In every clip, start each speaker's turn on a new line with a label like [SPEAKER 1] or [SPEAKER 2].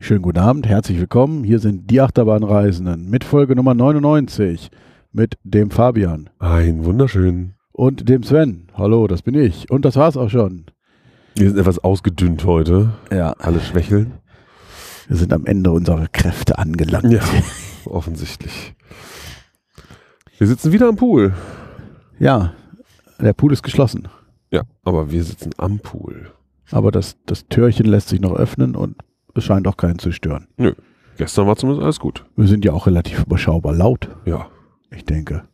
[SPEAKER 1] Schönen guten Abend, herzlich willkommen. Hier sind die Achterbahnreisenden mit Folge Nummer 99 mit dem Fabian
[SPEAKER 2] Ein wunderschön.
[SPEAKER 1] und dem Sven. Hallo, das bin ich. Und das war's auch schon.
[SPEAKER 2] Wir sind etwas ausgedünnt heute.
[SPEAKER 1] Ja,
[SPEAKER 2] Alle schwächeln.
[SPEAKER 1] wir sind am Ende unserer Kräfte angelangt.
[SPEAKER 2] Ja, offensichtlich. Wir sitzen wieder am Pool.
[SPEAKER 1] Ja, der Pool ist geschlossen,
[SPEAKER 2] Ja, aber wir sitzen am Pool.
[SPEAKER 1] aber das, das Türchen lässt sich noch öffnen und es scheint auch keinen zu stören.
[SPEAKER 2] Gestern war zumindest alles gut.
[SPEAKER 1] Wir sind ja auch relativ überschaubar laut,
[SPEAKER 2] Ja,
[SPEAKER 1] ich denke.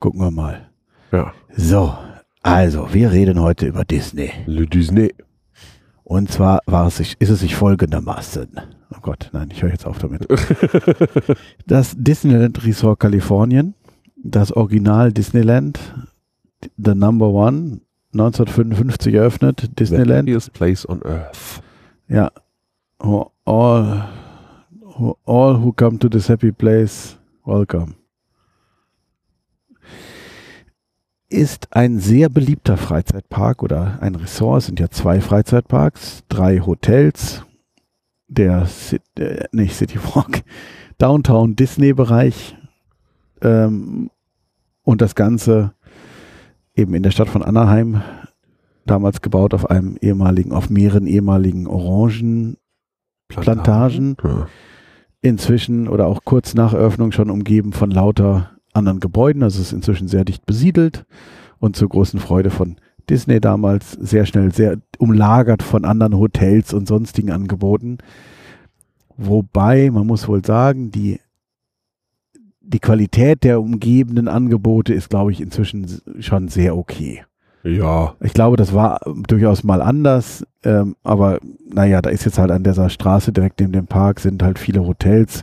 [SPEAKER 1] Gucken wir mal.
[SPEAKER 2] ja.
[SPEAKER 1] So, also, wir reden heute über Disney.
[SPEAKER 2] Le Disney.
[SPEAKER 1] Und zwar war es sich, ist es sich folgendermaßen. Oh Gott, nein, ich höre jetzt auf damit. Das Disneyland Resort Kalifornien, das Original Disneyland, The Number One, 1955 eröffnet, Disneyland.
[SPEAKER 2] The happiest place on earth.
[SPEAKER 1] Ja. All, all who come to this happy place, welcome. Ist ein sehr beliebter Freizeitpark oder ein Ressort. Es sind ja zwei Freizeitparks, drei Hotels, der Cit äh, nicht City Walk, Downtown Disney Bereich ähm, und das Ganze eben in der Stadt von Anaheim damals gebaut auf einem ehemaligen, auf mehreren ehemaligen Orangenplantagen.
[SPEAKER 2] Ja.
[SPEAKER 1] Inzwischen oder auch kurz nach Eröffnung schon umgeben von lauter anderen Gebäuden. Also es ist inzwischen sehr dicht besiedelt und zur großen Freude von Disney damals sehr schnell sehr umlagert von anderen Hotels und sonstigen Angeboten. Wobei, man muss wohl sagen, die, die Qualität der umgebenden Angebote ist, glaube ich, inzwischen s- schon sehr okay.
[SPEAKER 2] ja,
[SPEAKER 1] Ich glaube, das war ähm, durchaus mal anders, ähm, aber naja, da ist jetzt halt an dieser Straße direkt neben dem Park sind halt viele Hotels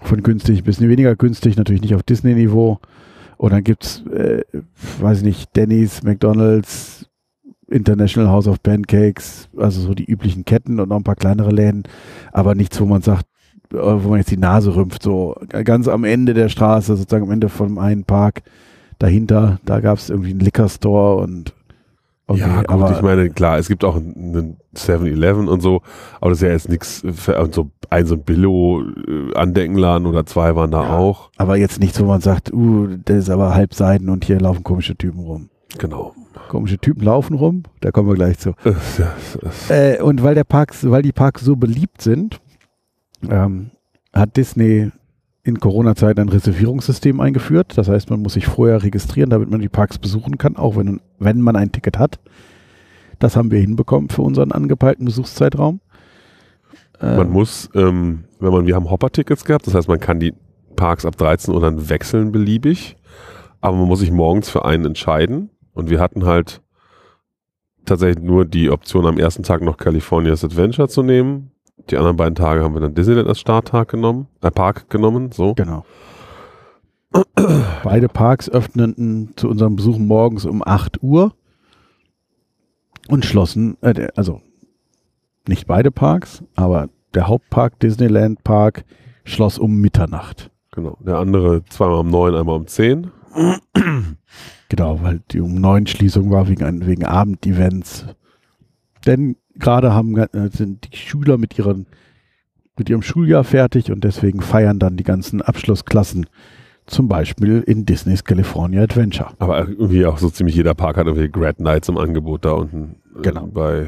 [SPEAKER 1] von günstig bis weniger günstig, natürlich nicht auf Disney-Niveau. Und dann gibt's, äh, weiß ich nicht, Denny's, McDonald's, International House of Pancakes, also so die üblichen Ketten und noch ein paar kleinere Läden, aber nichts, wo man sagt, äh, wo man jetzt die Nase rümpft, so äh, ganz am Ende der Straße, sozusagen am Ende vom einen Park. Dahinter, da gab's irgendwie einen Liquor Store und okay,
[SPEAKER 2] ja, gut,
[SPEAKER 1] aber
[SPEAKER 2] ich meine, klar, es gibt auch einen 7-Eleven und so, aber das ist ja jetzt nichts, für- und so ein so ein Billo-Andeckenladen oder zwei waren da
[SPEAKER 1] Ja.
[SPEAKER 2] auch.
[SPEAKER 1] Aber jetzt nichts, wo man sagt, uh, das ist aber Halbseiden und hier laufen komische Typen rum.
[SPEAKER 2] Genau.
[SPEAKER 1] Komische Typen laufen rum, da kommen wir gleich zu.
[SPEAKER 2] Äh, äh, äh,
[SPEAKER 1] Äh, und weil der Park, weil die Parks so beliebt sind, ähm, hat Disney in Corona-Zeiten ein Reservierungssystem eingeführt. Das heißt, man muss sich vorher registrieren, damit man die Parks besuchen kann, auch wenn, wenn man ein Ticket hat. Das haben wir hinbekommen für unseren angepeilten Besuchszeitraum. Äh,
[SPEAKER 2] Man muss, ähm, wenn man, wir haben Hopper-Tickets gehabt, das heißt, man kann die Parks ab 13 Uhr dann wechseln beliebig, aber man muss sich morgens für einen entscheiden und wir hatten halt tatsächlich nur die Option, am ersten Tag noch California's Adventure zu nehmen. Die anderen beiden Tage haben wir dann Disneyland als Starttag genommen, äh, Park genommen, so.
[SPEAKER 1] Genau. Beide Parks öffneten zu unserem Besuch morgens um 8 Uhr und schlossen, äh, der- also nicht beide Parks, aber der Hauptpark Disneyland Park schloss um Mitternacht.
[SPEAKER 2] Genau. Der andere zweimal um 9, einmal um 10.
[SPEAKER 1] Genau, weil die um 9 Schließung war wegen, ein- wegen Abendevents. Denn gerade haben ga- äh, sind die Schüler mit ihren mit ihrem Schuljahr fertig und deswegen feiern dann die ganzen Abschlussklassen, zum Beispiel in Disney's California Adventure.
[SPEAKER 2] Aber irgendwie auch so ziemlich jeder Park hat irgendwie Grad Nights im Angebot da unten äh,
[SPEAKER 1] Genau.
[SPEAKER 2] bei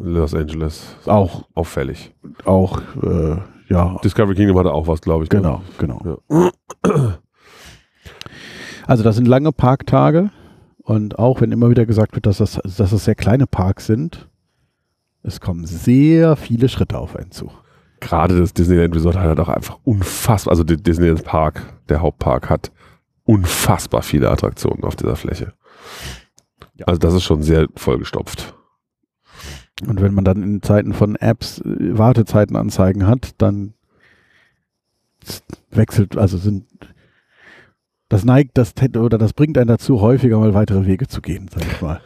[SPEAKER 2] Los Angeles.
[SPEAKER 1] Auch
[SPEAKER 2] Auffällig.
[SPEAKER 1] auch, äh, ja,
[SPEAKER 2] Discovery Kingdom hatte auch was, glaube ich. ne?
[SPEAKER 1] genau, genau. Also das sind lange Parktage und auch wenn immer wieder gesagt wird, dass das, dass das sehr kleine Parks sind, es kommen sehr viele Schritte auf einen zu.
[SPEAKER 2] gerade das Disneyland Resort hat halt auch einfach unfassbar, also der Disneyland Park, der Hauptpark hat unfassbar viele Attraktionen auf dieser Fläche.
[SPEAKER 1] Ja.
[SPEAKER 2] Also das ist schon sehr vollgestopft.
[SPEAKER 1] Und wenn man dann in Zeiten von Apps äh, Wartezeiten anzeigen hat, dann wechselt, also sind das neigt, das tät- oder das bringt einen dazu, häufiger mal weitere Wege zu gehen, sag ich mal.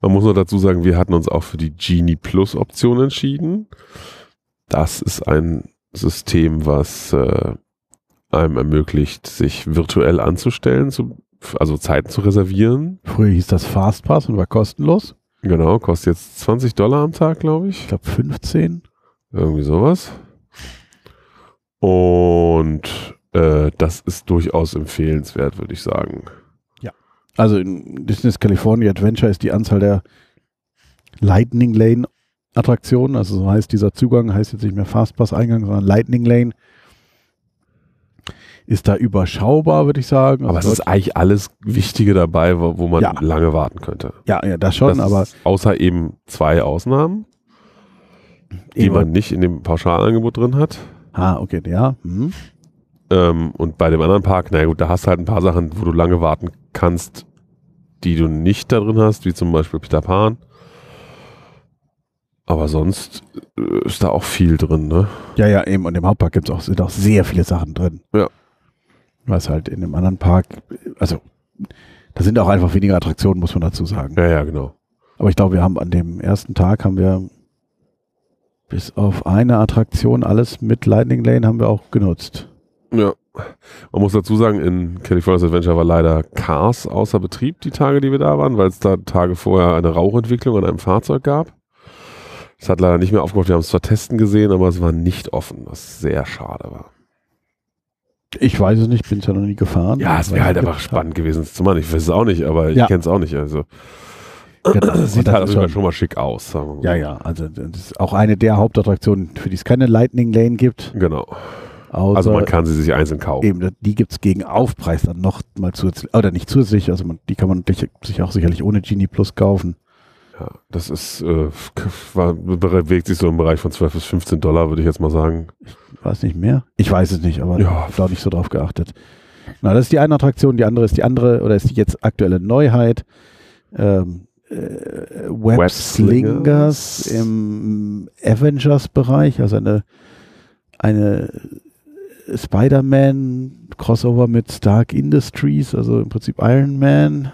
[SPEAKER 2] Man muss noch dazu sagen, wir hatten uns auch für die Genie Plus Option entschieden. Das ist ein System, was äh, einem ermöglicht, sich virtuell anzustellen, zu, also Zeiten zu reservieren.
[SPEAKER 1] Früher hieß das Fastpass und war kostenlos.
[SPEAKER 2] Genau, kostet jetzt 20 Dollar am Tag, glaube ich.
[SPEAKER 1] Ich glaube 15.
[SPEAKER 2] Irgendwie sowas. Und äh, das ist durchaus empfehlenswert, würde ich sagen.
[SPEAKER 1] Also in Disney's California Adventure ist die Anzahl der Lightning Lane Attraktionen, also so heißt dieser Zugang, heißt jetzt nicht mehr Fastpass Eingang, sondern Lightning Lane, ist da überschaubar, würde ich sagen.
[SPEAKER 2] Aber es
[SPEAKER 1] Also
[SPEAKER 2] ist eigentlich alles Wichtige dabei, wo, wo man
[SPEAKER 1] Ja.
[SPEAKER 2] lange warten könnte.
[SPEAKER 1] ja, ja, das schon,
[SPEAKER 2] Das
[SPEAKER 1] aber
[SPEAKER 2] ist außer eben zwei Ausnahmen, die
[SPEAKER 1] eben-
[SPEAKER 2] man nicht in dem Pauschalangebot drin hat.
[SPEAKER 1] Ah, okay, ja. Hm.
[SPEAKER 2] Ähm, und bei dem anderen Park, naja gut, da hast du halt ein paar Sachen, wo du lange warten kannst, die du nicht da drin hast, wie zum Beispiel Peter Pan. Aber sonst äh, ist da auch viel drin, ne?
[SPEAKER 1] Ja, ja, eben. Und im Hauptpark gibt's auch, sind auch sehr viele Sachen drin.
[SPEAKER 2] Ja.
[SPEAKER 1] Was halt in dem anderen Park, also da sind auch einfach weniger Attraktionen, muss man dazu sagen.
[SPEAKER 2] Ja, ja, genau.
[SPEAKER 1] Aber ich glaube, wir haben an dem ersten Tag haben wir bis auf eine Attraktion alles mit Lightning Lane haben wir auch genutzt.
[SPEAKER 2] Ja. Man muss dazu sagen, in California's Adventure war leider Cars außer Betrieb die Tage, die wir da waren, weil es da Tage vorher eine Rauchentwicklung an einem Fahrzeug gab. Es hat leider nicht mehr aufgehört. Wir haben es zwar testen gesehen, aber es war nicht offen, was sehr schade war.
[SPEAKER 1] Ich weiß es nicht, bin es ja noch nie gefahren.
[SPEAKER 2] Ja, es wäre halt einfach spannend gewesen, es zu machen. Ich weiß es auch nicht, aber
[SPEAKER 1] Ja. Also,
[SPEAKER 2] ich kenne es auch nicht. Also
[SPEAKER 1] Ja, Genau, das,
[SPEAKER 2] das sieht
[SPEAKER 1] das
[SPEAKER 2] halt
[SPEAKER 1] ist
[SPEAKER 2] auf jeden
[SPEAKER 1] schon,
[SPEAKER 2] Fall schon mal schick aus. Sagen wir mal.
[SPEAKER 1] ja, ja, also das ist auch eine der Hauptattraktionen, für die es keine Lightning Lane gibt.
[SPEAKER 2] Genau.
[SPEAKER 1] Außer
[SPEAKER 2] Also man kann sie sich einzeln kaufen.
[SPEAKER 1] Eben, die gibt es gegen Aufpreis dann noch mal zusätzlich, oder nicht zusätzlich, also man, die kann man dich- sich auch sicherlich ohne Genie Plus kaufen.
[SPEAKER 2] Ja, das ist äh, war, bewegt sich so im Bereich von 12 bis 15 Dollar, würde ich jetzt mal sagen.
[SPEAKER 1] War es nicht mehr? Ich weiß es nicht, aber ich
[SPEAKER 2] Ja.
[SPEAKER 1] habe da auch nicht so drauf geachtet. Na, das ist die eine Attraktion, die andere ist die andere, oder ist die jetzt aktuelle Neuheit. Ähm, äh, Web Slingers
[SPEAKER 2] Slingers.
[SPEAKER 1] im Avengers-Bereich, also eine, eine Spider-Man-Crossover mit Stark Industries, also im Prinzip Iron Man.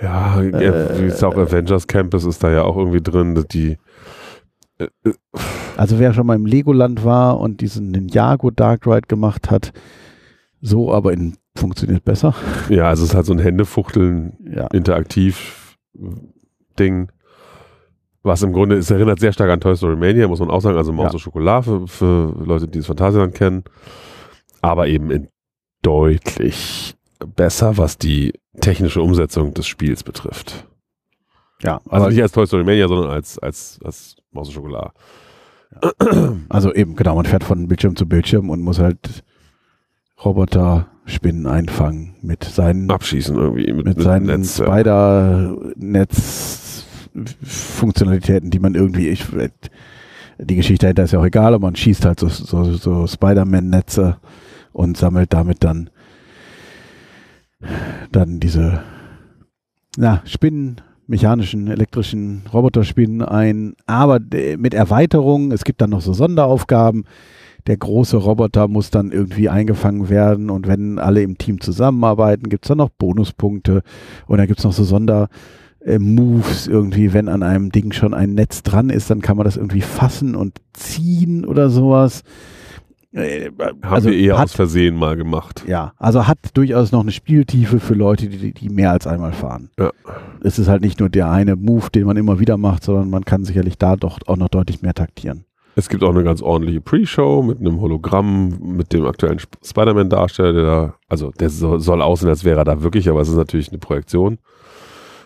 [SPEAKER 2] Ja,
[SPEAKER 1] Äh,
[SPEAKER 2] wie es auch Avengers Campus ist da ja auch irgendwie drin, dass die äh, äh,
[SPEAKER 1] Also wer schon mal im Legoland war und diesen Ninjago Dark Ride gemacht hat, so aber in funktioniert besser.
[SPEAKER 2] ja, also es ist halt so ein Händefuchteln
[SPEAKER 1] Ja,
[SPEAKER 2] interaktiv Ding. Was im Grunde, es erinnert sehr stark an Toy Story Mania, muss man auch sagen, also Maus
[SPEAKER 1] Ja.
[SPEAKER 2] und Schokolade für, für Leute, die das Phantasialand kennen. Aber eben in deutlich besser, was die technische Umsetzung des Spiels betrifft.
[SPEAKER 1] ja.
[SPEAKER 2] Also
[SPEAKER 1] Aber,
[SPEAKER 2] nicht als Toy Story Mania, sondern als, als, als Maus und Schokolade.
[SPEAKER 1] also eben, genau, man fährt von Bildschirm zu Bildschirm und muss halt Roboter, Spinnen einfangen mit seinen,
[SPEAKER 2] Abschießen irgendwie mit,
[SPEAKER 1] mit
[SPEAKER 2] einem
[SPEAKER 1] seinen
[SPEAKER 2] Netz, ja.
[SPEAKER 1] Spider-Netz-Funktionalitäten, die man irgendwie, ich, die Geschichte dahinter ist ja auch egal, aber man schießt halt so, so, so Spider-Man-Netze und sammelt damit dann dann diese na, Spinnen, mechanischen, elektrischen Roboterspinnen ein, aber d- mit Erweiterungen, es gibt dann noch so Sonderaufgaben. Der große Roboter muss dann irgendwie eingefangen werden und wenn alle im Team zusammenarbeiten, gibt es dann noch Bonuspunkte und dann gibt es noch so Sonder äh, Moves irgendwie, wenn an einem Ding schon ein Netz dran ist, dann kann man das irgendwie fassen und ziehen oder sowas. Äh,
[SPEAKER 2] Haben wir eher
[SPEAKER 1] hat
[SPEAKER 2] aus Versehen mal gemacht.
[SPEAKER 1] ja, also hat durchaus noch eine Spieltiefe für Leute, die, die mehr als einmal fahren.
[SPEAKER 2] Ja.
[SPEAKER 1] Es ist halt nicht nur der eine Move, den man immer wieder macht, sondern man kann sicherlich da doch auch noch deutlich mehr taktieren.
[SPEAKER 2] Es gibt auch eine ganz ordentliche Pre-Show mit einem Hologramm, mit dem aktuellen Sp- Spider-Man-Darsteller, der da, also der so, soll aussehen, als wäre er da wirklich, aber es ist natürlich eine Projektion.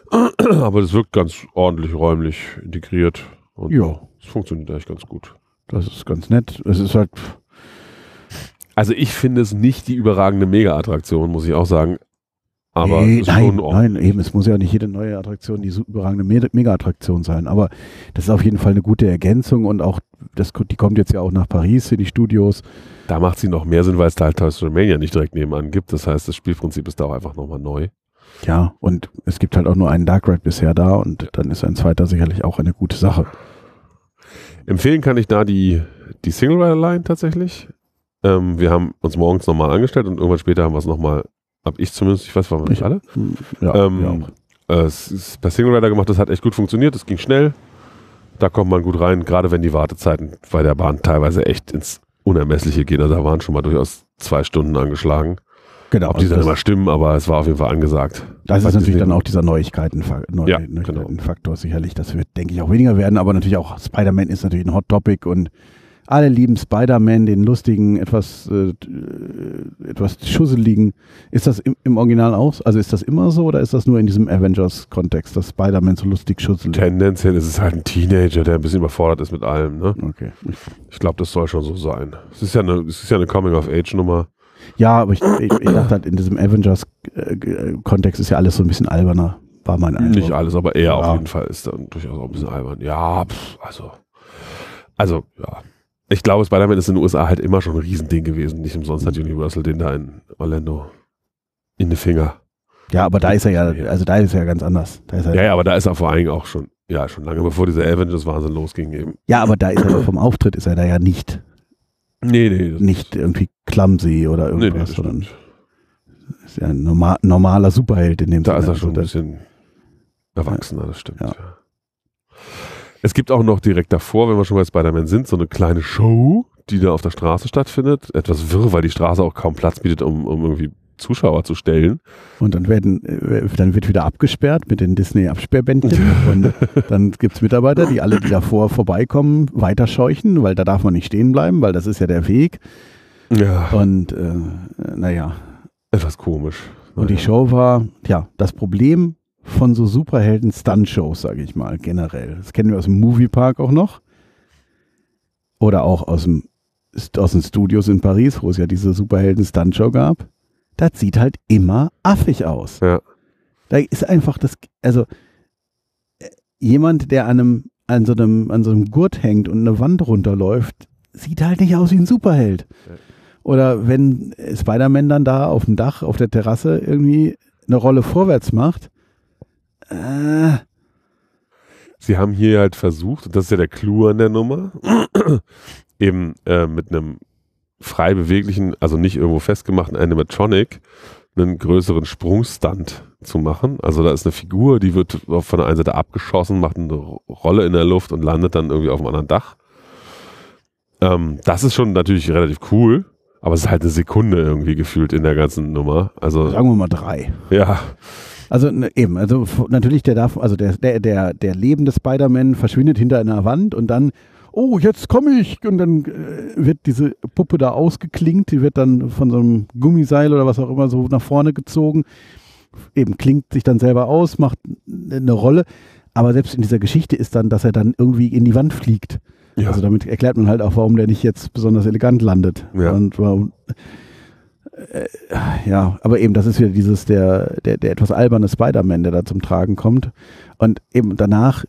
[SPEAKER 2] Aber das wirkt ganz ordentlich räumlich integriert und
[SPEAKER 1] Ja,
[SPEAKER 2] es funktioniert eigentlich ganz gut.
[SPEAKER 1] das ist ganz nett. Es ist halt,
[SPEAKER 2] Also ich finde es nicht die überragende Mega-Attraktion, muss ich auch sagen. Aber
[SPEAKER 1] nee,
[SPEAKER 2] es ist
[SPEAKER 1] nein,
[SPEAKER 2] schon ordentlich.
[SPEAKER 1] nein, eben, es muss ja nicht jede neue Attraktion die so überragende Me- Mega-Attraktion sein, aber das ist auf jeden Fall eine gute Ergänzung und auch, das, ko- die kommt jetzt ja auch nach Paris in die Studios.
[SPEAKER 2] Da macht sie noch mehr Sinn, weil es da halt Toy Story Mania nicht direkt nebenan gibt. Das heißt, das Spielprinzip ist da auch einfach nochmal neu.
[SPEAKER 1] Ja, und es gibt halt auch nur einen Dark Ride bisher da und dann ist ein zweiter sicherlich auch eine gute Sache.
[SPEAKER 2] Empfehlen kann ich da die, die Single Rider Line tatsächlich. Ähm, wir haben uns morgens nochmal angestellt und irgendwann später haben wir es nochmal, hab ich zumindest, ich weiß, waren wir nicht
[SPEAKER 1] Ich-
[SPEAKER 2] alle,
[SPEAKER 1] Ja,
[SPEAKER 2] Ähm,
[SPEAKER 1] wir auch.
[SPEAKER 2] äh, es ist bei Single Rider gemacht, das hat echt gut funktioniert, das ging schnell. Da kommt man gut rein, gerade wenn die Wartezeiten bei der Bahn teilweise echt ins Unermessliche gehen. Also da waren schon mal durchaus zwei Stunden angeschlagen.
[SPEAKER 1] Genau.
[SPEAKER 2] Ob die
[SPEAKER 1] also
[SPEAKER 2] dann
[SPEAKER 1] das-
[SPEAKER 2] immer stimmen, aber es war auf jeden Fall angesagt.
[SPEAKER 1] Das
[SPEAKER 2] Bei
[SPEAKER 1] ist natürlich
[SPEAKER 2] Disney.
[SPEAKER 1] dann auch dieser Neuigkeitenfaktor Neu
[SPEAKER 2] Ja, genau.
[SPEAKER 1] Neuigkeitenfaktor sicherlich. Das wird, denke ich, auch weniger werden. Aber natürlich auch Spider-Man ist natürlich ein Hot Topic und alle lieben Spider-Man, den lustigen, etwas, äh, äh, etwas schusseligen. Ist das im, im Original auch? Also ist das immer so oder ist das nur in diesem Avengers-Kontext, dass Spider-Man so lustig schusselig ist?
[SPEAKER 2] Tendenziell ist es halt ein Teenager, der ein bisschen überfordert ist mit allem. Ne?
[SPEAKER 1] Okay.
[SPEAKER 2] Ich glaube, das soll schon so sein. Es ist ja eine, es ist ja eine Coming-of-Age-Nummer.
[SPEAKER 1] Ja, aber ich, ich, ich dachte halt, in diesem Avengers-Kontext ist ja alles so ein bisschen alberner, war mein Eindruck.
[SPEAKER 2] Nicht alles, aber er
[SPEAKER 1] Also Ja.
[SPEAKER 2] auf jeden Fall ist dann durchaus auch ein bisschen albern. Ja, pff, also. Also, ja. Ich glaube, Spider-Man ist in den USA halt immer schon ein Riesending gewesen. Nicht umsonst hat Universal den da in Orlando in den Finger.
[SPEAKER 1] Ja, aber da ist er ja, also da ist er ja ganz anders. Da ist er
[SPEAKER 2] Ja, ja, aber da ist er vor allen Dingen auch schon, ja, schon lange bevor dieser Avengers-Wahnsinn losging eben.
[SPEAKER 1] Ja, aber da ist er doch vom Auftritt ist er da ja nicht,
[SPEAKER 2] Nee, nee. Das,
[SPEAKER 1] nicht irgendwie clumsy oder
[SPEAKER 2] nee, nee,
[SPEAKER 1] irgendwas,
[SPEAKER 2] das
[SPEAKER 1] sondern
[SPEAKER 2] stimmt.
[SPEAKER 1] ist ja ein norma normaler Superheld in dem
[SPEAKER 2] Da ist er
[SPEAKER 1] Also
[SPEAKER 2] schon ein
[SPEAKER 1] das-
[SPEAKER 2] bisschen erwachsener, das stimmt.
[SPEAKER 1] Ja.
[SPEAKER 2] Ja. Es gibt auch noch direkt davor, wenn wir schon bei Spider-Man sind, so eine kleine Show, die da auf der Straße stattfindet. Etwas wirr, weil die Straße auch kaum Platz bietet, um, um irgendwie Zuschauer zu stellen.
[SPEAKER 1] Und dann werden, äh, dann wird wieder abgesperrt mit den Disney-Absperrbändchen. und dann gibt's Mitarbeiter, die alle, die davor vorbeikommen, weiterscheuchen, weil da darf man nicht stehen bleiben, weil das ist ja der Weg.
[SPEAKER 2] Ja.
[SPEAKER 1] Und äh, naja.
[SPEAKER 2] Etwas komisch.
[SPEAKER 1] Und die
[SPEAKER 2] Naja.
[SPEAKER 1] Show war, ja, das Problem von so Superhelden-Stunt-Shows, sage ich mal, generell. Das kennen wir aus dem Moviepark auch noch. Oder auch aus, dem, aus den Studios in Paris, wo es ja diese Superhelden-Stunt-Show gab. Das sieht halt immer affig aus.
[SPEAKER 2] Ja.
[SPEAKER 1] Da ist einfach das, also äh, jemand, der an, einem, an, so einem, an so einem Gurt hängt und eine Wand runterläuft, sieht halt nicht aus wie ein Superheld.
[SPEAKER 2] Ja.
[SPEAKER 1] Oder wenn äh, Spider-Man dann da auf dem Dach, auf der Terrasse irgendwie eine Rolle vorwärts macht. Äh,
[SPEAKER 2] Sie haben hier halt versucht, und das ist ja der Clou an der Nummer, eben äh, mit einem frei beweglichen, also nicht irgendwo festgemachten Animatronic, einen größeren Sprungstunt zu machen. Also da ist eine Figur, die wird von der einen Seite abgeschossen, macht eine Ro- Rolle in der Luft und landet dann irgendwie auf dem anderen Dach. Ähm, das ist schon natürlich relativ cool, aber es ist halt eine Sekunde irgendwie gefühlt in der ganzen Nummer. Also
[SPEAKER 1] sagen wir mal drei.
[SPEAKER 2] ja,
[SPEAKER 1] Also ne, eben, also f- natürlich der darf, also der der der, der lebende Spider-Man verschwindet hinter einer Wand und dann oh jetzt komme ich und dann äh, wird diese Puppe da ausgeklinkt, die wird dann von so einem Gummiseil oder was auch immer so nach vorne gezogen, eben klingt sich dann selber aus, macht eine Rolle, aber selbst in dieser Geschichte ist dann, dass er dann irgendwie in die Wand fliegt.
[SPEAKER 2] ja.
[SPEAKER 1] Also damit erklärt man halt auch, warum der nicht jetzt besonders elegant landet.
[SPEAKER 2] Ja.
[SPEAKER 1] Und warum, äh, ja, aber eben, das ist wieder dieses, der, der, der etwas alberne Spider-Man, der da zum Tragen kommt. Und eben danach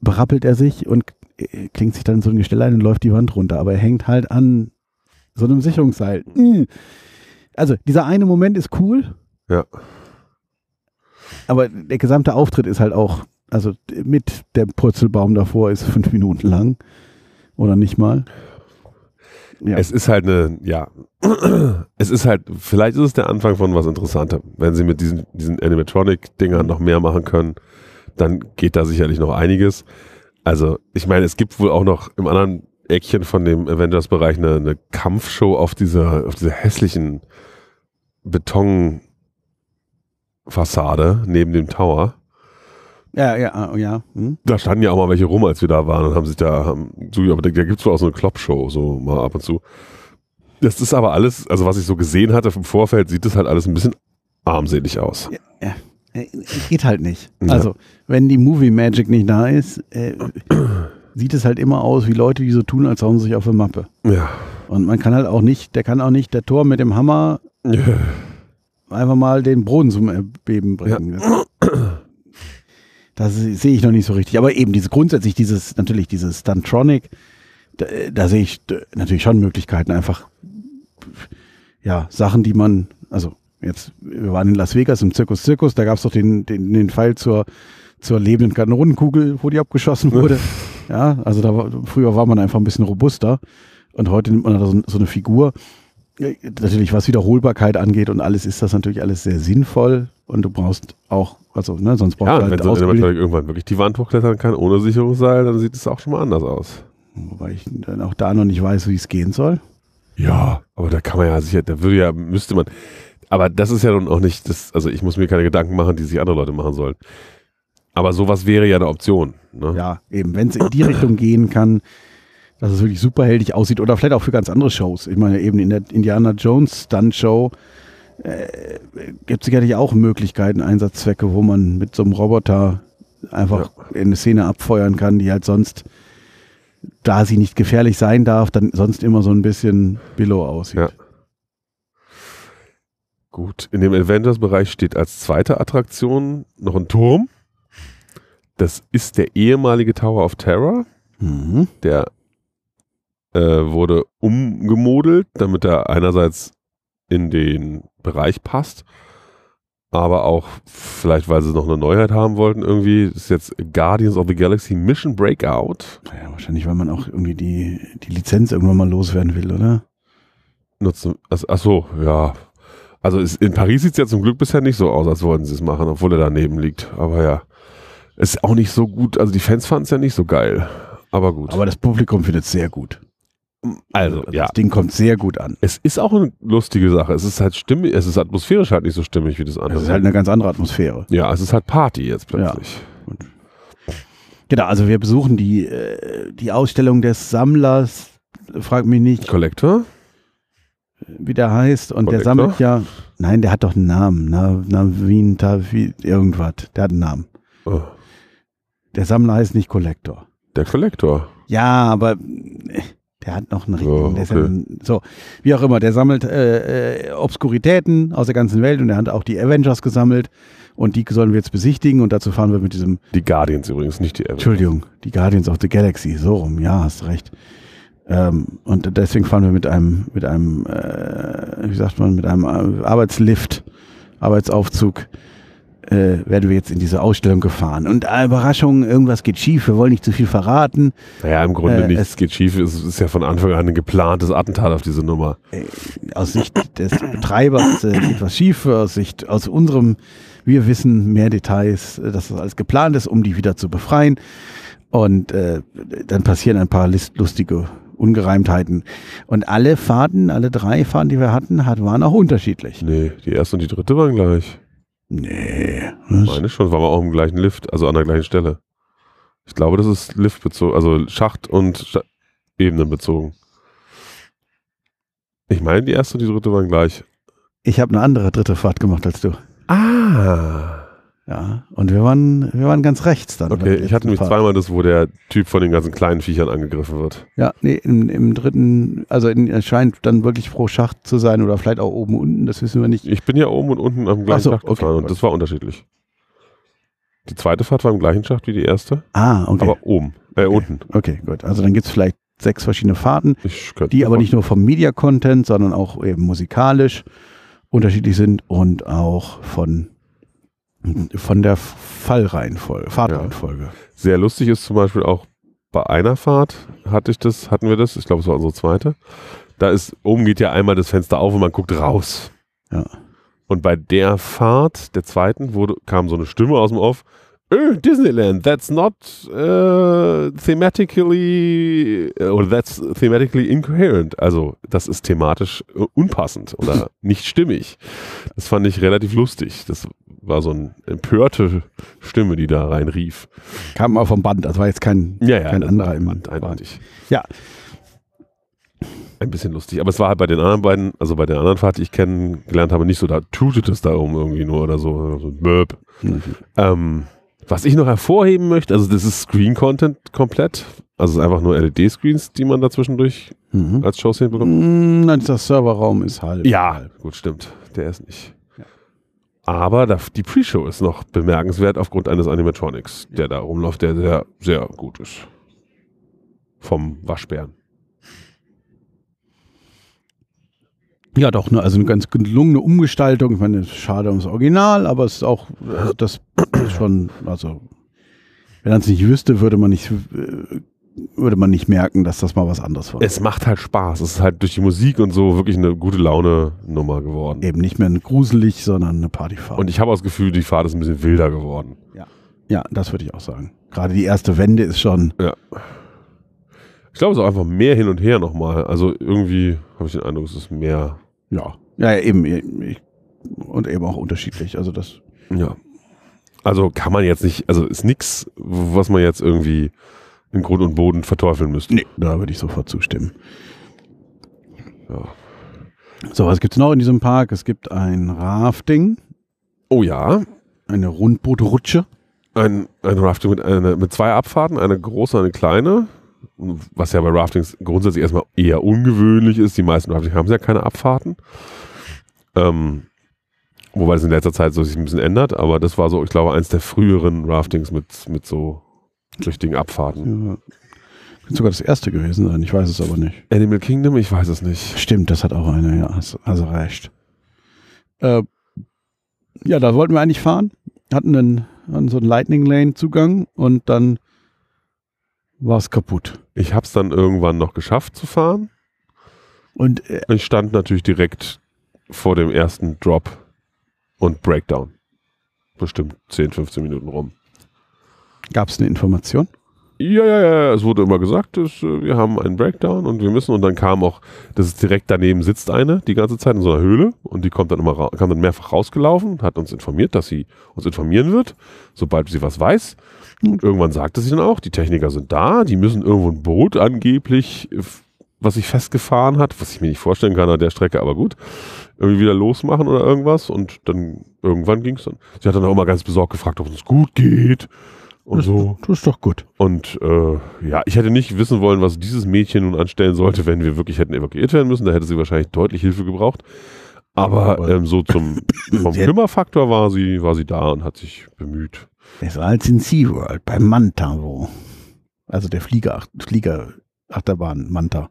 [SPEAKER 1] berappelt er sich und äh, klingt sich dann in so ein Gestell ein und läuft die Wand runter. Aber er hängt halt an so einem Sicherungsseil. Mm. Also dieser eine Moment ist cool.
[SPEAKER 2] Ja.
[SPEAKER 1] Aber der gesamte Auftritt ist halt auch, also mit dem Purzelbaum davor ist fünf Minuten lang. Oder nicht mal. Ja.
[SPEAKER 2] Es ist halt eine, ja, es ist halt, vielleicht ist es der Anfang von was Interessantem. Wenn sie mit diesen, diesen Animatronic-Dingern noch mehr machen können, dann geht da sicherlich noch einiges. Also, ich meine, es gibt wohl auch noch im anderen Eckchen von dem Avengers-Bereich eine, eine Kampfshow auf dieser, auf dieser hässlichen Betonfassade neben dem Tower.
[SPEAKER 1] ja, ja, ah, ja. Hm?
[SPEAKER 2] Da standen ja auch mal welche rum, als wir da waren und haben sich da, haben, so, ja, aber da, da gibt es wohl auch so eine Kloppshow, so mal ab und zu. Das ist aber alles, also was ich so gesehen hatte vom Vorfeld, sieht das halt alles ein bisschen armselig aus.
[SPEAKER 1] Äh, Geht halt nicht.
[SPEAKER 2] Ja.
[SPEAKER 1] Also, wenn die Movie Magic nicht da ist, äh, sieht es halt immer aus wie Leute, die so tun, als hauen sie sich auf eine Mappe.
[SPEAKER 2] Ja.
[SPEAKER 1] Und man kann halt auch nicht, der kann auch nicht der Tor mit dem Hammer einfach mal den Boden zum Erbeben bringen. Das, das sehe ich noch nicht so richtig. Aber eben dieses grundsätzlich, dieses, natürlich dieses Stuntronic, da, da sehe ich d- natürlich schon Möglichkeiten, einfach ja, Sachen, die man, also jetzt, wir waren in Las Vegas im Zirkus Zirkus, da gab es doch den, den, den Fall zur, zur lebenden Kanonenkugel, wo die abgeschossen wurde. Ja, also da war, früher war man einfach ein bisschen robuster und heute nimmt man da so, so eine Figur. Ja, Natürlich, was Wiederholbarkeit angeht und alles, ist das natürlich alles sehr sinnvoll und du brauchst auch, also ne, sonst brauchst
[SPEAKER 2] Ja,
[SPEAKER 1] du
[SPEAKER 2] wenn
[SPEAKER 1] halt
[SPEAKER 2] so ein
[SPEAKER 1] ausgebildet-
[SPEAKER 2] Animatronic irgendwann wirklich die Wand hochklettern kann ohne Sicherungsseil, dann sieht es auch schon mal anders aus.
[SPEAKER 1] Wobei ich dann auch da noch nicht weiß, wie es gehen soll.
[SPEAKER 2] Ja. Aber da kann man ja sicher, da würde ja, müsste man, Aber das ist ja nun auch nicht, das, also ich muss mir keine Gedanken machen, die sich andere Leute machen sollen. Aber sowas wäre ja eine Option. Ne?
[SPEAKER 1] Ja, eben, wenn es in die Richtung gehen kann, dass es wirklich superheldig aussieht oder vielleicht auch für ganz andere Shows. Ich meine, eben in der Indiana Jones Stunt Show äh, gibt es sicherlich auch Möglichkeiten, Einsatzzwecke, wo man mit so einem Roboter einfach eine Szene abfeuern kann, die halt sonst, da sie nicht gefährlich sein darf, dann sonst immer so ein bisschen billow aussieht.
[SPEAKER 2] Ja. Gut, in dem Avengers-Bereich steht als zweite Attraktion noch ein Turm. Das ist der ehemalige Tower of Terror.
[SPEAKER 1] Mhm.
[SPEAKER 2] Der äh, wurde umgemodelt, damit er einerseits in den Bereich passt, aber auch vielleicht, weil sie noch eine Neuheit haben wollten, irgendwie ist jetzt Guardians of the Galaxy Mission Breakout.
[SPEAKER 1] Ja, wahrscheinlich, weil man auch irgendwie die, die Lizenz irgendwann mal loswerden will, oder?
[SPEAKER 2] Nutzen, also, achso, ja. Also ist, in Paris sieht es ja zum Glück bisher nicht so aus, als wollten sie es machen, obwohl er daneben liegt. Aber ja, ist auch nicht so gut. Also die Fans fanden es ja nicht so geil. Aber gut.
[SPEAKER 1] Aber das Publikum findet es sehr gut.
[SPEAKER 2] also, ja.
[SPEAKER 1] Das Ding kommt sehr gut an.
[SPEAKER 2] Es ist auch eine lustige Sache. Es ist halt stimmig, es ist atmosphärisch halt nicht so stimmig wie das andere.
[SPEAKER 1] Das ist halt eine ganz andere Atmosphäre.
[SPEAKER 2] ja, es ist halt Party jetzt plötzlich.
[SPEAKER 1] Genau, also wir besuchen die, äh, die Ausstellung des Sammlers, frag mich nicht,
[SPEAKER 2] Collector?
[SPEAKER 1] wie der heißt. Und der
[SPEAKER 2] Collector?
[SPEAKER 1] sammelt ja, nein, der hat doch einen Namen, Na, Navin, Tavi, irgendwas, der hat einen Namen.
[SPEAKER 2] Oh,
[SPEAKER 1] Der Sammler heißt nicht Collector.
[SPEAKER 2] der Collector.
[SPEAKER 1] Ja, aber äh, der hat noch einen richtigen.
[SPEAKER 2] Ja,
[SPEAKER 1] der ist
[SPEAKER 2] okay.
[SPEAKER 1] ja ein- so, wie auch immer, der sammelt äh, äh, Obskuritäten aus der ganzen Welt und er hat auch die Avengers gesammelt und die sollen wir jetzt besichtigen und dazu fahren wir mit diesem,
[SPEAKER 2] Die Guardians übrigens, nicht die Avengers.
[SPEAKER 1] Entschuldigung, die Guardians of the Galaxy, so rum, ja, hast recht. Ähm, und deswegen fahren wir mit einem, mit einem, äh, wie sagt man, mit einem äh, Arbeitslift, Arbeitsaufzug, äh, werden wir jetzt in diese Ausstellung gefahren. Und äh, Überraschung, irgendwas geht schief, wir wollen nicht zu viel verraten.
[SPEAKER 2] Naja, im Grunde
[SPEAKER 1] Äh,
[SPEAKER 2] nichts
[SPEAKER 1] es-
[SPEAKER 2] geht schief. Es ist ja von Anfang an ein geplantes Attentat auf diese Nummer.
[SPEAKER 1] aus Sicht des Betreibers äh, etwas schief, aus Sicht aus unserem, wir wissen mehr Details, äh, dass das alles geplant ist, um die wieder zu befreien. Und äh, dann passieren ein paar list- lustige Ungereimtheiten. Und alle Fahrten, alle drei Fahrten, die wir hatten, hat, waren auch unterschiedlich.
[SPEAKER 2] Nee, die erste und die dritte waren gleich.
[SPEAKER 1] Nee. Was?
[SPEAKER 2] Meine schon, waren wir auch im gleichen Lift, also an der gleichen Stelle. Ich glaube, das ist Lift bezogen, also Schacht und Scha Ebenen bezogen. Ich meine, die erste und die dritte waren gleich.
[SPEAKER 1] Ich habe eine andere dritte Fahrt gemacht als du.
[SPEAKER 2] Ah.
[SPEAKER 1] Ja. Und wir waren, wir waren ganz rechts dann. bei
[SPEAKER 2] Okay,
[SPEAKER 1] der
[SPEAKER 2] ich
[SPEAKER 1] letzten
[SPEAKER 2] hatte nämlich
[SPEAKER 1] Fahrt.
[SPEAKER 2] zweimal das, wo der Typ von den ganzen kleinen Viechern angegriffen wird.
[SPEAKER 1] Ja, nee, im, im dritten, also in, es scheint dann wirklich pro Schacht zu sein oder vielleicht auch oben unten, das wissen wir nicht.
[SPEAKER 2] Ich bin ja oben und unten am gleichen
[SPEAKER 1] Ach so,
[SPEAKER 2] Schacht
[SPEAKER 1] okay,
[SPEAKER 2] gefahren und
[SPEAKER 1] gut.
[SPEAKER 2] das war unterschiedlich. Die zweite Fahrt war im gleichen Schacht wie die erste,
[SPEAKER 1] Ah, okay.
[SPEAKER 2] aber oben, äh, unten.
[SPEAKER 1] Okay, gut. Also dann gibt's vielleicht sechs verschiedene Fahrten,
[SPEAKER 2] Ich könnte
[SPEAKER 1] die aber nicht nur vom Media-Content, sondern auch eben musikalisch unterschiedlich sind und auch von, von der Fallreihenfolge, Fahrtreihenfolge.
[SPEAKER 2] Sehr lustig ist zum Beispiel auch bei einer Fahrt hatte ich das, hatten wir das, ich glaube, es war unsere zweite. Da ist, oben geht ja einmal das Fenster auf und man guckt raus.
[SPEAKER 1] Ja.
[SPEAKER 2] Und bei der Fahrt, der zweiten, wurde, kam so eine Stimme aus dem Off. "Äh, Disneyland, that's not äh, thematically or that's thematically incoherent. Also das ist thematisch äh, unpassend oder nicht stimmig. Das fand ich relativ lustig. Das war so eine empörte Stimme, die da reinrief.
[SPEAKER 1] Kam mal vom Band, das war jetzt kein,
[SPEAKER 2] Ja, ja,
[SPEAKER 1] kein
[SPEAKER 2] das
[SPEAKER 1] anderer
[SPEAKER 2] war
[SPEAKER 1] im
[SPEAKER 2] ein- eindeutig.
[SPEAKER 1] Ja.
[SPEAKER 2] Ein bisschen lustig. Aber es war halt bei den anderen beiden, also bei der anderen Fahrt, die ich kennengelernt habe, nicht so, da tutet es da um irgendwie nur oder so. so Böp.
[SPEAKER 1] Mhm.
[SPEAKER 2] Ähm, was ich noch hervorheben möchte, also das ist Screen-Content komplett. Also es ist einfach nur LED-Screens, die man da zwischendurch
[SPEAKER 1] Mhm.
[SPEAKER 2] als Shows hinbekommt.
[SPEAKER 1] Mm, Nein, der Serverraum ist halt halb.
[SPEAKER 2] Ja, gut, stimmt. Der ist nicht. Aber da- die Pre-Show ist noch bemerkenswert aufgrund eines Animatronics, der da rumläuft, der sehr, sehr gut ist. Vom Waschbären.
[SPEAKER 1] Ja, doch, ne, also eine ganz gelungene Umgestaltung. Ich meine, es ist schade ums Original, aber es ist auch, also das ist schon, also, wenn man es nicht wüsste, würde man nicht, äh, würde man nicht merken, dass das mal was anderes war.
[SPEAKER 2] es macht halt Spaß. Es ist halt durch die Musik und so wirklich eine gute Laune-Nummer geworden.
[SPEAKER 1] Eben nicht mehr ein gruselig, sondern eine Partyfahrt.
[SPEAKER 2] Und ich habe auch das Gefühl, die Fahrt ist ein bisschen wilder geworden.
[SPEAKER 1] ja, das würde ich auch sagen. Gerade die erste Wende ist schon,
[SPEAKER 2] Ich glaube, es ist auch einfach mehr hin und her nochmal. Also irgendwie habe ich den Eindruck, es ist mehr.
[SPEAKER 1] ja, ja, eben, ich, und eben auch unterschiedlich. Also das
[SPEAKER 2] Ja. Also kann man jetzt nicht, also ist nichts, was man jetzt irgendwie in Grund und Boden verteufeln müsste.
[SPEAKER 1] Nee, da würde ich sofort zustimmen.
[SPEAKER 2] Ja.
[SPEAKER 1] So, was gibt's noch in diesem Park? Es gibt ein Rafting,
[SPEAKER 2] Oh ja,
[SPEAKER 1] eine Rundbootrutsche.
[SPEAKER 2] ein, ein Rafting mit, einer, mit zwei Abfahrten, eine große und eine kleine. Was ja bei Raftings grundsätzlich erstmal eher ungewöhnlich ist. Die meisten Raftings haben ja keine Abfahrten. Ähm, wobei es in letzter Zeit so sich ein bisschen ändert, aber das war so, ich glaube, eins der früheren Raftings mit, mit so richtigen Abfahrten.
[SPEAKER 1] Ja. Könnte sogar das erste gewesen sein, ich weiß es aber nicht.
[SPEAKER 2] Animal Kingdom, ich weiß es nicht.
[SPEAKER 1] Stimmt, das hat auch eine, ja, hast, hast du recht. Äh, ja, da wollten wir eigentlich fahren, hatten, einen, hatten so einen Lightning Lane Zugang und dann war es kaputt.
[SPEAKER 2] Ich habe es dann irgendwann noch geschafft zu fahren.
[SPEAKER 1] Und äh,
[SPEAKER 2] Ich stand natürlich direkt vor dem ersten Drop und Breakdown. Bestimmt 10, 15 Minuten rum.
[SPEAKER 1] gab es eine Information?
[SPEAKER 2] Ja, ja, ja, es wurde immer gesagt, es, äh, wir haben einen Breakdown und wir müssen. Und dann kam auch, das ist direkt daneben sitzt eine die ganze Zeit in so einer Höhle und die kommt dann immer ra- kam dann mehrfach rausgelaufen, hat uns informiert, dass sie uns informieren wird, sobald sie was weiß. Und irgendwann sagte sie dann auch, die Techniker sind da, die müssen irgendwo ein Boot angeblich, äh, f- was sich festgefahren hat, was ich mir nicht vorstellen kann an der Strecke, aber gut, irgendwie wieder losmachen oder irgendwas. Und dann irgendwann ging es dann. Sie hat dann auch immer ganz besorgt gefragt, ob es uns gut geht. Und so.
[SPEAKER 1] Das ist doch gut.
[SPEAKER 2] Und äh, ja, ich hätte nicht wissen wollen, was dieses Mädchen nun anstellen sollte, wenn wir wirklich hätten evakuiert werden müssen. Da hätte sie wahrscheinlich deutlich Hilfe gebraucht. Aber
[SPEAKER 1] Aber-
[SPEAKER 2] ähm, so zum vom
[SPEAKER 1] Sie-
[SPEAKER 2] Kümmerfaktor war sie, war sie da und hat sich bemüht.
[SPEAKER 1] Besser als halt in SeaWorld, bei Manta, wo. Also der Flieger, Fliegerachterbahn Manta.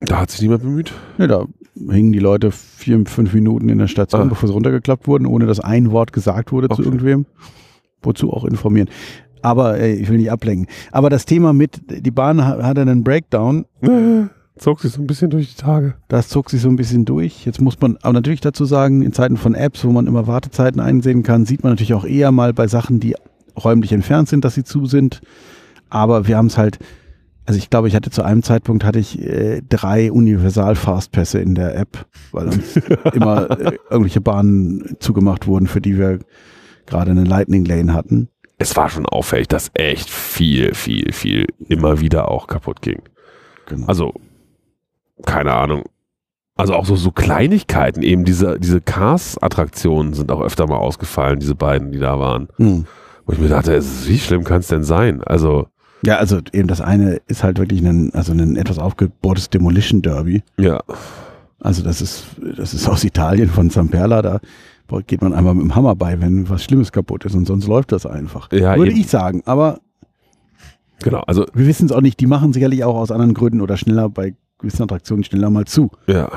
[SPEAKER 2] Da hat sich niemand bemüht.
[SPEAKER 1] Ja, Ne, da hingen die Leute vier, fünf Minuten in der Station,
[SPEAKER 2] Ah.
[SPEAKER 1] bevor sie runtergeklappt wurden, ohne dass ein Wort gesagt wurde
[SPEAKER 2] Okay.
[SPEAKER 1] zu irgendwem. Wozu auch informieren. Aber ey, ich will nicht ablenken. Aber das Thema mit, die Bahn ha- hatte einen Breakdown,
[SPEAKER 2] Äh, Zog sich so ein bisschen durch die Tage.
[SPEAKER 1] das zog sich so ein bisschen durch. Jetzt muss man aber natürlich dazu sagen, in Zeiten von Apps, wo man immer Wartezeiten einsehen kann, sieht man natürlich auch eher mal bei Sachen, die räumlich entfernt sind, dass sie zu sind. Aber wir haben es halt, also ich glaube, ich hatte zu einem Zeitpunkt hatte ich äh, drei Universal-Fastpässe in der App, weil uns immer äh, irgendwelche Bahnen zugemacht wurden, für die wir gerade eine Lightning Lane hatten.
[SPEAKER 2] Es war schon auffällig, dass echt viel, viel, viel immer wieder auch kaputt ging.
[SPEAKER 1] Genau.
[SPEAKER 2] Also, keine Ahnung. Also auch so, so Kleinigkeiten, eben diese, diese Cars-Attraktionen sind auch öfter mal ausgefallen, diese beiden, die da waren.
[SPEAKER 1] Hm.
[SPEAKER 2] Wo ich mir dachte, es- wie schlimm kann es denn sein? Also,
[SPEAKER 1] Ja, also eben das eine ist halt wirklich ein, also ein etwas aufgebohrtes Demolition Derby.
[SPEAKER 2] ja,
[SPEAKER 1] Also das ist, das ist aus Italien von Zamperla, da geht man einmal mit dem Hammer bei, wenn was Schlimmes kaputt ist und sonst läuft das einfach.
[SPEAKER 2] Ja,
[SPEAKER 1] Würde
[SPEAKER 2] eben.
[SPEAKER 1] ich sagen, aber
[SPEAKER 2] genau. Also,
[SPEAKER 1] wir wissen es auch nicht, die machen sicherlich auch aus anderen Gründen oder schneller bei gewissen Attraktionen schneller mal zu,
[SPEAKER 2] ja.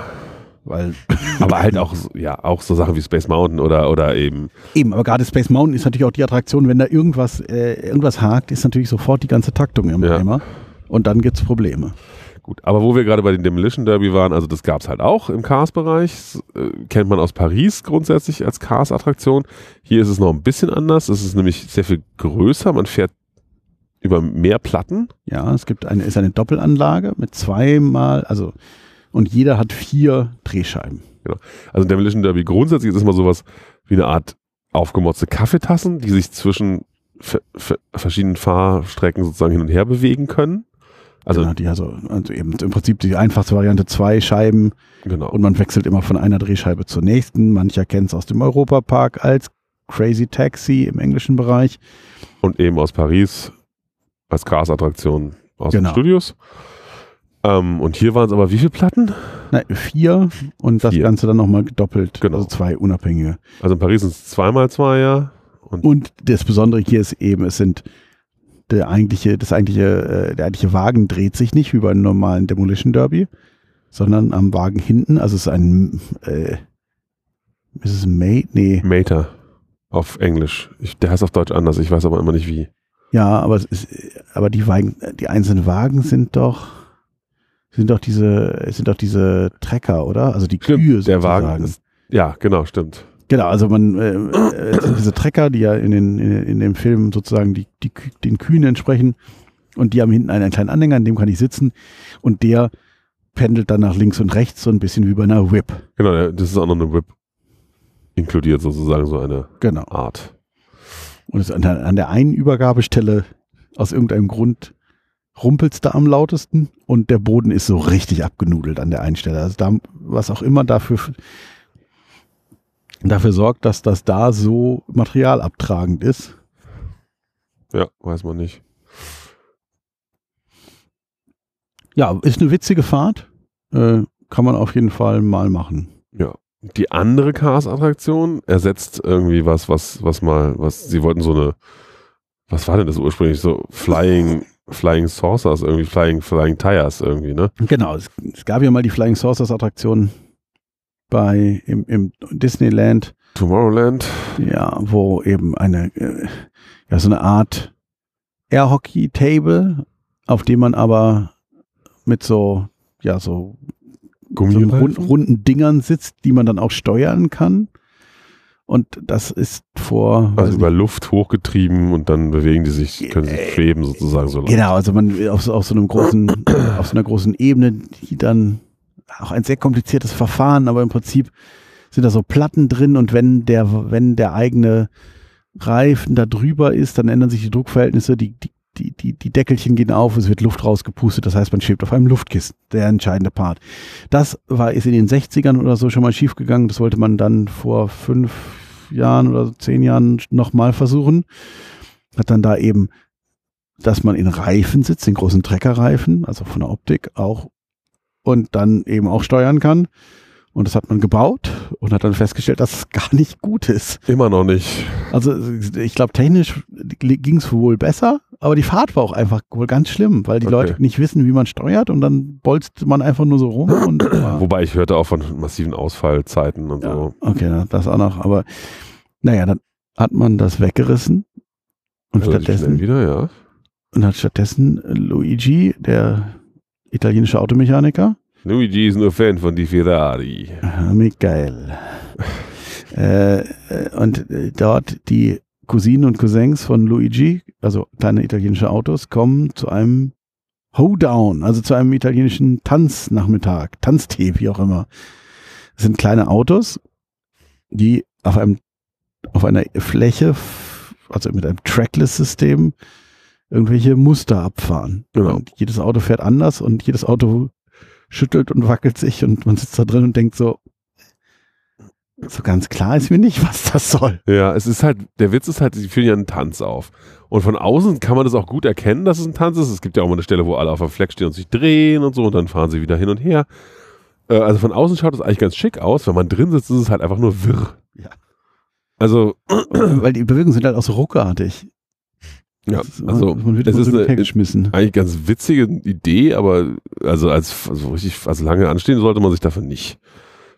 [SPEAKER 1] weil
[SPEAKER 2] Aber halt auch, so- ja, auch so Sachen wie Space Mountain oder, oder eben,
[SPEAKER 1] eben, aber gerade Space Mountain ist natürlich auch die Attraktion, wenn da irgendwas, äh, irgendwas hakt, ist natürlich sofort die ganze Taktung im
[SPEAKER 2] Ja.
[SPEAKER 1] Eimer und dann gibt's Probleme.
[SPEAKER 2] gut. Aber wo wir gerade bei den Demolition Derby waren, also das gab es halt auch im Cars-Bereich. S- Äh, kennt man aus Paris grundsätzlich als Cars-Attraktion. Hier ist es noch ein bisschen anders. Es ist nämlich sehr viel größer. Man fährt über mehr Platten.
[SPEAKER 1] Ja, es gibt eine, ist eine Doppelanlage mit zweimal, also und jeder hat vier Drehscheiben.
[SPEAKER 2] Also Demolition Derby grundsätzlich ist es mal sowas wie eine Art aufgemotzte Kaffeetassen, die sich zwischen ver ver verschiedenen Fahrstrecken sozusagen hin und her bewegen können. Also
[SPEAKER 1] genau, die also, also eben im Prinzip die einfachste Variante zwei Scheiben
[SPEAKER 2] genau.
[SPEAKER 1] und man wechselt immer von einer Drehscheibe zur nächsten. Mancher kennt es aus dem Europapark als Crazy Taxi im englischen Bereich.
[SPEAKER 2] und eben aus Paris als Cars-Attraktion aus
[SPEAKER 1] Genau.
[SPEAKER 2] den Studios. Ähm, und hier waren es aber wie viele Platten?
[SPEAKER 1] Nein, vier und das
[SPEAKER 2] Vier.
[SPEAKER 1] Ganze dann nochmal gedoppelt.
[SPEAKER 2] Genau.
[SPEAKER 1] Also zwei unabhängige.
[SPEAKER 2] Also in Paris sind es zweimal zwei, ja. Und
[SPEAKER 1] Und das Besondere hier ist eben, es sind der eigentliche, das eigentliche, äh, der eigentliche Wagen dreht sich nicht wie bei einem normalen Demolition Derby, sondern am Wagen hinten, also es ist ein äh, ist es ein Mate? Nee.
[SPEAKER 2] Mater auf Englisch. Ich, der heißt auf Deutsch anders, ich weiß aber immer nicht wie.
[SPEAKER 1] Ja, aber es ist, aber die Wagen, die einzelnen Wagen sind doch sind doch diese sind doch diese Trecker, oder? Also die Kühe
[SPEAKER 2] der Wagen
[SPEAKER 1] sozusagen.
[SPEAKER 2] ist. Ja, genau, stimmt.
[SPEAKER 1] Genau, also man äh, äh, es sind diese Trecker, die ja in den in, in dem Film sozusagen die, die Kü- den Kühen entsprechen und die haben hinten einen, einen kleinen Anhänger, in dem kann ich sitzen und der pendelt dann nach links und rechts so ein bisschen wie bei einer Whip.
[SPEAKER 2] Genau, der- das ist auch noch eine Whip. inkludiert sozusagen so eine
[SPEAKER 1] Genau.
[SPEAKER 2] Art.
[SPEAKER 1] Und es an, der- an der einen Übergabestelle aus irgendeinem Grund rumpelt's da am lautesten und der Boden ist so richtig abgenudelt an der einen Stelle. Also da, was auch immer dafür, dafür sorgt, dass das da so materialabtragend ist.
[SPEAKER 2] Ja, weiß man nicht.
[SPEAKER 1] Ja, ist eine witzige Fahrt. Äh, kann man auf jeden Fall mal machen.
[SPEAKER 2] Die andere Cars-Attraktion ersetzt irgendwie was, was, was mal, was, sie wollten so eine, was war denn das ursprünglich? So Flying, Flying Saucers irgendwie, Flying, Flying Tires irgendwie, ne?
[SPEAKER 1] Genau, es, es gab ja mal die Flying Saucers Attraktion bei im, im Disneyland,
[SPEAKER 2] Tomorrowland.
[SPEAKER 1] ja, wo eben eine äh, ja so eine Art Air Hockey Table, auf dem man aber mit so ja so, so
[SPEAKER 2] Gummi.
[SPEAKER 1] rund, runden Dingern sitzt, die man dann auch steuern kann. Und das ist vor weiß
[SPEAKER 2] Also über Luft hochgetrieben und dann bewegen die sich, können sich schweben sozusagen so lang.
[SPEAKER 1] Genau, also man auf, so- auf so einem großen, auf so einer großen Ebene, die dann auch ein sehr kompliziertes Verfahren, aber im Prinzip sind da so Platten drin und wenn der, wenn der eigene Reifen da drüber ist, dann ändern sich die Druckverhältnisse, die, die, die, die, die Deckelchen gehen auf, es wird Luft rausgepustet, das heißt, man schwebt auf einem Luftkissen, der entscheidende Part. Das war, ist in den 60ern oder so schon mal schiefgegangen, das wollte man dann vor fünf Jahren oder zehn Jahren nochmal versuchen. Hat dann da eben dass man in Reifen sitzt, in großen Treckerreifen, also von der Optik auch, und dann eben auch steuern kann. Und das hat man gebaut und hat dann festgestellt, dass es gar nicht gut ist.
[SPEAKER 2] Immer noch nicht.
[SPEAKER 1] Also ich glaube, technisch ging es wohl besser, aber die Fahrt war auch einfach wohl ganz schlimm, weil die
[SPEAKER 2] Okay.
[SPEAKER 1] Leute nicht wissen, wie man steuert und dann bolzt man einfach nur so rum und war-
[SPEAKER 2] Wobei ich hörte auch von massiven Ausfallzeiten und so.
[SPEAKER 1] Okay, na, das auch noch. Aber naja, dann hat man das weggerissen und
[SPEAKER 2] Relativ
[SPEAKER 1] stattdessen
[SPEAKER 2] schnell wieder, ja.
[SPEAKER 1] Und hat stattdessen Luigi, der italienische Automechaniker,
[SPEAKER 2] Luigi ist nur Fan von die Ferrari.
[SPEAKER 1] Ah, Miguel. äh, äh, und äh, dort die Cousinen und Cousins von Luigi, also kleine italienische Autos, kommen zu einem Hoedown, also zu einem italienischen Tanznachmittag, Tanztee, wie auch immer. Das sind kleine Autos, die auf einem auf einer Fläche, f- also mit einem Trackless-System, irgendwelche Muster abfahren.
[SPEAKER 2] Genau.
[SPEAKER 1] Und jedes Auto fährt anders und jedes Auto schüttelt und wackelt sich und man sitzt da drin und denkt so, so ganz klar ist mir nicht, was das soll.
[SPEAKER 2] Ja, es ist halt, der Witz ist halt, sie führen ja einen Tanz auf. Und von außen kann man das auch gut erkennen, dass es ein Tanz ist. Es gibt ja auch mal eine Stelle, wo alle auf dem Fleck stehen und sich drehen und so und dann fahren sie wieder hin und her. Äh, also von außen schaut es eigentlich ganz schick aus. Wenn man drin sitzt, ist es halt einfach nur wirr.
[SPEAKER 1] Ja.
[SPEAKER 2] Also,
[SPEAKER 1] Weil die Bewegungen sind halt auch so ruckartig.
[SPEAKER 2] ja,
[SPEAKER 1] Das ist- man,
[SPEAKER 2] also
[SPEAKER 1] man wird
[SPEAKER 2] es
[SPEAKER 1] immer
[SPEAKER 2] ist
[SPEAKER 1] so
[SPEAKER 2] eine,
[SPEAKER 1] weggeschmissen.
[SPEAKER 2] eigentlich ganz witzige Idee, aber also als also richtig, also lange anstehen sollte man sich dafür nicht.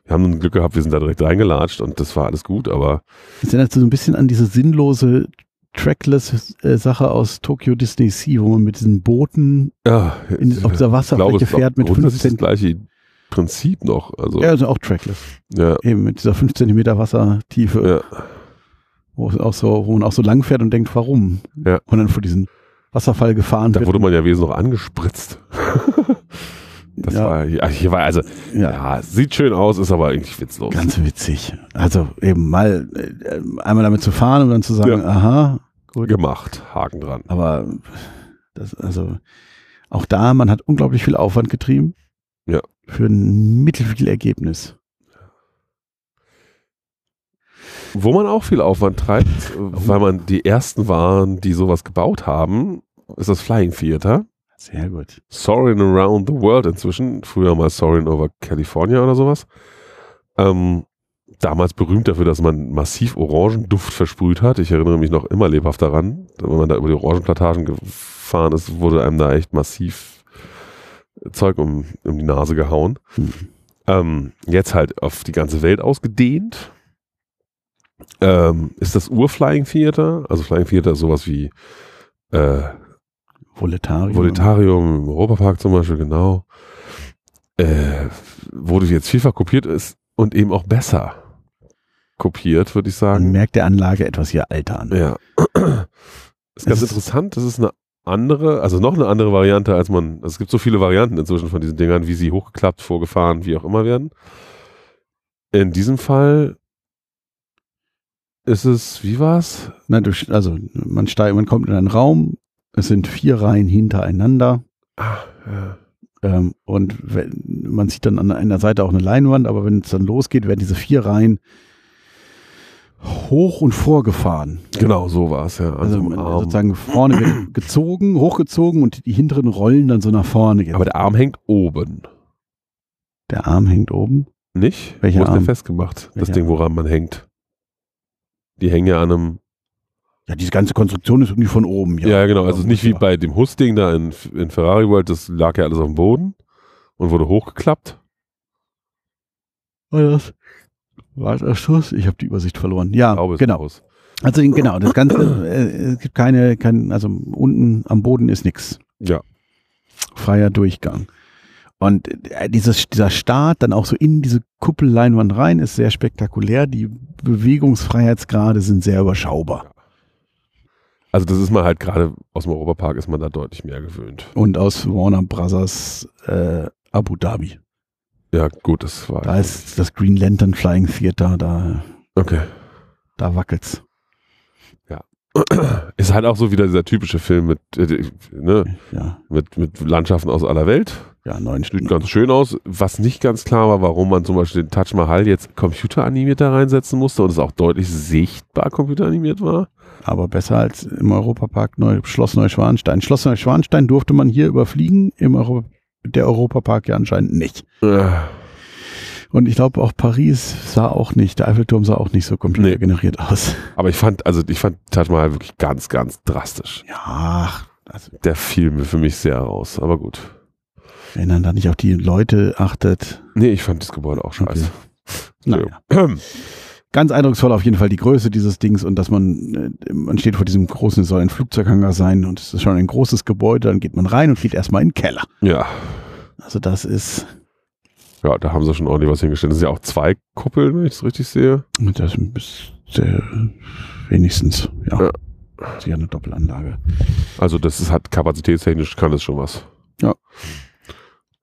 [SPEAKER 2] Wir haben Glück gehabt, wir sind da direkt reingelatscht und das war alles gut, aber
[SPEAKER 1] Das erinnert so ein bisschen an diese sinnlose Trackless-Sache aus Tokyo Disney Sea, wo man mit diesen Booten
[SPEAKER 2] ja,
[SPEAKER 1] in, auf der
[SPEAKER 2] ah, ich glaube,
[SPEAKER 1] Wasserfläche
[SPEAKER 2] es ist
[SPEAKER 1] fährt mit
[SPEAKER 2] auch- das
[SPEAKER 1] 5
[SPEAKER 2] ist das
[SPEAKER 1] cm.
[SPEAKER 2] gleiche Prinzip noch. Also
[SPEAKER 1] Ja,
[SPEAKER 2] ja,
[SPEAKER 1] also auch Trackless.
[SPEAKER 2] ja,
[SPEAKER 1] Eben mit dieser 5 cm
[SPEAKER 2] Äh,
[SPEAKER 1] Wassertiefe, wo, es auch so, wo man auch so lang fährt und denkt, warum?
[SPEAKER 2] Ja.
[SPEAKER 1] Und dann vor diesen Wasserfall gefahren
[SPEAKER 2] da
[SPEAKER 1] wird.
[SPEAKER 2] wurde man ja wesentlich noch angespritzt. Das
[SPEAKER 1] ja,
[SPEAKER 2] war ja, hier war also
[SPEAKER 1] ja.
[SPEAKER 2] ja. sieht schön aus, ist aber eigentlich witzlos.
[SPEAKER 1] Ganz witzig. Also eben mal äh, einmal damit zu fahren und dann zu sagen,
[SPEAKER 2] Ja.
[SPEAKER 1] aha, gut.
[SPEAKER 2] gemacht, Haken dran.
[SPEAKER 1] Aber das, also auch da, man hat unglaublich viel Aufwand getrieben.
[SPEAKER 2] Ja.
[SPEAKER 1] Für ein mittelfiel Ergebnis.
[SPEAKER 2] Wo man auch viel Aufwand treibt, äh, weil man die ersten waren, die sowas gebaut haben, ist das Flying Theater.
[SPEAKER 1] Sehr gut.
[SPEAKER 2] Soarin' Around the World inzwischen. Früher mal Soarin' Over California oder sowas. Ähm, damals berühmt dafür, dass man massiv Orangenduft versprüht hat. Ich erinnere mich noch immer lebhaft daran. Wenn man da über die Orangenplantagen gefahren ist, wurde einem da echt massiv Zeug um, um die Nase gehauen.
[SPEAKER 1] Hm.
[SPEAKER 2] Ähm, jetzt halt auf die ganze Welt ausgedehnt. Ähm, ist das Ur-Flying Theater? Also Flying Theater ist sowas wie äh,
[SPEAKER 1] Voletarium.
[SPEAKER 2] Volitarium im Europapark zum Beispiel, genau. Äh, wurde jetzt vielfach kopiert ist und eben auch besser kopiert, würde ich
[SPEAKER 1] Man
[SPEAKER 2] sagen.
[SPEAKER 1] merkt der Anlage etwas ihr Alter an.
[SPEAKER 2] Ja. Ist ganz
[SPEAKER 1] Es ist-
[SPEAKER 2] interessant, das ist eine andere, also noch eine andere Variante, als man, also es gibt so viele Varianten inzwischen von diesen Dingern, wie sie hochgeklappt, vorgefahren, wie auch immer werden. In diesem Fall ist es, wie war's?
[SPEAKER 1] Nein, du, sch- also man steigt, man kommt in einen Raum, es sind vier Reihen hintereinander
[SPEAKER 2] Ja.
[SPEAKER 1] ähm, und wenn, man sieht dann an einer Seite auch eine Leinwand, aber wenn es dann losgeht, werden diese vier Reihen hoch und vorgefahren.
[SPEAKER 2] Genau, so war es, ja. An
[SPEAKER 1] Also
[SPEAKER 2] so einem
[SPEAKER 1] man,
[SPEAKER 2] Arm.
[SPEAKER 1] sozusagen vorne wird gezogen, hochgezogen und die hinteren rollen dann so nach vorne. Jetzt.
[SPEAKER 2] Aber der Arm hängt oben,
[SPEAKER 1] der Arm hängt oben.
[SPEAKER 2] nicht?
[SPEAKER 1] Welcher
[SPEAKER 2] Wo ist der
[SPEAKER 1] Arm?
[SPEAKER 2] festgemacht?
[SPEAKER 1] Welcher
[SPEAKER 2] Das Ding, woran man hängt. Die hängen ja an einem.
[SPEAKER 1] Ja, diese ganze Konstruktion ist irgendwie von oben.
[SPEAKER 2] Ja, genau. Also nicht wie
[SPEAKER 1] Ja.
[SPEAKER 2] bei dem Hus-Ding da in, in Ferrari World, das lag ja alles auf dem Boden und wurde hochgeklappt.
[SPEAKER 1] War das, war das Schuss? Ich habe die Übersicht verloren.
[SPEAKER 2] Ich
[SPEAKER 1] Ja,
[SPEAKER 2] glaube, es ist
[SPEAKER 1] genau.
[SPEAKER 2] Hus.
[SPEAKER 1] Also den- genau, das Ganze, äh, es gibt keine, kein, also unten am Boden ist nichts.
[SPEAKER 2] Ja.
[SPEAKER 1] Freier Durchgang. Und äh, dieses, dieser Start dann auch so in diese Kuppelleinwand rein ist sehr spektakulär. Die Bewegungsfreiheitsgrade sind sehr überschaubar.
[SPEAKER 2] Also das ist man halt gerade aus dem Europapark ist man da deutlich mehr gewöhnt.
[SPEAKER 1] Und aus Warner Brothers äh, Abu Dhabi.
[SPEAKER 2] Ja, gut, das war.
[SPEAKER 1] Da ist das Green Lantern Flying Theater, da,
[SPEAKER 2] okay.
[SPEAKER 1] da wackelt's.
[SPEAKER 2] Ist halt auch so wieder dieser typische Film mit, äh, ne,
[SPEAKER 1] Ja,
[SPEAKER 2] mit, mit Landschaften aus aller Welt.
[SPEAKER 1] ja neun
[SPEAKER 2] Sieht
[SPEAKER 1] Stunden.
[SPEAKER 2] ganz schön aus. Was nicht ganz klar war, warum man zum Beispiel den Taj Mahal jetzt computeranimiert da reinsetzen musste und es auch deutlich sichtbar computeranimiert war.
[SPEAKER 1] Aber besser als im Europapark Neu Schloss Neuschwanstein. Schloss Neuschwanstein durfte man hier überfliegen, im Euro der Europapark ja anscheinend nicht.
[SPEAKER 2] Äh,
[SPEAKER 1] Und ich glaube auch Paris sah auch nicht, der Eiffelturm sah auch nicht so computergeneriert aus.
[SPEAKER 2] Aber ich fand, also ich fand Taj Mahal wirklich ganz, ganz drastisch.
[SPEAKER 1] Ja, ach, also
[SPEAKER 2] Der fiel mir für mich sehr raus. Aber gut.
[SPEAKER 1] wenn man da nicht auf die Leute achtet.
[SPEAKER 2] Nee, ich fand das Gebäude auch scheiße.
[SPEAKER 1] Naja. Ganz eindrucksvoll auf jeden Fall die Größe dieses Dings und dass man, äh, man steht vor diesem großen, es soll ein Flugzeughangar sein und es ist schon ein großes Gebäude, dann geht man rein und geht erstmal in den Keller.
[SPEAKER 2] Ja.
[SPEAKER 1] Also das ist,
[SPEAKER 2] Ja, da haben sie schon ordentlich was hingestellt. Das sind ja auch zwei Kuppeln, wenn ich das richtig sehe.
[SPEAKER 1] das ist äh, wenigstens, ja.
[SPEAKER 2] Ja.
[SPEAKER 1] Ist ja eine Doppelanlage.
[SPEAKER 2] Also das ist halt kapazitätstechnisch kann das schon was.
[SPEAKER 1] Ja.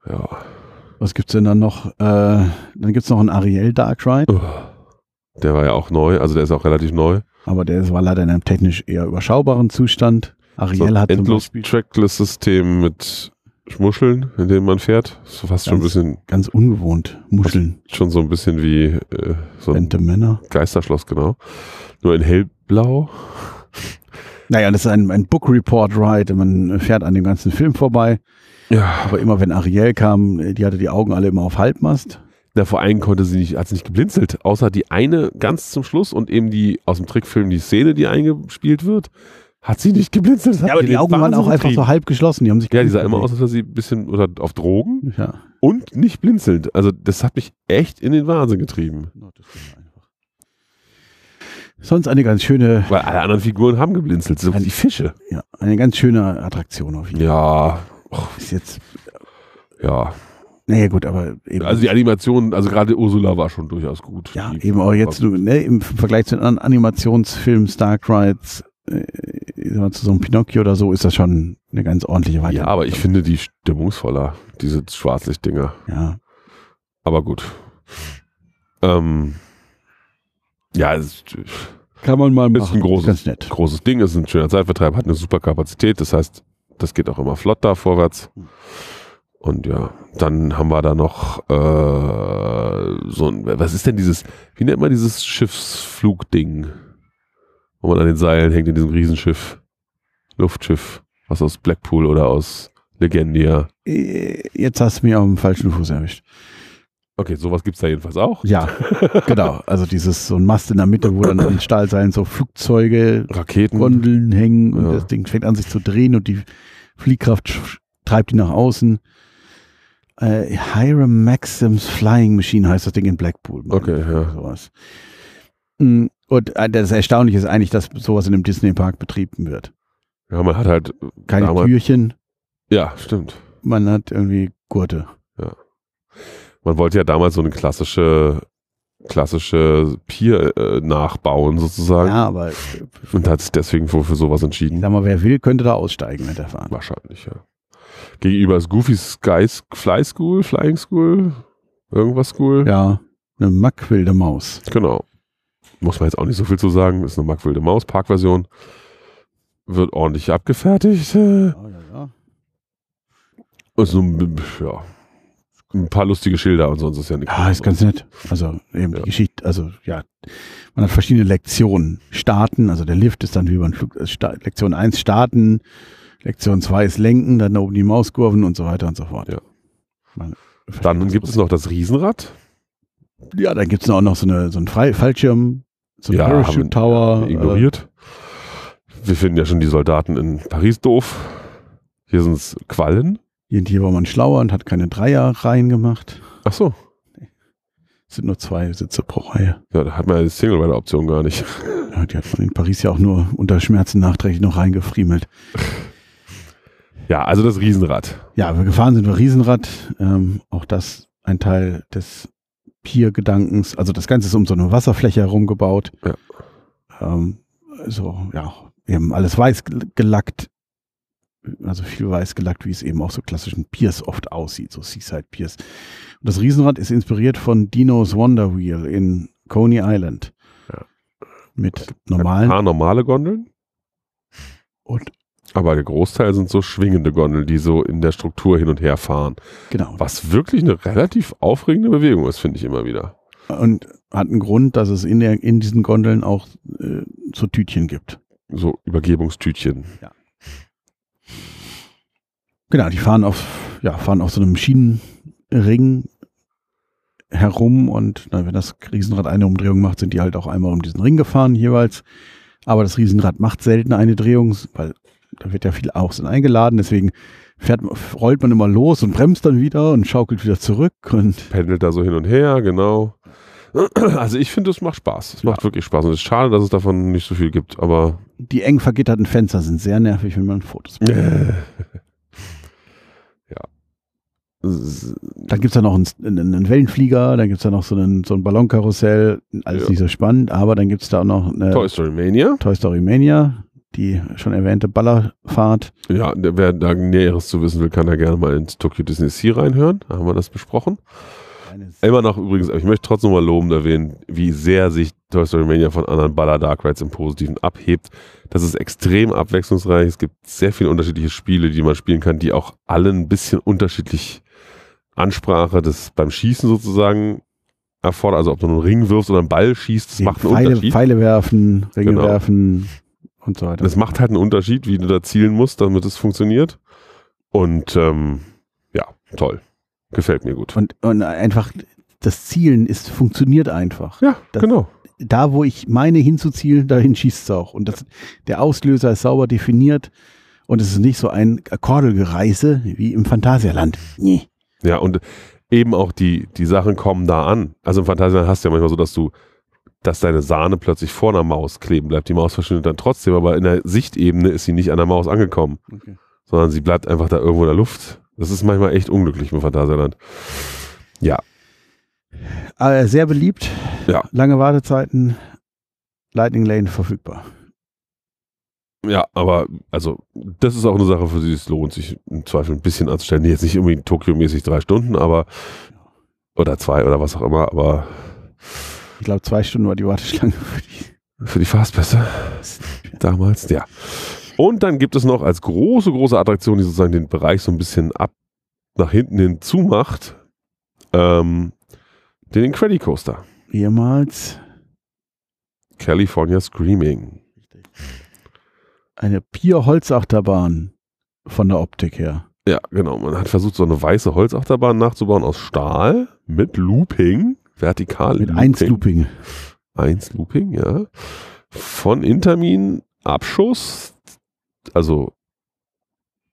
[SPEAKER 2] Ja.
[SPEAKER 1] Was gibt's denn dann noch? Äh, dann gibt's noch einen Ariel Dark Ride,
[SPEAKER 2] Der war ja auch neu, also der ist auch relativ neu.
[SPEAKER 1] aber der ist- war leider in einem technisch eher überschaubaren Zustand.
[SPEAKER 2] So
[SPEAKER 1] Ariel
[SPEAKER 2] ein
[SPEAKER 1] hat zum
[SPEAKER 2] endlos
[SPEAKER 1] Beispiel
[SPEAKER 2] Trackless-System mit Muscheln, in dem man fährt. So fast schon ein
[SPEAKER 1] Ganz-
[SPEAKER 2] bisschen,
[SPEAKER 1] ganz ungewohnt Muscheln,
[SPEAKER 2] schon so ein bisschen wie äh, Also, so ein
[SPEAKER 1] Phantom Männer.
[SPEAKER 2] Geisterschloss, genau. Nur in hellblau.
[SPEAKER 1] Naja, das ist ein, ein Book Report Ride. Man fährt an dem ganzen Film vorbei.
[SPEAKER 2] Ja.
[SPEAKER 1] Aber immer wenn Ariel kam, äh, die hatte die Augen alle immer auf Halbmast.
[SPEAKER 2] Na, vor allem konnte sie nicht, hat sie nicht geblinzelt, außer die eine ganz zum Schluss und eben die aus dem Trickfilm die Szene, die eingespielt wird, hat sie nicht geblinzelt. Das hat
[SPEAKER 1] Ja, aber
[SPEAKER 2] mir
[SPEAKER 1] die
[SPEAKER 2] den
[SPEAKER 1] Augen waren
[SPEAKER 2] Wahnsinn
[SPEAKER 1] auch einfach so
[SPEAKER 2] getrieben.
[SPEAKER 1] halb geschlossen. Die haben sich
[SPEAKER 2] Ja, die sah immer aus, als wäre sie ein bisschen oder auf Drogen
[SPEAKER 1] Ja.
[SPEAKER 2] und nicht blinzelnd. Also das hat mich echt in den Wahnsinn getrieben.
[SPEAKER 1] genau, Sonst eine ganz schöne,
[SPEAKER 2] Weil alle anderen Figuren haben geblinzelt, so
[SPEAKER 1] Ein-
[SPEAKER 2] die Fische.
[SPEAKER 1] ja, eine ganz schöne Attraktion auf jeden Fall.
[SPEAKER 2] Ja,
[SPEAKER 1] Ist jetzt,
[SPEAKER 2] ja.
[SPEAKER 1] naja gut, aber eben.
[SPEAKER 2] Also die Animation, also gerade Ursula war schon durchaus gut.
[SPEAKER 1] Ja,
[SPEAKER 2] die,
[SPEAKER 1] eben auch jetzt nur, ne, im Vergleich zu anderen Animationsfilmen, Star Rides, äh, ich sag mal, zu so einem Pinocchio oder so, ist das schon eine ganz ordentliche
[SPEAKER 2] Ja,
[SPEAKER 1] Weiterentwicklung.
[SPEAKER 2] aber ich finde die stimmungsvoller, diese Schwarzlichtdinger.
[SPEAKER 1] Ja,
[SPEAKER 2] Aber gut. Ähm, ja, es ist,
[SPEAKER 1] kann man mal
[SPEAKER 2] machen. großes-
[SPEAKER 1] Ganz nett.
[SPEAKER 2] großes Ding, ist ein schöner Zeitvertreib, hat eine super Kapazität, das heißt, das geht auch immer flott da vorwärts. Und ja, dann haben wir da noch äh, so ein, was ist denn dieses, wie nennt man dieses Schiffsflugding, wo man an den Seilen hängt in diesem Riesenschiff, Luftschiff, was aus Blackpool oder aus Legendia.
[SPEAKER 1] Äh, Jetzt hast du mich auf dem falschen Fuß erwischt.
[SPEAKER 2] Okay, sowas gibt's da jedenfalls auch.
[SPEAKER 1] Ja, genau. Also dieses, so ein Mast in der Mitte, wo dann an den Stahlseilen so Flugzeuge,
[SPEAKER 2] Raketen.
[SPEAKER 1] Gondeln hängen und
[SPEAKER 2] Mhm. Ja.
[SPEAKER 1] das Ding fängt an sich zu drehen und die Fliehkraft sch- treibt die nach außen. Äh, Hiram Maxim's Flying Machine heißt das Ding in Blackpool. meine
[SPEAKER 2] Okay,
[SPEAKER 1] ich,
[SPEAKER 2] ja.
[SPEAKER 1] oder Sowas. Mm, Und äh, das Erstaunliche ist eigentlich, dass sowas in einem Disney-Park betrieben wird.
[SPEAKER 2] Ja, man hat halt,
[SPEAKER 1] Keine
[SPEAKER 2] Damals-
[SPEAKER 1] Türchen,
[SPEAKER 2] ja, stimmt.
[SPEAKER 1] man hat irgendwie Gurte.
[SPEAKER 2] Man wollte ja damals so eine klassische, klassische Pier äh, nachbauen sozusagen
[SPEAKER 1] Ja, aber äh,
[SPEAKER 2] und hat sich deswegen wohl für sowas entschieden.
[SPEAKER 1] sag mal, wer will, könnte da aussteigen mit der Fahrt.
[SPEAKER 2] Wahrscheinlich, ja. Gegenüber ist Goofy Sky Fly School, Flying School, irgendwas School.
[SPEAKER 1] Ja, eine Mack wilde Maus.
[SPEAKER 2] Genau. muss man jetzt auch nicht so viel zu sagen, ist eine Mark Wilde Maus Parkversion. Wird ordentlich abgefertigt. äh,
[SPEAKER 1] Ja, ja, ja.
[SPEAKER 2] Und so ein, ja, ein paar lustige Schilder und sonst ist ja nichts.
[SPEAKER 1] Ja, ist ganz nett. Also eben
[SPEAKER 2] Ja.
[SPEAKER 1] die Geschichte, also ja, man hat verschiedene Lektionen. Starten, also der Lift ist dann wie beim Flug, äh, Sta- Lektion 1 starten, Lektion 2 ist lenken, dann da oben die Mauskurven und so weiter und so fort.
[SPEAKER 2] Ja.
[SPEAKER 1] Man versteht
[SPEAKER 2] Dann
[SPEAKER 1] das
[SPEAKER 2] gibt es noch das Riesenrad.
[SPEAKER 1] bloß- Ja, dann gibt's noch, noch so, eine, so einen Frei Fallschirm, so einen
[SPEAKER 2] haben
[SPEAKER 1] Parachute
[SPEAKER 2] wir
[SPEAKER 1] Tower. äh,
[SPEAKER 2] Ignoriert. Wir finden ja schon die Soldaten in Paris doof. Hier sind es Quallen.
[SPEAKER 1] Hier und hier war man schlauer und hat keine Dreierreihen gemacht.
[SPEAKER 2] Ach so,
[SPEAKER 1] Es sind nur zwei Sitze pro Reihe.
[SPEAKER 2] ja, da hat man ja die Single-Rider-Option gar nicht.
[SPEAKER 1] Ja, die hat man in Paris ja auch nur unter Schmerzen nachträglich noch reingefriemelt.
[SPEAKER 2] Ja, also das Riesenrad.
[SPEAKER 1] Ja, wir gefahren sind wir Riesenrad. Ähm, auch das ein Teil des Pier-Gedankens. Also das Ganze ist um so eine Wasserfläche herum gebaut.
[SPEAKER 2] Ja.
[SPEAKER 1] Ähm, so, ja, eben alles weiß gel- gelackt. Also viel weiß gelackt, wie es eben auch so klassischen Piers oft aussieht, so Seaside-Piers. Und das Riesenrad ist inspiriert von Dino's Wonder Wheel in Coney Island.
[SPEAKER 2] Ja. Also,
[SPEAKER 1] Mit
[SPEAKER 2] Ein
[SPEAKER 1] normalen
[SPEAKER 2] paar normale Gondeln,
[SPEAKER 1] und
[SPEAKER 2] aber der Großteil sind so schwingende Gondeln, die so in der Struktur hin und her fahren.
[SPEAKER 1] genau.
[SPEAKER 2] Was wirklich eine relativ aufregende Bewegung ist, finde ich immer wieder.
[SPEAKER 1] Und hat einen Grund, dass es in, der, in diesen Gondeln auch äh, so Tütchen gibt.
[SPEAKER 2] So Übergebungstütchen.
[SPEAKER 1] Genau, die fahren auf, ja, fahren auf so einem Schienenring herum und na, wenn das Riesenrad eine Umdrehung macht, sind die halt auch einmal um diesen Ring gefahren jeweils. Aber das Riesenrad macht selten eine Drehung, weil da wird ja viel Außen eingeladen, deswegen fährt, man- rollt man immer los und bremst dann wieder und schaukelt wieder zurück und
[SPEAKER 2] pendelt da so hin und her, genau. Also ich finde, es macht Spaß. Es macht wirklich Spaß. Und es ist schade, dass es davon nicht so viel gibt, aber
[SPEAKER 1] die eng vergitterten Fenster sind sehr nervig, wenn man Fotos macht.
[SPEAKER 2] Äh. ja. S-
[SPEAKER 1] Dann gibt's da noch einen, einen, einen Wellenflieger, dann gibt's da noch so einen, so ein Ballonkarussell, alles
[SPEAKER 2] Ja.
[SPEAKER 1] nicht so spannend, aber dann gibt's da auch noch eine
[SPEAKER 2] Toy Story Mania.
[SPEAKER 1] Toy Story Mania, die schon erwähnte Ballerfahrt.
[SPEAKER 2] Ja, der- wer da Näheres zu wissen will, kann da gerne mal ins Tokyo Disney Sea reinhören. Da haben wir das besprochen. Immer noch übrigens, aber ich möchte trotzdem mal lobend erwähnen, wie sehr sich Toy Story Mania von anderen Baller Dark Rides im Positiven abhebt. Das ist extrem abwechslungsreich. Es gibt sehr viele unterschiedliche Spiele, die man spielen kann, die auch alle ein bisschen unterschiedlich Ansprache des beim Schießen sozusagen erfordern. Also ob du einen Ring wirfst oder einen Ball schießt, das
[SPEAKER 1] Die
[SPEAKER 2] macht einen
[SPEAKER 1] Pfeile,
[SPEAKER 2] Unterschied.
[SPEAKER 1] Pfeile werfen, Ringe
[SPEAKER 2] Genau.
[SPEAKER 1] werfen und so weiter.
[SPEAKER 2] Das macht halt einen Unterschied, wie du da zielen musst, damit es funktioniert. Und ähm, ja, toll. Gefällt mir gut.
[SPEAKER 1] und, und einfach das Zielen ist, funktioniert einfach.
[SPEAKER 2] Ja,
[SPEAKER 1] das-
[SPEAKER 2] genau.
[SPEAKER 1] Da, wo ich meine hinzuzielen, dahin schießt es auch. Und das, der Auslöser ist sauber definiert und es ist nicht so ein Kordelgereise wie im Phantasialand. Nee.
[SPEAKER 2] Ja, und eben auch die, die Sachen kommen da an. Also im Phantasialand hast du ja manchmal so, dass du, dass deine Sahne plötzlich vor einer Maus kleben bleibt. Die Maus verschwindet dann trotzdem, aber in der Sichtebene ist sie nicht an der Maus angekommen,
[SPEAKER 1] Okay.
[SPEAKER 2] sondern sie bleibt einfach da irgendwo in der Luft. Das ist manchmal echt unglücklich im Phantasialand.
[SPEAKER 1] Äh, sehr beliebt.
[SPEAKER 2] Ja.
[SPEAKER 1] Lange Wartezeiten. Lightning Lane verfügbar.
[SPEAKER 2] Ja, aber also das ist auch eine Sache, für die es lohnt, sich im Zweifel ein bisschen anzustellen. Jetzt nicht unbedingt Tokio-mäßig drei Stunden, aber oder zwei oder was auch immer, aber
[SPEAKER 1] Ich glaube, zwei Stunden war die Warteschlange für die.
[SPEAKER 2] für die Fastpässe damals, ja. Und dann gibt es noch als große, große Attraktion, die sozusagen den Bereich so ein bisschen ab nach hinten hin zumacht, ähm, den Incredicoaster.
[SPEAKER 1] Ehemals
[SPEAKER 2] California Screaming.
[SPEAKER 1] eine Pier-Holzachterbahn von der Optik her.
[SPEAKER 2] Ja, genau. Man hat versucht, so eine weiße Holzachterbahn nachzubauen aus Stahl mit Looping, vertikal.
[SPEAKER 1] Mit 1 Looping.
[SPEAKER 2] 1 Looping, ja. Von Intermin Abschuss, also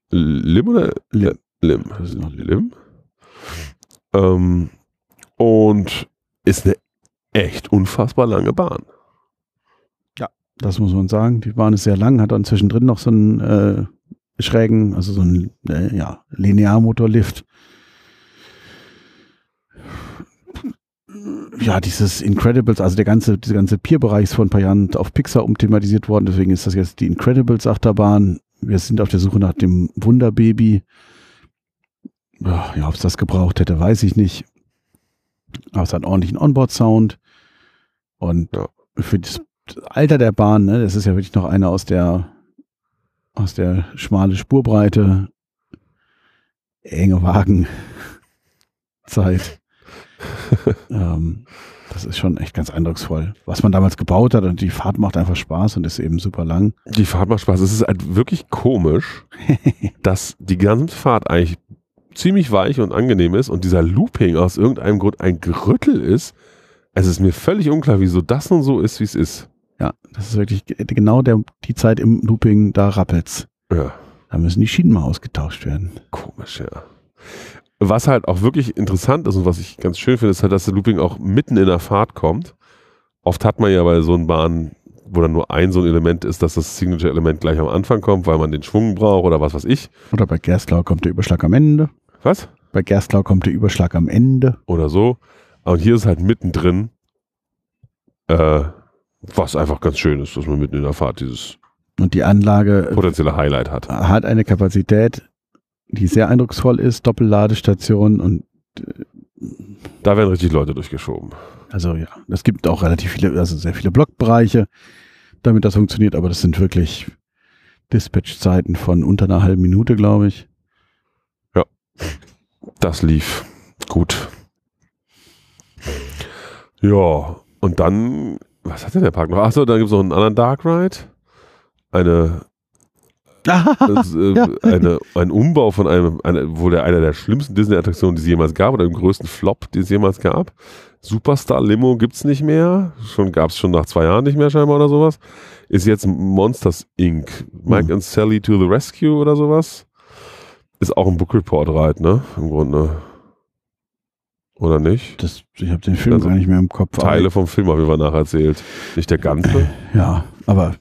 [SPEAKER 2] Lim oder
[SPEAKER 1] Lim.
[SPEAKER 2] Lim?
[SPEAKER 1] Das ist noch
[SPEAKER 2] Lim. Ähm, und ist eine echt unfassbar lange Bahn.
[SPEAKER 1] Das muss man sagen. Die Bahn ist sehr lang, hat dann zwischendrin noch so einen äh, schrägen, also so einen äh, ja, Linearmotorlift. Ja, dieses Incredibles, also der ganze, dieser ganze Pier-Bereich ist vor ein paar Jahren auf Pixar umthematisiert worden, deswegen ist das jetzt die Incredibles-Achterbahn. Wir sind auf der Suche nach dem Wunderbaby. Ja, ob es das gebraucht hätte, weiß ich nicht. Aber es hat einen ordentlichen Onboard-Sound. Und
[SPEAKER 2] Ja.
[SPEAKER 1] für das Alter der Bahn, ne, das ist ja wirklich noch eine aus der, aus der schmale Spurbreite, enge Wagenzeit. ähm, das ist schon echt ganz eindrucksvoll, was man damals gebaut hat und die Fahrt macht einfach Spaß und ist eben super lang.
[SPEAKER 2] Die Fahrt macht Spaß. Es ist halt wirklich komisch, dass die ganze Fahrt eigentlich ziemlich weich und angenehm ist und dieser Looping aus irgendeinem Grund ein Gerüttel ist. Es ist mir völlig unklar, wieso das nun so ist, wie es ist.
[SPEAKER 1] Ja, das ist wirklich ge- genau der, die Zeit im Looping, da rappelt's.
[SPEAKER 2] Ja,
[SPEAKER 1] Da müssen die Schienen mal ausgetauscht werden.
[SPEAKER 2] komisch, ja. Was halt auch wirklich interessant ist und was ich ganz schön finde, ist halt, dass der Looping auch mitten in der Fahrt kommt. Oft hat man ja bei so einen Bahnen, wo dann nur ein so ein Element ist, dass das Signature-Element gleich am Anfang kommt, weil man den Schwung braucht oder was weiß ich.
[SPEAKER 1] Oder bei Gerstlau kommt der Überschlag am Ende.
[SPEAKER 2] Was?
[SPEAKER 1] Bei Gerstlau kommt der Überschlag am Ende.
[SPEAKER 2] oder so. Und hier ist halt mittendrin, äh, was einfach ganz schön ist, dass man mitten in der Fahrt dieses
[SPEAKER 1] Und die Anlage
[SPEAKER 2] potenzielle Highlight hat.
[SPEAKER 1] hat eine Kapazität, die sehr eindrucksvoll ist, Doppelladestation und
[SPEAKER 2] Da werden richtig Leute durchgeschoben.
[SPEAKER 1] also ja, es gibt auch relativ viele, also sehr viele Blockbereiche, damit das funktioniert, aber das sind wirklich Dispatch-Zeiten von unter einer halben Minute, glaube ich.
[SPEAKER 2] Das lief gut. Ja, und dann, was hat denn der Park noch? Achso, dann gibt es noch einen anderen Dark Ride. Eine Das, äh,
[SPEAKER 1] Ja.
[SPEAKER 2] eine, ein Umbau von einem, eine, wohl der, einer der schlimmsten Disney-Attraktionen, die es jemals gab, oder dem größten Flop, die es jemals gab. Superstar Limo gibt's nicht mehr. Schon gab's schon nach zwei Jahren nicht mehr scheinbar oder sowas. Ist jetzt Monsters Inc. Mike and Sally to the Rescue oder sowas. Ist auch ein Book Report Ride, ne? Im Grunde. Oder nicht?
[SPEAKER 1] das, ich habe den Film
[SPEAKER 2] Also,
[SPEAKER 1] gar nicht mehr im Kopf. aber-
[SPEAKER 2] Teile vom Film auf jeden Fall nacherzählt. Nicht der ganze.
[SPEAKER 1] Ja, aber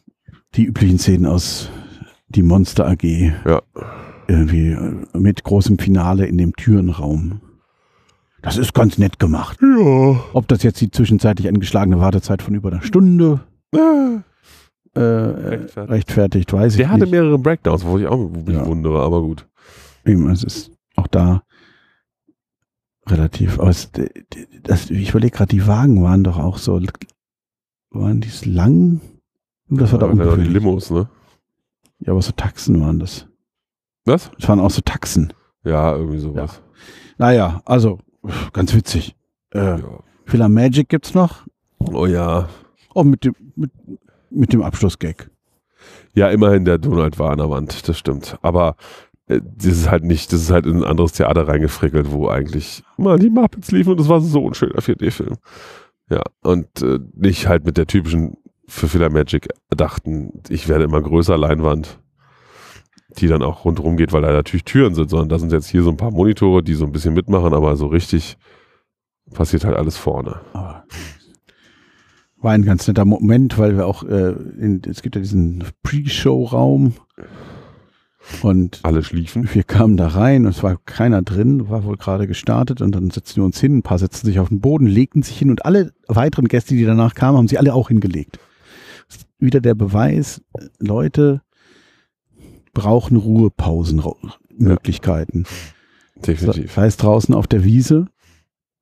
[SPEAKER 1] die üblichen Szenen aus die Monster AG. Ja. Irgendwie äh, mit großem Finale in dem Türenraum. Das ist ganz nett gemacht.
[SPEAKER 2] Ja.
[SPEAKER 1] Ob das jetzt die zwischenzeitlich angeschlagene Wartezeit von über einer Stunde äh, rechtfertigt.
[SPEAKER 2] Rechtfertigt.
[SPEAKER 1] rechtfertigt, weiß
[SPEAKER 2] Der
[SPEAKER 1] ich
[SPEAKER 2] hatte
[SPEAKER 1] nicht.
[SPEAKER 2] mehrere Breakdowns, wo ich auch mich
[SPEAKER 1] Ja.
[SPEAKER 2] wundere, aber gut.
[SPEAKER 1] Eben, Es ist auch da relativ aus. Das, ich überlege gerade, die Wagen waren doch auch so. Waren die es lang? Hm, Das war da
[SPEAKER 2] Ja, die
[SPEAKER 1] unten.
[SPEAKER 2] Limos, ne?
[SPEAKER 1] Ja, aber so Taxen waren das.
[SPEAKER 2] Was?
[SPEAKER 1] Es waren auch so Taxen.
[SPEAKER 2] Ja, irgendwie sowas.
[SPEAKER 1] Naja, also pff, ganz witzig. Äh,
[SPEAKER 2] Ja.
[SPEAKER 1] Filler Magic gibt's noch.
[SPEAKER 2] Oh ja.
[SPEAKER 1] Auch mit dem, mit, mit dem Abschlussgag.
[SPEAKER 2] Ja, immerhin der Donald war an der Wand, das stimmt. Aber äh, das ist halt nicht, das ist halt in ein anderes Theater reingefrickelt, wo eigentlich mal die Muppets liefen und das war so ein schöner 4D-Film. Ja, und äh, nicht halt mit der typischen für Fehler Magic dachten, ich werde immer größer Leinwand, die dann auch rundherum geht, weil da natürlich Türen sind, sondern da sind jetzt hier so ein paar Monitore, die so ein bisschen mitmachen, aber so richtig passiert halt alles vorne.
[SPEAKER 1] Aber war ein ganz netter Moment, weil wir auch, äh, in, es gibt ja diesen Pre-Show-Raum und
[SPEAKER 2] Alle schliefen.
[SPEAKER 1] wir kamen da rein und es war keiner drin, war wohl gerade gestartet und dann setzten wir uns hin, ein paar setzten sich auf den Boden, legten sich hin und alle weiteren Gäste, die danach kamen, haben sie alle auch hingelegt. Das ist wieder der Beweis, äh, Leute brauchen Ruhepausenmöglichkeiten.
[SPEAKER 2] Definitiv.
[SPEAKER 1] Sei es draußen auf der Wiese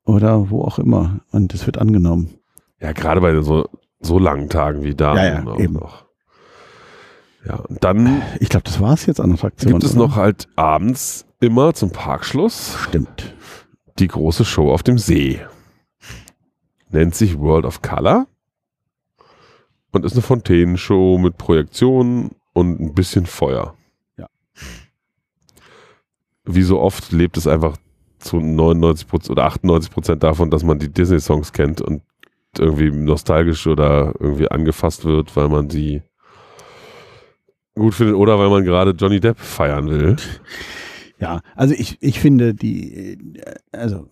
[SPEAKER 1] oder wo auch immer und es wird angenommen.
[SPEAKER 2] Ja, gerade bei so, so langen Tagen wie da.
[SPEAKER 1] Ja, ja,
[SPEAKER 2] nun auch
[SPEAKER 1] eben.
[SPEAKER 2] Noch. Ja, und dann
[SPEAKER 1] Ich glaube, das war's jetzt an Attraktionen.
[SPEAKER 2] gibt es
[SPEAKER 1] oder?
[SPEAKER 2] noch halt abends immer zum Parkschluss
[SPEAKER 1] Stimmt.
[SPEAKER 2] die große Show auf dem See. Nennt sich World of Color und ist eine Fontänenshow mit Projektionen und ein bisschen Feuer.
[SPEAKER 1] Ja.
[SPEAKER 2] Wie so oft lebt es einfach zu 99% oder 98% davon, dass man die Disney-Songs kennt und irgendwie nostalgisch oder irgendwie angefasst wird, weil man sie gut findet oder weil man gerade Johnny Depp feiern will.
[SPEAKER 1] Ja, also ich, ich finde die, äh, also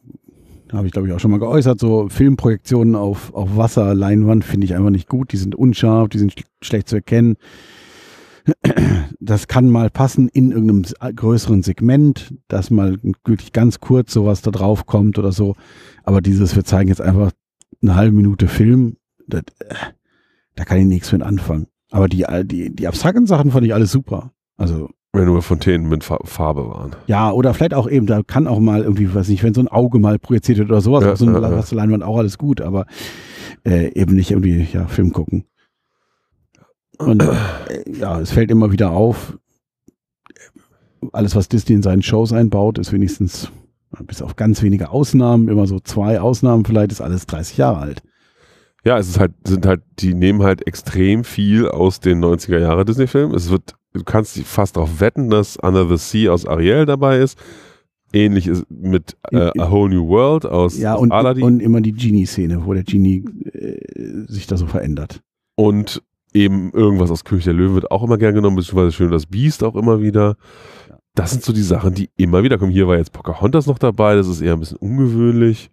[SPEAKER 1] habe ich glaube ich auch schon mal geäußert, so Filmprojektionen auf, auf Wasser, Leinwand finde ich einfach nicht gut. Die sind unscharf, die sind schl schlecht zu erkennen. Das kann mal passen in irgendeinem s- größeren Segment, dass mal wirklich ganz kurz sowas da drauf kommt oder so. Aber dieses, wir zeigen jetzt einfach eine halbe Minute Film, das, äh, da kann ich nichts mit anfangen. Aber die, die, die abstrakten Sachen fand ich alles super. Also
[SPEAKER 2] Wenn nur Fontänen mit Fa- Farbe waren.
[SPEAKER 1] ja, oder vielleicht auch eben, da kann auch mal irgendwie, weiß nicht, wenn so ein Auge mal projiziert wird oder sowas,
[SPEAKER 2] Ja,
[SPEAKER 1] auf so eine
[SPEAKER 2] ja, ja.
[SPEAKER 1] Leinwand auch alles gut, aber äh, eben nicht irgendwie ja, Film gucken. Und äh, ja, es fällt immer wieder auf, alles, was Disney in seinen Shows einbaut, ist wenigstens, bis auf ganz wenige Ausnahmen, immer so zwei Ausnahmen vielleicht, ist alles 30 Jahre alt.
[SPEAKER 2] Ja, es ist halt, sind halt, die nehmen halt extrem viel aus den 90er Jahre Disney-Filmen. Es wird, du kannst fast darauf wetten, dass Under the Sea aus Ariel dabei ist. Ähnlich ist mit äh, A Whole New World aus,
[SPEAKER 1] Ja,
[SPEAKER 2] aus
[SPEAKER 1] und,
[SPEAKER 2] Aladdin.
[SPEAKER 1] und immer die Genie-Szene, wo der Genie äh, sich da so verändert.
[SPEAKER 2] Und eben irgendwas aus König der Löwen wird auch immer gern genommen, beziehungsweise Schön und das Biest auch immer wieder. Das sind so die Sachen, die immer wieder kommen. Hier war jetzt Pocahontas noch dabei, das ist eher ein bisschen ungewöhnlich.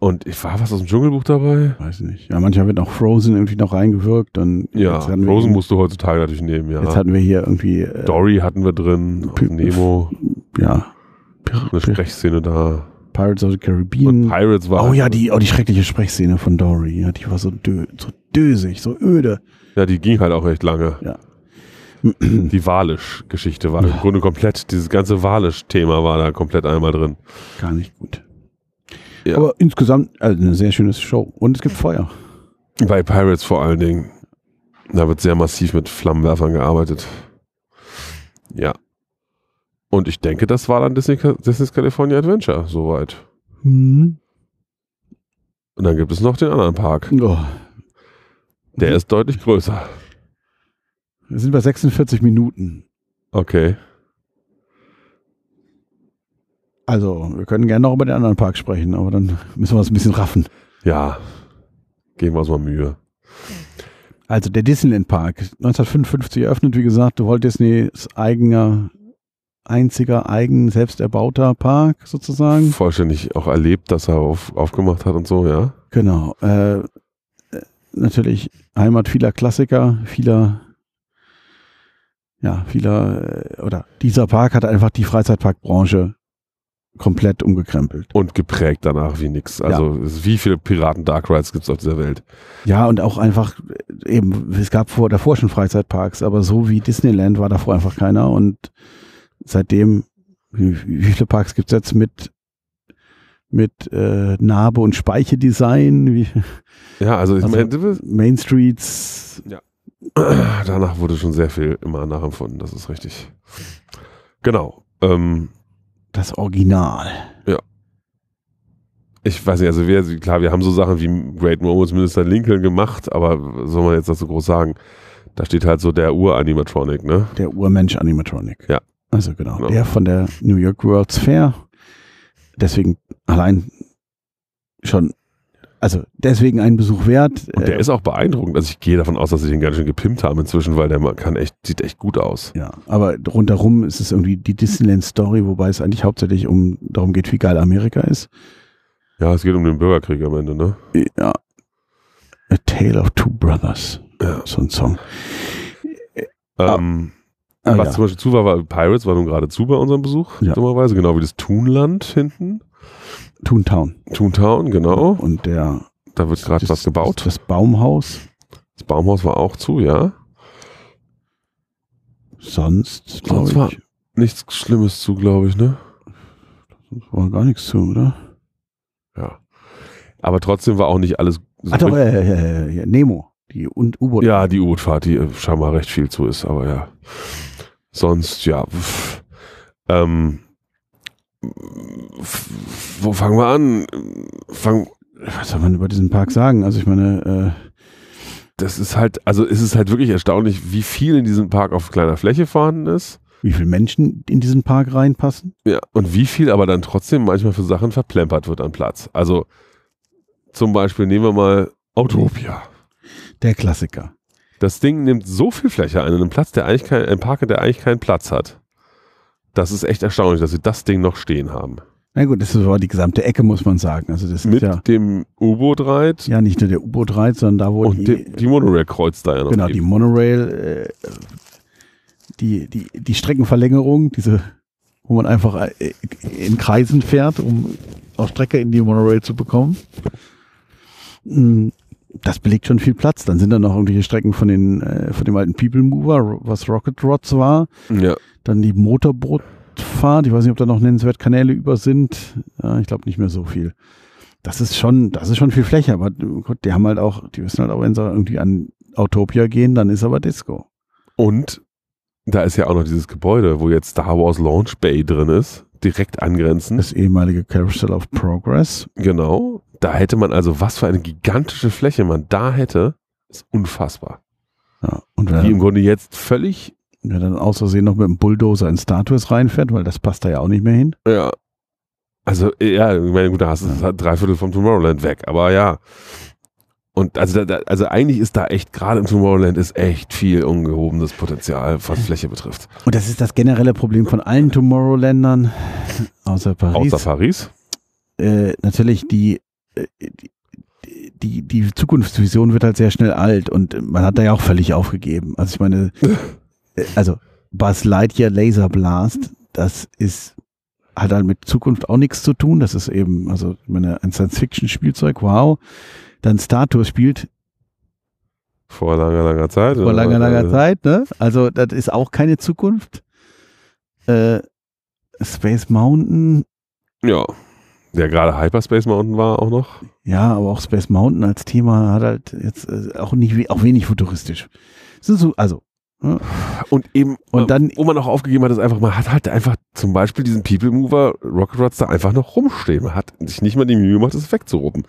[SPEAKER 2] Und ich war was aus dem Dschungelbuch dabei.
[SPEAKER 1] Weiß nicht. Ja, manchmal wird auch Frozen irgendwie noch reingewirkt. Dann
[SPEAKER 2] Ja,
[SPEAKER 1] jetzt hatten wir
[SPEAKER 2] Frozen
[SPEAKER 1] eben-
[SPEAKER 2] musst du heutzutage natürlich nehmen, ja.
[SPEAKER 1] Jetzt hatten wir hier irgendwie äh,
[SPEAKER 2] Dory hatten wir drin, auf
[SPEAKER 1] Pi-
[SPEAKER 2] Nemo,
[SPEAKER 1] ja,
[SPEAKER 2] eine Sprechszene da.
[SPEAKER 1] Pirates of the
[SPEAKER 2] Und
[SPEAKER 1] Caribbean.
[SPEAKER 2] Pirates war.
[SPEAKER 1] Oh
[SPEAKER 2] halt-
[SPEAKER 1] ja, die, oh, die schreckliche Sprechszene von Dory. Ja, die war so, dö, so dösig, so öde.
[SPEAKER 2] Ja, die ging halt auch echt lange.
[SPEAKER 1] Ja.
[SPEAKER 2] Die Walisch-Geschichte war im Grunde komplett, dieses ganze Walisch-Thema war da komplett einmal drin.
[SPEAKER 1] Gar nicht gut.
[SPEAKER 2] Ja.
[SPEAKER 1] Aber insgesamt also eine sehr schöne Show. Und es gibt Feuer.
[SPEAKER 2] Bei Pirates vor allen Dingen. Da wird sehr massiv mit Flammenwerfern gearbeitet. Ja. Und ich denke, das war dann Disney, Disney's California Adventure soweit.
[SPEAKER 1] Hm.
[SPEAKER 2] Und dann gibt es noch den anderen Park.
[SPEAKER 1] Oh, Mhm.
[SPEAKER 2] Der ist deutlich größer.
[SPEAKER 1] wir sind bei 46 Minuten.
[SPEAKER 2] Okay.
[SPEAKER 1] Also, wir können gerne noch über den anderen Park sprechen, aber dann müssen wir es ein bisschen raffen.
[SPEAKER 2] Ja. Geben wir uns mal Mühe.
[SPEAKER 1] Also der Disneyland Park, 1955 eröffnet, wie gesagt, Walt Disneys eigener, einziger, eigen, selbst erbauter Park sozusagen.
[SPEAKER 2] Vollständig auch erlebt, dass er auf, aufgemacht hat und so, ja.
[SPEAKER 1] Genau. Äh, äh, natürlich Heimat vieler Klassiker, vieler, ja, vieler, äh, oder dieser Park hat einfach die Freizeitparkbranche komplett umgekrempelt.
[SPEAKER 2] Und geprägt danach wie nix. Also es- wie viele Piraten Dark Rides gibt es auf dieser Welt?
[SPEAKER 1] Ja, und auch einfach äh, eben, es gab vor, davor schon Freizeitparks, aber so wie Disneyland war davor einfach keiner und seitdem, wie, wie viele Parks gibt's jetzt mit, mit äh, Narbe und Speichedesign, wie,
[SPEAKER 2] Ja, also ich
[SPEAKER 1] Also-
[SPEAKER 2] meine,
[SPEAKER 1] Main Streets,
[SPEAKER 2] danach wurde schon sehr viel immer nachempfunden, das ist richtig. Genau. Ähm,
[SPEAKER 1] das Original.
[SPEAKER 2] ich weiß nicht, also wir, klar, wir haben so Sachen wie Great Moments Minister Lincoln gemacht, aber soll man jetzt dazu groß sagen? Da steht halt so der Ur-Animatronic, ne?
[SPEAKER 1] Der Urmensch Animatronic.
[SPEAKER 2] Ja.
[SPEAKER 1] Also genau,
[SPEAKER 2] Genau.
[SPEAKER 1] der von der New York World's Fair. Deswegen allein schon, also deswegen einen Besuch wert. äh,
[SPEAKER 2] Und der ist auch beeindruckend. Also ich gehe davon aus, dass sie den ganz schön gepimpt haben inzwischen, weil der Mann kann echt, sieht echt gut aus.
[SPEAKER 1] Ja, aber rundherum ist es irgendwie die Disneyland-Story, wobei es eigentlich hauptsächlich um darum geht, wie geil Amerika ist.
[SPEAKER 2] Ja, es geht um den Bürgerkrieg am Ende, ne?
[SPEAKER 1] Ja. A Tale of Two Brothers.
[SPEAKER 2] Ja.
[SPEAKER 1] So ein Song.
[SPEAKER 2] Ähm,
[SPEAKER 1] Ah,
[SPEAKER 2] was
[SPEAKER 1] ja.
[SPEAKER 2] zum Beispiel zu war, war Pirates war nun gerade zu bei unserem Besuch,
[SPEAKER 1] Ja.
[SPEAKER 2] dummerweise, genau wie das Toonland hinten.
[SPEAKER 1] Toontown.
[SPEAKER 2] Toontown, genau.
[SPEAKER 1] Und der
[SPEAKER 2] Da wird gerade
[SPEAKER 1] das-
[SPEAKER 2] was gebaut.
[SPEAKER 1] Das Baumhaus.
[SPEAKER 2] Das Baumhaus war auch zu, ja.
[SPEAKER 1] Sonst, glaube
[SPEAKER 2] Sonst
[SPEAKER 1] ich,
[SPEAKER 2] war-
[SPEAKER 1] war,
[SPEAKER 2] Nichts Schlimmes zu, glaube ich, ne?
[SPEAKER 1] gar nichts zu, oder?
[SPEAKER 2] Ja. Aber trotzdem war auch nicht alles so.
[SPEAKER 1] Ach doch, äh, äh, äh, Nemo. Die und U-Boot.
[SPEAKER 2] ja, die U-Boot-Fahrt, die äh, scheinbar recht viel zu ist, aber ja. Sonst, ja. pff. Ähm, pff, wo fangen wir an? Fang,
[SPEAKER 1] Was soll man über diesen Park sagen? Also ich meine, äh,
[SPEAKER 2] das ist halt, also es ist halt wirklich erstaunlich, wie viel in diesem Park auf kleiner Fläche vorhanden ist.
[SPEAKER 1] wie viele Menschen in diesen Park reinpassen?
[SPEAKER 2] Ja, und wie viel aber dann trotzdem manchmal für Sachen verplempert wird an Platz. Also zum Beispiel nehmen wir mal Autopia.
[SPEAKER 1] Der Klassiker.
[SPEAKER 2] Das Ding nimmt so viel Fläche ein in einem Platz, der eigentlich kein, ein Park, der eigentlich keinen Platz hat. Das ist echt erstaunlich, dass sie das Ding noch stehen haben.
[SPEAKER 1] Na gut, das war die gesamte Ecke, muss man sagen. Also das ist
[SPEAKER 2] Mit
[SPEAKER 1] ja.
[SPEAKER 2] dem U-Boot reit
[SPEAKER 1] Ja, nicht nur der U-Boot reit, sondern da, wo
[SPEAKER 2] und
[SPEAKER 1] die,
[SPEAKER 2] die, die Monorail kreuzt da ja noch.
[SPEAKER 1] genau, die
[SPEAKER 2] eben.
[SPEAKER 1] Monorail, äh, die, die, die Streckenverlängerung, diese, wo man einfach äh, in Kreisen fährt, um auf Strecke in die Monorail zu bekommen. Mm, Das belegt schon viel Platz. Dann sind da noch irgendwelche Strecken von, den, äh, von dem alten People Mover, was Rocket Rods war.
[SPEAKER 2] ja.
[SPEAKER 1] Dann die Motorbootfahrt. Ich weiß nicht, ob da noch nennenswert Kanäle über sind. Ja, ich glaube nicht mehr so viel. das ist schon, das ist schon viel Fläche, aber gut, die haben halt auch, die wissen halt auch, wenn sie irgendwie an Autopia gehen, dann ist aber Disco.
[SPEAKER 2] Und da ist ja auch noch dieses Gebäude, wo jetzt Star Wars Launch Bay drin ist, direkt angrenzend.
[SPEAKER 1] Das ehemalige Carousel of Progress.
[SPEAKER 2] Genau. Da hätte man also, was für eine gigantische Fläche man da hätte, ist unfassbar.
[SPEAKER 1] Ja, und
[SPEAKER 2] Die
[SPEAKER 1] wer,
[SPEAKER 2] im Grunde jetzt völlig,
[SPEAKER 1] wer dann aus Versehen noch mit dem Bulldozer in Statues reinfährt, weil das passt da ja auch nicht mehr hin.
[SPEAKER 2] ja. Also, ja, ich meine, gut, da hast du das halt drei Viertel vom Tomorrowland weg, aber ja. Und also, da- da, also eigentlich ist da echt, gerade im Tomorrowland ist echt viel ungehobenes Potenzial, was Fläche betrifft.
[SPEAKER 1] Und das ist das generelle Problem von allen Tomorrowländern, außer Paris.
[SPEAKER 2] Außer Paris.
[SPEAKER 1] äh, natürlich die, äh, die, die, die Zukunftsvision wird halt sehr schnell alt und man hat da ja auch völlig aufgegeben. Also ich meine, äh, also Buzz Lightyear Laser Blast, das ist, hat halt mit Zukunft auch nichts zu tun. Das ist eben, also ich meine, ein Science-Fiction-Spielzeug, wow. Dann Star Tours spielt
[SPEAKER 2] Vor langer, langer Zeit. Äh,
[SPEAKER 1] vor langer, langer Zeit, ne? Also das ist auch keine Zukunft. Äh, Space Mountain,
[SPEAKER 2] Ja. Ja, gerade Hyperspace Mountain war auch noch.
[SPEAKER 1] Ja, aber auch Space Mountain als Thema hat halt jetzt äh, auch nicht we- auch wenig futuristisch. So, so, also
[SPEAKER 2] Und eben,
[SPEAKER 1] Und
[SPEAKER 2] äh,
[SPEAKER 1] dann-
[SPEAKER 2] wo man auch aufgegeben hat, ist einfach, man hat halt einfach zum Beispiel diesen People Mover Rocket Rods da einfach noch rumstehen. Man hat sich nicht mal die Mühe gemacht, es wegzuruppen.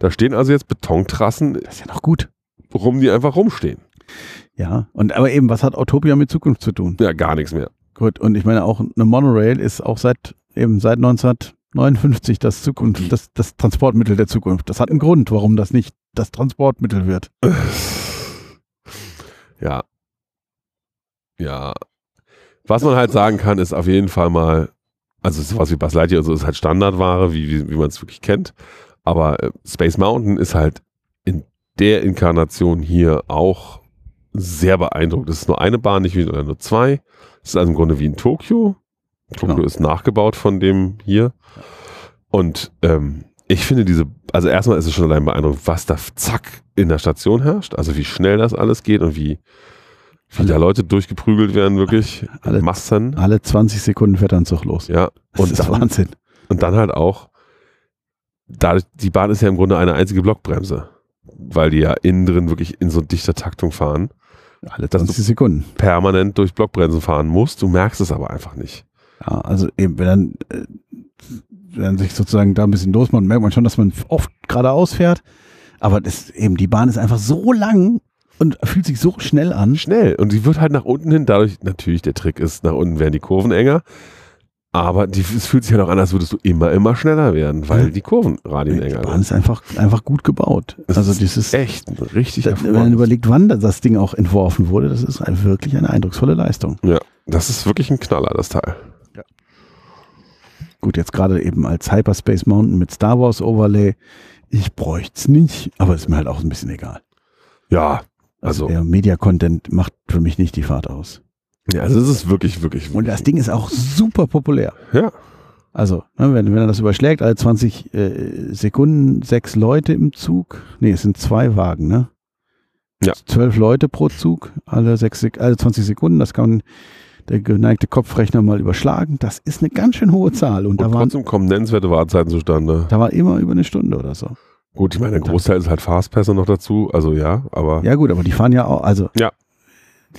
[SPEAKER 2] Da stehen also jetzt Betontrassen
[SPEAKER 1] das ist ja noch gut.
[SPEAKER 2] rum, die einfach rumstehen.
[SPEAKER 1] Ja, und aber eben, was hat Autopia mit Zukunft zu tun?
[SPEAKER 2] Ja, gar nichts mehr.
[SPEAKER 1] Gut, und ich meine auch eine Monorail ist auch seit eben seit 1959 das
[SPEAKER 2] Mhm.
[SPEAKER 1] Zukunft, das, das Transportmittel der Zukunft. Das hat einen Grund, warum das nicht das Transportmittel wird.
[SPEAKER 2] Ja. Ja. Was man halt sagen kann, ist auf jeden Fall mal, also sowas wie Buzz Lightyear und so ist halt Standardware, wie, wie, wie man es wirklich kennt. Aber äh, Space Mountain ist halt in der Inkarnation hier auch sehr beeindruckend. Es ist nur eine Bahn, nicht wie, oder nur zwei. Es ist also im Grunde wie in Tokio. Tokio
[SPEAKER 1] Genau.
[SPEAKER 2] ist nachgebaut von dem hier. Und ähm, ich finde diese, also erstmal ist es schon allein beeindruckend, was da zack in der Station herrscht. Also wie schnell das alles geht und wie, wie da Leute durchgeprügelt werden, wirklich.
[SPEAKER 1] Alle-
[SPEAKER 2] Massen.
[SPEAKER 1] Alle 20 Sekunden fährt ein Zug los.
[SPEAKER 2] Ja.
[SPEAKER 1] Das
[SPEAKER 2] Und
[SPEAKER 1] ist
[SPEAKER 2] dann,
[SPEAKER 1] Wahnsinn.
[SPEAKER 2] und dann halt auch, dadurch, die Bahn ist ja im Grunde eine einzige Blockbremse, weil die ja innen drin wirklich in so dichter Taktung fahren,
[SPEAKER 1] Alle
[SPEAKER 2] das-
[SPEAKER 1] 20 Sekunden.
[SPEAKER 2] permanent durch Blockbremsen fahren musst. Du merkst es aber einfach nicht.
[SPEAKER 1] Ja, also eben, wenn dann, äh, wenn dann sich sozusagen da ein bisschen losmacht, merkt man schon, dass man oft geradeaus fährt. Aber das, eben, die Bahn ist einfach so lang und fühlt sich so schnell an.
[SPEAKER 2] Schnell. Und sie wird halt nach unten hin, dadurch, natürlich, der Trick ist, nach unten werden die Kurven enger. Aber die, es fühlt sich ja halt auch an, als würdest du immer, immer schneller werden, weil die
[SPEAKER 1] Die
[SPEAKER 2] Kurvenradien enger
[SPEAKER 1] Bahn
[SPEAKER 2] werden.
[SPEAKER 1] ist einfach, einfach gut gebaut.
[SPEAKER 2] Das
[SPEAKER 1] also
[SPEAKER 2] ist
[SPEAKER 1] das ist,
[SPEAKER 2] Echt, ein richtig
[SPEAKER 1] da- wenn man
[SPEAKER 2] hervorragendes-
[SPEAKER 1] überlegt, wann da das Ding auch entworfen wurde, das ist ein, wirklich eine eindrucksvolle Leistung.
[SPEAKER 2] Das ist wirklich ein Knaller, das Teil.
[SPEAKER 1] Gut, jetzt gerade eben als Hyperspace Mountain mit Star Wars Overlay. Ich bräucht's nicht, aber ist mir halt auch ein bisschen egal.
[SPEAKER 2] Ja, also,
[SPEAKER 1] der Media-Content macht für mich nicht die Fahrt aus.
[SPEAKER 2] ja, also es ist wirklich, wirklich.
[SPEAKER 1] Und das Ding ist auch super populär.
[SPEAKER 2] Ja.
[SPEAKER 1] Also, ne, wenn, wenn er das überschlägt, alle 20 äh, Sekunden sechs Leute im Zug. Nee, es sind zwei Wagen, ne?
[SPEAKER 2] Ja.
[SPEAKER 1] Zwölf Leute pro Zug, alle, sechs, Sek- alle 20 Sekunden. Das kann der geneigte Kopfrechner mal überschlagen. Das ist eine ganz schön hohe Zahl. Und,
[SPEAKER 2] Und
[SPEAKER 1] da, waren,
[SPEAKER 2] trotzdem kommen nennenswerte Wartezeiten zustande.
[SPEAKER 1] da war immer über eine Stunde oder so.
[SPEAKER 2] Gut, ich meine, der
[SPEAKER 1] Da-
[SPEAKER 2] Großteil ist halt Fastpässe noch dazu, also ja, aber.
[SPEAKER 1] Ja, gut, aber die fahren ja auch. Also,
[SPEAKER 2] Ja.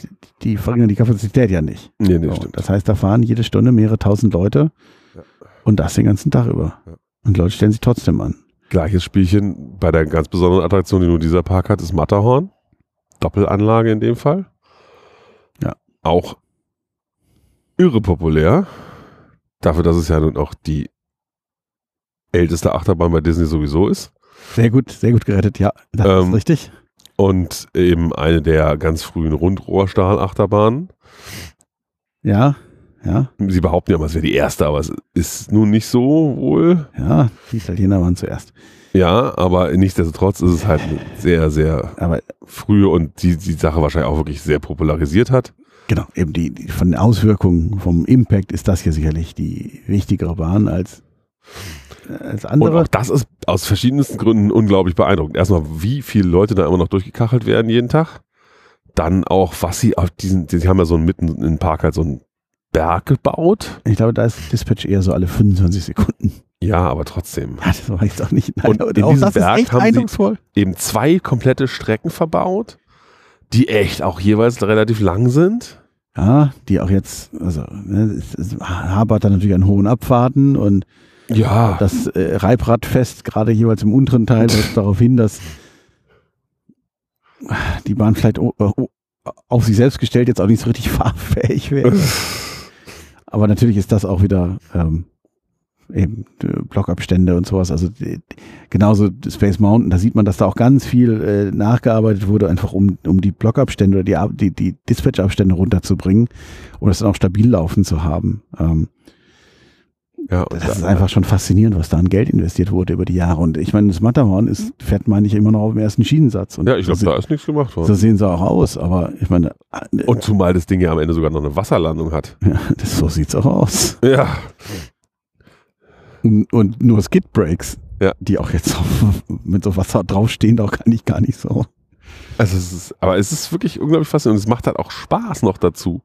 [SPEAKER 1] die, die verringern die Kapazität ja nicht.
[SPEAKER 2] Nee, nee,
[SPEAKER 1] So,
[SPEAKER 2] stimmt.
[SPEAKER 1] das heißt, da fahren jede Stunde mehrere tausend Leute
[SPEAKER 2] Ja.
[SPEAKER 1] und das den ganzen Tag über.
[SPEAKER 2] Ja.
[SPEAKER 1] Und Leute stellen sich trotzdem an.
[SPEAKER 2] Gleiches Spielchen bei der ganz besonderen Attraktion, die nur dieser Park hat, ist Matterhorn. Doppelanlage in dem Fall.
[SPEAKER 1] Ja.
[SPEAKER 2] Auch irre populär. Dafür, dass es ja nun auch die älteste Achterbahn bei Disney sowieso ist.
[SPEAKER 1] Sehr gut, sehr gut gerettet, ja. Das
[SPEAKER 2] Ähm,
[SPEAKER 1] ist richtig.
[SPEAKER 2] Und eben eine der ganz frühen Rundrohrstahl-Achterbahnen.
[SPEAKER 1] Ja, ja,
[SPEAKER 2] Sie behaupten ja immer, es wäre die erste, aber es ist nun nicht so wohl.
[SPEAKER 1] ja. Die Italiener waren zuerst.
[SPEAKER 2] Ja, aber nichtsdestotrotz ist es halt eine sehr, sehr
[SPEAKER 1] Aber
[SPEAKER 2] frühe und die die Sache wahrscheinlich auch wirklich sehr popularisiert hat.
[SPEAKER 1] genau, eben die, die von den Auswirkungen, vom Impact ist das hier sicherlich die wichtigere Bahn als, als
[SPEAKER 2] Und
[SPEAKER 1] andere.
[SPEAKER 2] auch das ist aus verschiedensten Gründen unglaublich beeindruckend. Erstmal, wie viele Leute da immer noch durchgekachelt werden jeden Tag. Dann auch, was sie auf diesen, sie haben ja so einen mitten in den Park halt so einen Berg gebaut.
[SPEAKER 1] Ich glaube, da ist Dispatch eher so alle 25 Sekunden.
[SPEAKER 2] Ja, aber trotzdem.
[SPEAKER 1] Ja, das war jetzt auch nicht.
[SPEAKER 2] Und
[SPEAKER 1] aber
[SPEAKER 2] in
[SPEAKER 1] auch
[SPEAKER 2] diesem
[SPEAKER 1] das
[SPEAKER 2] Werk
[SPEAKER 1] ist echt
[SPEAKER 2] haben sie-
[SPEAKER 1] eindrucksvoll.
[SPEAKER 2] Eben zwei komplette Strecken verbaut, die echt auch jeweils relativ lang sind.
[SPEAKER 1] Ja, die auch jetzt, also ne, es, es hapert dann natürlich an hohen Abfahrten und
[SPEAKER 2] Ja,
[SPEAKER 1] das äh, Reibradfest gerade jeweils im unteren Teil weist darauf hin, dass die Bahn vielleicht o- äh, o- auf sich selbst gestellt jetzt auch nicht so richtig fahrfähig wäre. Aber natürlich ist das auch wieder ähm, eben äh, Blockabstände und sowas. Also die, genauso Space Mountain, da sieht man, dass da auch ganz viel äh, nachgearbeitet wurde, einfach um, um die Blockabstände oder die, Ab- die, die Dispatchabstände runterzubringen und das dann auch stabil laufen zu haben. Ähm,
[SPEAKER 2] ja und
[SPEAKER 1] das ist
[SPEAKER 2] da-
[SPEAKER 1] einfach schon faszinierend, was da an Geld investiert wurde über die Jahre. Und ich meine, das Matterhorn ist, fährt, meine ich, immer noch auf dem ersten Schienensatz. Und
[SPEAKER 2] ja, ich glaube,
[SPEAKER 1] so,
[SPEAKER 2] da ist nichts gemacht
[SPEAKER 1] se- so
[SPEAKER 2] worden.
[SPEAKER 1] sehen sie auch aus, aber ich meine, äh,
[SPEAKER 2] Und zumal das Ding ja am Ende sogar noch eine Wasserlandung hat.
[SPEAKER 1] ja, das, so sieht's auch aus.
[SPEAKER 2] Ja.
[SPEAKER 1] Und, und nur Skid-Breaks,
[SPEAKER 2] Ja.
[SPEAKER 1] die auch jetzt so, mit so Wasser draufstehen, auch kann ich gar nicht so.
[SPEAKER 2] Also es ist, aber es ist wirklich unglaublich faszinierend und es macht halt auch Spaß noch dazu.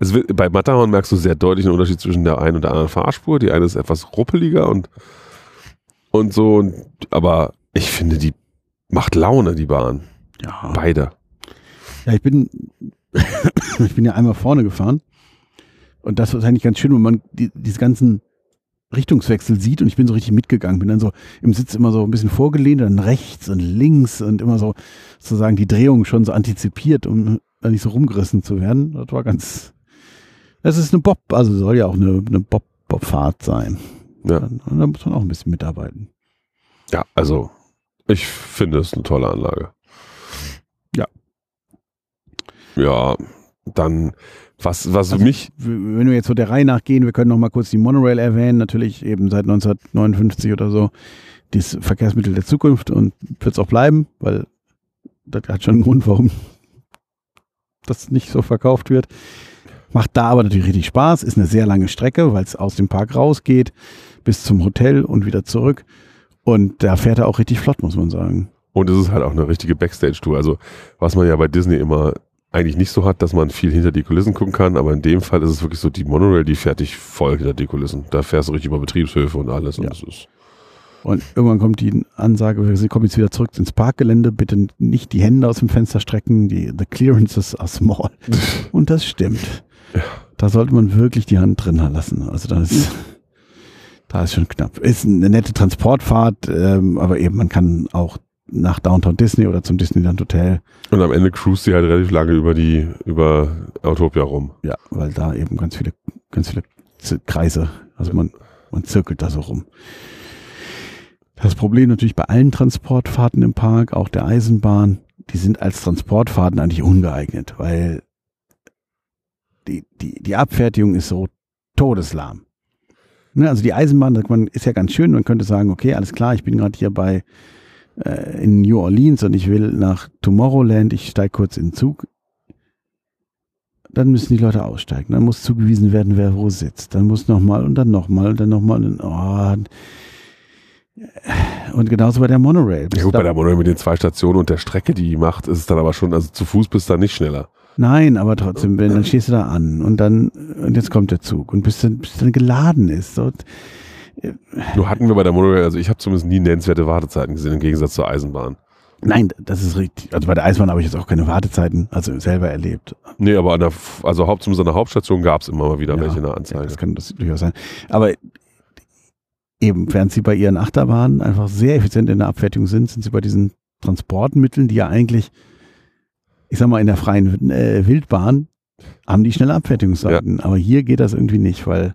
[SPEAKER 2] Es wird, bei Matterhorn merkst du sehr deutlich den Unterschied zwischen der einen und der anderen Fahrspur. Die eine ist etwas ruppeliger und, und so. Und, aber ich finde, die macht Laune, die Bahn.
[SPEAKER 1] Ja,
[SPEAKER 2] Beide.
[SPEAKER 1] ja ich bin, ich bin ja einmal vorne gefahren. Und das ist eigentlich ganz schön, wenn man die, diese ganzen Richtungswechsel sieht und ich bin so richtig mitgegangen, bin dann so im Sitz immer so ein bisschen vorgelehnt, dann rechts und links und immer so sozusagen die Drehung schon so antizipiert, um da nicht so rumgerissen zu werden. Das war ganz, das ist eine Bob, also soll ja auch eine, eine Bob, Bobfahrt sein.
[SPEAKER 2] Ja.
[SPEAKER 1] Dann- Und da muss man auch ein bisschen mitarbeiten.
[SPEAKER 2] Ja, also ich finde es eine tolle Anlage.
[SPEAKER 1] Ja.
[SPEAKER 2] Ja, dann, was, was
[SPEAKER 1] Also-
[SPEAKER 2] mich,
[SPEAKER 1] W- wenn wir jetzt so der Reihe nach gehen, wir können noch mal kurz die Monorail erwähnen, natürlich eben seit 1959 oder so, das Verkehrsmittel der Zukunft und wird es auch bleiben, weil das hat schon einen Grund, warum das nicht so verkauft wird. Macht da aber natürlich richtig Spaß, ist eine sehr lange Strecke, weil es aus dem Park rausgeht bis zum Hotel und wieder zurück. Und da fährt er auch richtig flott, muss man sagen.
[SPEAKER 2] und es ist halt auch eine richtige Backstage-Tour. Also, was man ja bei Disney immer eigentlich nicht so hat, dass man viel hinter die Kulissen gucken kann, aber in dem Fall ist es wirklich so, die Monorail, die fährt dich voll hinter die Kulissen. Da fährst du richtig über Betriebshöfe und alles. Und
[SPEAKER 1] Ja.
[SPEAKER 2] das ist,
[SPEAKER 1] Und irgendwann kommt die Ansage, sie kommen jetzt wieder zurück ins Parkgelände, bitte nicht die Hände aus dem Fenster strecken, die the clearances are small. Und das stimmt. Da sollte man wirklich die Hand drin lassen. Also das ist, da ist schon knapp. Ist eine nette Transportfahrt, ähm, aber eben man kann auch nach Downtown Disney oder zum Disneyland Hotel,
[SPEAKER 2] und am Ende cruist die halt relativ lange über die, über Autopia rum.
[SPEAKER 1] ja, weil da eben ganz viele, ganz viele Z- Kreise, also man, man zirkelt da so rum. Das Problem natürlich bei allen Transportfahrten im Park, auch der Eisenbahn, die sind als Transportfahrten eigentlich ungeeignet, weil die, die, die Abfertigung ist so todeslahm. Ne, also die Eisenbahn, sagt man, ist ja ganz schön, man könnte sagen, okay, alles klar, ich bin gerade hier bei äh, in New Orleans und ich will nach Tomorrowland, ich steige kurz in den Zug. Dann müssen die Leute aussteigen, dann muss zugewiesen werden, wer wo sitzt. Dann muss nochmal und dann nochmal und dann nochmal und dann, oh, und genauso bei der Monorail. Bist
[SPEAKER 2] Ja,
[SPEAKER 1] du
[SPEAKER 2] gut,
[SPEAKER 1] da-
[SPEAKER 2] bei der Monorail mit den zwei Stationen und der Strecke, die die macht, ist es dann aber schon, also zu Fuß bist du dann nicht schneller.
[SPEAKER 1] Nein, aber trotzdem, wenn, dann stehst du da an und dann, und jetzt kommt der Zug und bis dann, bis dann geladen ist. So,
[SPEAKER 2] Nur hatten wir bei der Monorail, also ich habe zumindest nie nennenswerte Wartezeiten gesehen, im Gegensatz zur Eisenbahn.
[SPEAKER 1] nein, das ist richtig. Also bei der Eisbahn habe ich jetzt auch keine Wartezeiten, also selber erlebt.
[SPEAKER 2] Nee, aber an der, F- also haupt, zumindest an der Hauptstation gab es immer mal wieder
[SPEAKER 1] Ja,
[SPEAKER 2] welche in der
[SPEAKER 1] Ja,
[SPEAKER 2] Anzeige.
[SPEAKER 1] das kann das durchaus sein. Aber eben, während sie bei ihren Achterbahnen einfach sehr effizient in der Abfertigung sind, sind sie bei diesen Transportmitteln, die ja eigentlich, ich sag mal, in der freien äh, Wildbahn haben die schnelle Abfertigungsseiten. Aber hier geht das irgendwie nicht, weil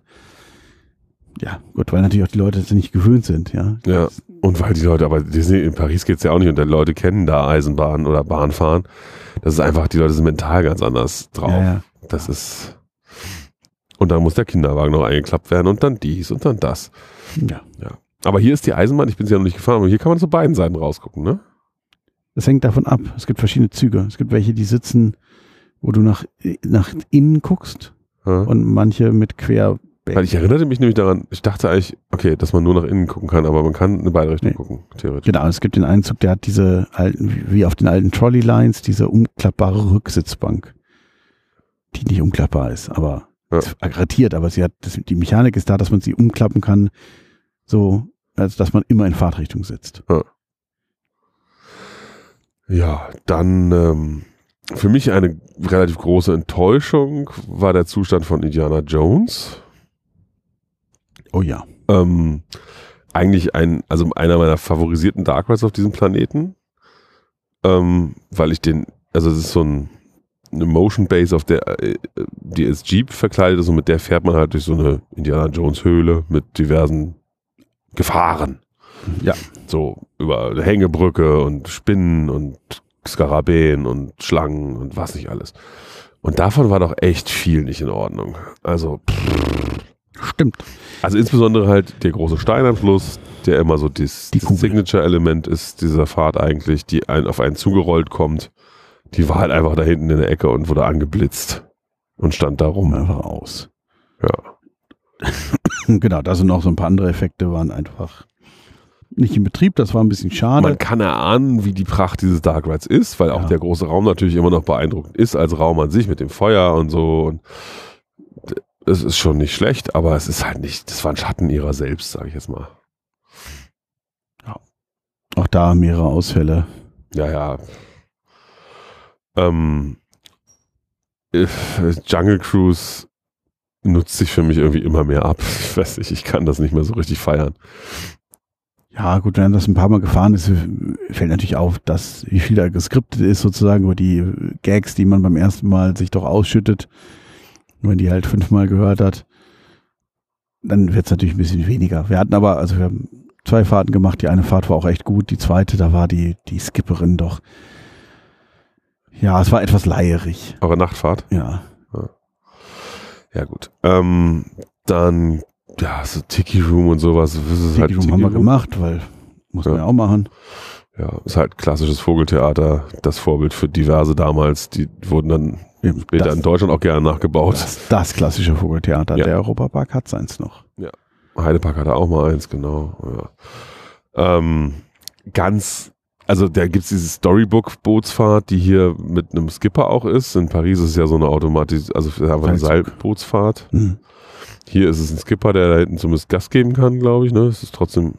[SPEAKER 1] ja, gut, weil natürlich auch die Leute das nicht gewöhnt sind, ja.
[SPEAKER 2] ja. Und weil die Leute, aber Disney, in Paris geht's ja auch nicht und die Leute kennen da Eisenbahn oder Bahnfahren. Das ist einfach, die Leute sind mental ganz anders drauf.
[SPEAKER 1] Ja, ja.
[SPEAKER 2] Das ist. Und dann muss der Kinderwagen noch eingeklappt werden und dann dies und dann das.
[SPEAKER 1] ja.
[SPEAKER 2] Aber hier ist die Eisenbahn, ich bin sie ja noch nicht gefahren, aber hier kann man zu beiden Seiten rausgucken, ne?
[SPEAKER 1] Das hängt davon ab. Es gibt verschiedene Züge. Es gibt welche, die sitzen, wo du nach, nach innen guckst
[SPEAKER 2] Ja.
[SPEAKER 1] und manche mit quer.
[SPEAKER 2] Weil ich erinnerte mich nämlich daran, ich dachte eigentlich, okay, dass man nur nach innen gucken kann, aber man kann in beide Richtungen
[SPEAKER 1] Nee.
[SPEAKER 2] gucken, theoretisch.
[SPEAKER 1] Genau, es gibt den einen Zug, der hat diese alten, wie auf den alten Trolley-Lines, diese umklappbare Rücksitzbank, die nicht umklappbar ist, aber
[SPEAKER 2] Ja.
[SPEAKER 1] ist aggratiert, aber sie hat, das, die Mechanik ist da, dass man sie umklappen kann, so, als dass man immer in Fahrtrichtung sitzt.
[SPEAKER 2] Ja, dann ähm, für mich eine relativ große Enttäuschung war der Zustand von Indiana Jones.
[SPEAKER 1] Oh ja.
[SPEAKER 2] Ähm, eigentlich ein, also einer meiner favorisierten Dark Rides auf diesem Planeten. Ähm, weil ich den, also es ist so ein, eine Motion Base, auf der äh, die als Jeep verkleidet ist und mit der fährt man halt durch so eine Indiana Jones Höhle mit diversen Gefahren.
[SPEAKER 1] Ja.
[SPEAKER 2] So über eine Hängebrücke und Spinnen und Skarabäen und Schlangen und was nicht alles. Und davon war doch echt viel nicht in Ordnung. Also,
[SPEAKER 1] Stimmt.
[SPEAKER 2] also insbesondere halt der große Stein am Fluss, der immer so dies,
[SPEAKER 1] Die
[SPEAKER 2] das
[SPEAKER 1] Kugel.
[SPEAKER 2] Signature-Element ist dieser Fahrt eigentlich, die ein, auf einen zugerollt kommt. Die war halt einfach da hinten in der Ecke und wurde angeblitzt und stand da
[SPEAKER 1] Um
[SPEAKER 2] rum.
[SPEAKER 1] einfach aus.
[SPEAKER 2] Ja.
[SPEAKER 1] Genau, da sind noch so ein paar andere Effekte, waren einfach nicht in Betrieb. Das war ein bisschen schade.
[SPEAKER 2] Man kann erahnen, wie die Pracht dieses Dark Rides ist, weil auch
[SPEAKER 1] Ja.
[SPEAKER 2] der große Raum natürlich immer noch beeindruckend ist als Raum an sich mit dem Feuer und so. Und d- es ist schon nicht schlecht, aber es ist halt nicht, das war ein Schatten ihrer selbst, sage ich jetzt mal.
[SPEAKER 1] Auch da mehrere Ausfälle.
[SPEAKER 2] Ja, ja. Ähm, äh, Jungle Cruise nutzt sich für mich irgendwie immer mehr ab. Ich weiß nicht, ich kann das nicht mehr so richtig feiern.
[SPEAKER 1] Ja, gut, wenn das ein paar Mal gefahren ist, fällt natürlich auf, dass wie viel da geskriptet ist, sozusagen über die Gags, die man beim ersten Mal sich doch ausschüttet, wenn man die halt fünfmal gehört hat, dann wird es natürlich ein bisschen weniger. Wir hatten aber, also wir haben zwei Fahrten gemacht, die eine Fahrt war auch echt gut, die zweite, da war die, die Skipperin doch. Ja, es war etwas leierig.
[SPEAKER 2] Eure Nachtfahrt?
[SPEAKER 1] Ja.
[SPEAKER 2] Ja, gut. Ähm, dann, ja, so Tiki Room und sowas. Das ist
[SPEAKER 1] Die
[SPEAKER 2] halt
[SPEAKER 1] haben wir
[SPEAKER 2] Room.
[SPEAKER 1] gemacht, weil muss
[SPEAKER 2] Ja.
[SPEAKER 1] man ja auch machen.
[SPEAKER 2] Ja, ist halt klassisches Vogeltheater, das Vorbild für diverse damals. Die wurden dann
[SPEAKER 1] Eben,
[SPEAKER 2] später
[SPEAKER 1] das-
[SPEAKER 2] in Deutschland auch gerne nachgebaut.
[SPEAKER 1] Das, das klassische Vogeltheater.
[SPEAKER 2] Ja.
[SPEAKER 1] Der Europapark hat seins noch.
[SPEAKER 2] Heidepark hatte auch mal eins, genau. Ja. Ähm, ganz, also da gibt's diese Storybook-Bootsfahrt, die hier mit einem Skipper auch ist. In Paris ist es ja so eine automatische, also einfach eine
[SPEAKER 1] Seilzug.
[SPEAKER 2] Seilbootsfahrt.
[SPEAKER 1] Hm.
[SPEAKER 2] Hier ist es ein Skipper, der da hinten zumindest Gas geben kann, glaube ich. Ne? Es ist trotzdem,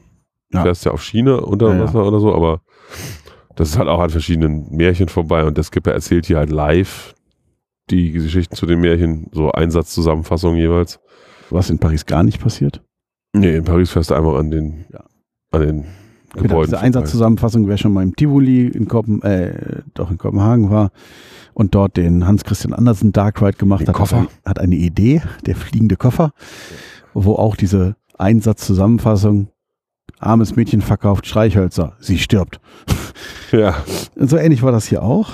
[SPEAKER 1] Ja.
[SPEAKER 2] fährst ja auf Schiene unter
[SPEAKER 1] Ja, ja.
[SPEAKER 2] Wasser oder so, aber das ist halt auch an verschiedenen Märchen vorbei und der Skipper erzählt hier halt live die Geschichten zu den Märchen, so Einsatzzusammenfassung jeweils.
[SPEAKER 1] Was in Paris gar nicht passiert.
[SPEAKER 2] Nee, in Paris fährst du einfach an den,
[SPEAKER 1] Ja.
[SPEAKER 2] an den
[SPEAKER 1] Genau,
[SPEAKER 2] Gebäuden.
[SPEAKER 1] diese
[SPEAKER 2] vorbei.
[SPEAKER 1] Einsatzzusammenfassung, wer schon mal im Tivoli in Kopen, äh, doch in Kopenhagen war und dort den Hans-Christian Andersen Dark Ride gemacht
[SPEAKER 2] Den
[SPEAKER 1] hat,
[SPEAKER 2] Koffer.
[SPEAKER 1] hat- hat eine Idee, der fliegende Koffer, wo auch diese Einsatzzusammenfassung, armes Mädchen verkauft Streichhölzer, sie stirbt.
[SPEAKER 2] Ja,
[SPEAKER 1] So ähnlich war das hier auch.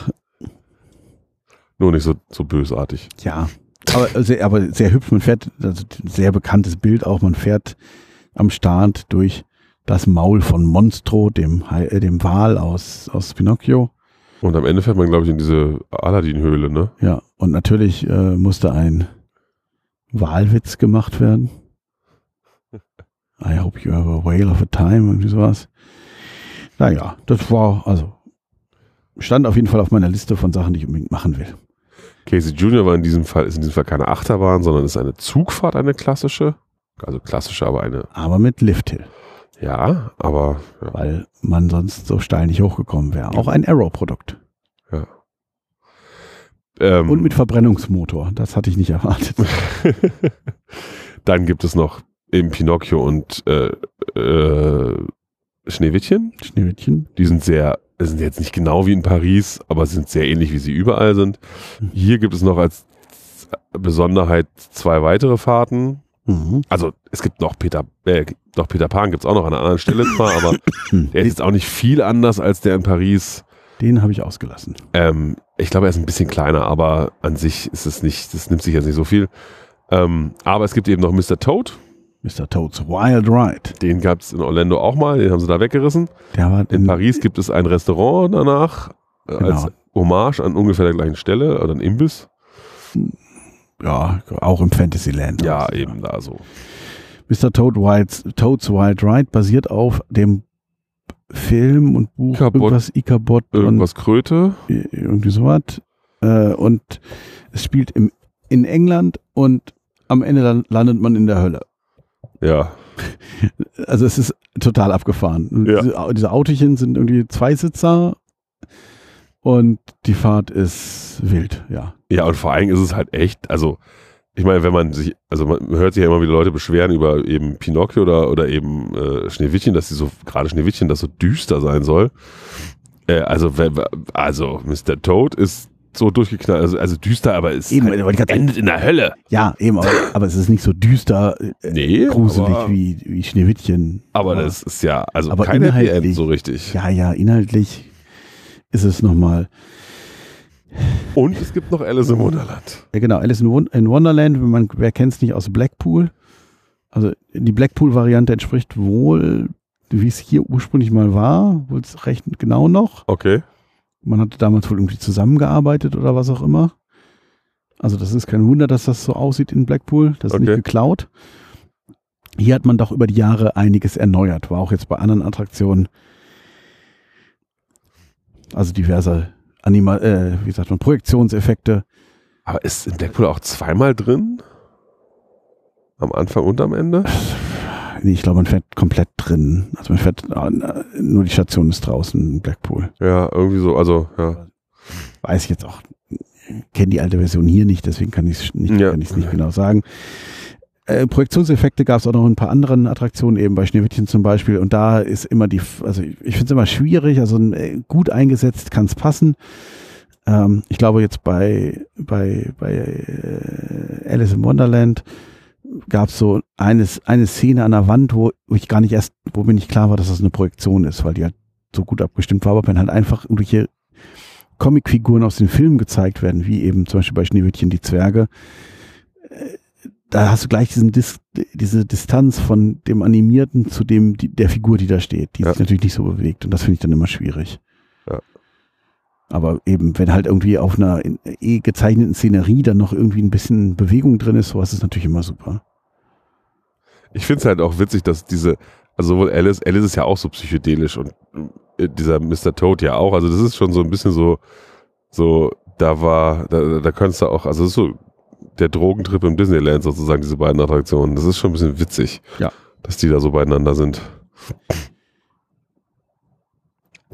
[SPEAKER 2] nur nicht so, so bösartig.
[SPEAKER 1] Ja, aber sehr, aber sehr hübsch. Man fährt, also ein sehr bekanntes Bild auch, man fährt am Start durch das Maul von Monstro, dem, Hai- äh, dem Wal aus, aus Pinocchio.
[SPEAKER 2] Und am Ende fährt man, glaube ich, in diese Aladdin-Höhle, ne?
[SPEAKER 1] Ja, und natürlich äh, musste ein Wahlwitz gemacht werden. I hope you have a whale of a time, irgendwie sowas. Naja, das war, also, stand auf jeden Fall auf meiner Liste von Sachen, die ich unbedingt machen will.
[SPEAKER 2] Casey Jr. war in diesem Fall, ist in diesem Fall keine Achterbahn, sondern ist eine Zugfahrt, eine klassische. Also klassische, aber eine
[SPEAKER 1] Aber mit Lift Hill.
[SPEAKER 2] Ja, aber ja.
[SPEAKER 1] weil man sonst so steil nicht hochgekommen wäre. Auch ein Arrow-Produkt.
[SPEAKER 2] Ähm,
[SPEAKER 1] Und mit Verbrennungsmotor. Das hatte ich nicht erwartet.
[SPEAKER 2] Mhm. dann gibt es noch eben Pinocchio und äh, äh, Schneewittchen.
[SPEAKER 1] Schneewittchen.
[SPEAKER 2] Die sind sehr, sind jetzt nicht genau wie in Paris, aber sind sehr ähnlich, wie sie überall sind. Hier gibt es noch als Besonderheit zwei weitere Fahrten.
[SPEAKER 1] Mhm.
[SPEAKER 2] Also es gibt noch Peter, äh, noch Peter Pan gibt es auch noch an einer anderen Stelle zwar, aber der ist jetzt auch nicht viel anders als der in Paris.
[SPEAKER 1] Den habe ich ausgelassen.
[SPEAKER 2] Ähm, ich glaube, er ist ein bisschen kleiner, aber an sich ist es nicht, das nimmt sich jetzt nicht so viel. Ähm, aber es gibt eben noch Mr. Toad,
[SPEAKER 1] Mr. Toads Wild Ride.
[SPEAKER 2] den gab es in Orlando auch mal, den haben sie da weggerissen.
[SPEAKER 1] Der war
[SPEAKER 2] In Paris gibt es ein Restaurant danach, äh, als
[SPEAKER 1] Genau.
[SPEAKER 2] Hommage an ungefähr der gleichen Stelle oder ein Imbiss.
[SPEAKER 1] Ja, auch im Fantasyland.
[SPEAKER 2] Ja,
[SPEAKER 1] Also,
[SPEAKER 2] eben da so.
[SPEAKER 1] Mr. Toad Wild's, Toads Wild Ride basiert auf dem Film und Buch
[SPEAKER 2] Ichabod.
[SPEAKER 1] irgendwas Ichabod
[SPEAKER 2] Irgendwas Kröte.
[SPEAKER 1] und irgendwie sowas. Äh, Und es spielt im, in England und am Ende lan- landet man in der Hölle.
[SPEAKER 2] Ja,
[SPEAKER 1] also es ist total abgefahren.
[SPEAKER 2] Ja.
[SPEAKER 1] Diese, Au- diese Autochen sind irgendwie Zweisitzer und die Fahrt ist wild, ja.
[SPEAKER 2] Ja, und vor allem ist es halt echt, also ich meine, wenn man sich, also man hört sich ja immer wieder Leute beschweren über eben Pinocchio oder, oder eben äh, Schneewittchen, dass sie so, gerade Schneewittchen, das so düster sein soll. Äh, also, wer- wer- also Mr. Toad ist so durchgeknallt, also, also düster, aber es
[SPEAKER 1] Eben,
[SPEAKER 2] halt,
[SPEAKER 1] wollte ich grad sagen.
[SPEAKER 2] endet in der Hölle.
[SPEAKER 1] Ja, eben, aber, aber es ist nicht so düster, äh,
[SPEAKER 2] Nee,
[SPEAKER 1] gruselig
[SPEAKER 2] aber,
[SPEAKER 1] wie, wie Schneewittchen.
[SPEAKER 2] aber das ist ja, also
[SPEAKER 1] aber
[SPEAKER 2] kein Happy End
[SPEAKER 1] inhaltlich-
[SPEAKER 2] so richtig.
[SPEAKER 1] Ja, ja, inhaltlich ist es nochmal.
[SPEAKER 2] Und es gibt noch Alice im Wunderland.
[SPEAKER 1] Ja, genau, Alice in, Won- in Wonderland, wenn man, wer kennt es nicht aus Blackpool? Also die Blackpool-Variante entspricht wohl, wie es hier ursprünglich mal war, wohl recht genau noch.
[SPEAKER 2] Okay.
[SPEAKER 1] Man hatte damals wohl irgendwie zusammengearbeitet oder was auch immer. Also das ist kein Wunder, dass das so aussieht in Blackpool. Das ist
[SPEAKER 2] Okay.
[SPEAKER 1] nicht geklaut. Hier hat man doch über die Jahre einiges erneuert. War auch jetzt bei anderen Attraktionen. Also diverse Anima äh, wie sagt man, Projektionseffekte.
[SPEAKER 2] Aber ist in Blackpool auch zweimal drin? Am Anfang und am Ende?
[SPEAKER 1] Nee, ich glaube, man fährt komplett drin. Also man fährt, äh, nur die Station ist draußen in Blackpool.
[SPEAKER 2] Ja, irgendwie so, also, ja.
[SPEAKER 1] weiß ich jetzt auch, kenne die alte Version hier nicht, deswegen kann ich es nicht,
[SPEAKER 2] Ja.
[SPEAKER 1] kann ich's nicht genau sagen. Äh, Projektionseffekte gab es auch noch in ein paar anderen Attraktionen, eben bei Schneewittchen zum Beispiel. Und da ist immer die, F- also ich finde es immer schwierig, also äh, gut eingesetzt kann es passen. Ähm, ich glaube jetzt bei, bei, bei äh, Alice in Wonderland gab es so eines, eine Szene an der Wand, wo ich gar nicht erst, wo mir nicht klar war, dass das eine Projektion ist, weil die halt so gut abgestimmt war, aber wenn halt einfach irgendwelche Comicfiguren aus den Filmen gezeigt werden, wie eben zum Beispiel bei Schneewittchen die Zwerge, äh, da hast du gleich diesen Dis diese Distanz von dem Animierten zu dem die, der Figur, die da steht, die
[SPEAKER 2] Ja.
[SPEAKER 1] sich natürlich nicht so bewegt und das finde ich dann immer schwierig.
[SPEAKER 2] Ja.
[SPEAKER 1] Aber eben, wenn halt irgendwie auf einer in- eh gezeichneten Szenerie dann noch irgendwie ein bisschen Bewegung drin ist, sowas ist natürlich immer super.
[SPEAKER 2] Ich finde es halt auch witzig, dass diese, also sowohl Alice, Alice ist ja auch so psychedelisch und äh, dieser Mr. Toad ja auch. Also das ist schon so ein bisschen so, so, da war, da, da könntest du auch, also das ist so der Drogentrip im Disneyland sozusagen, diese beiden Attraktionen. Das ist schon ein bisschen witzig,
[SPEAKER 1] Ja.
[SPEAKER 2] dass die da so beieinander sind.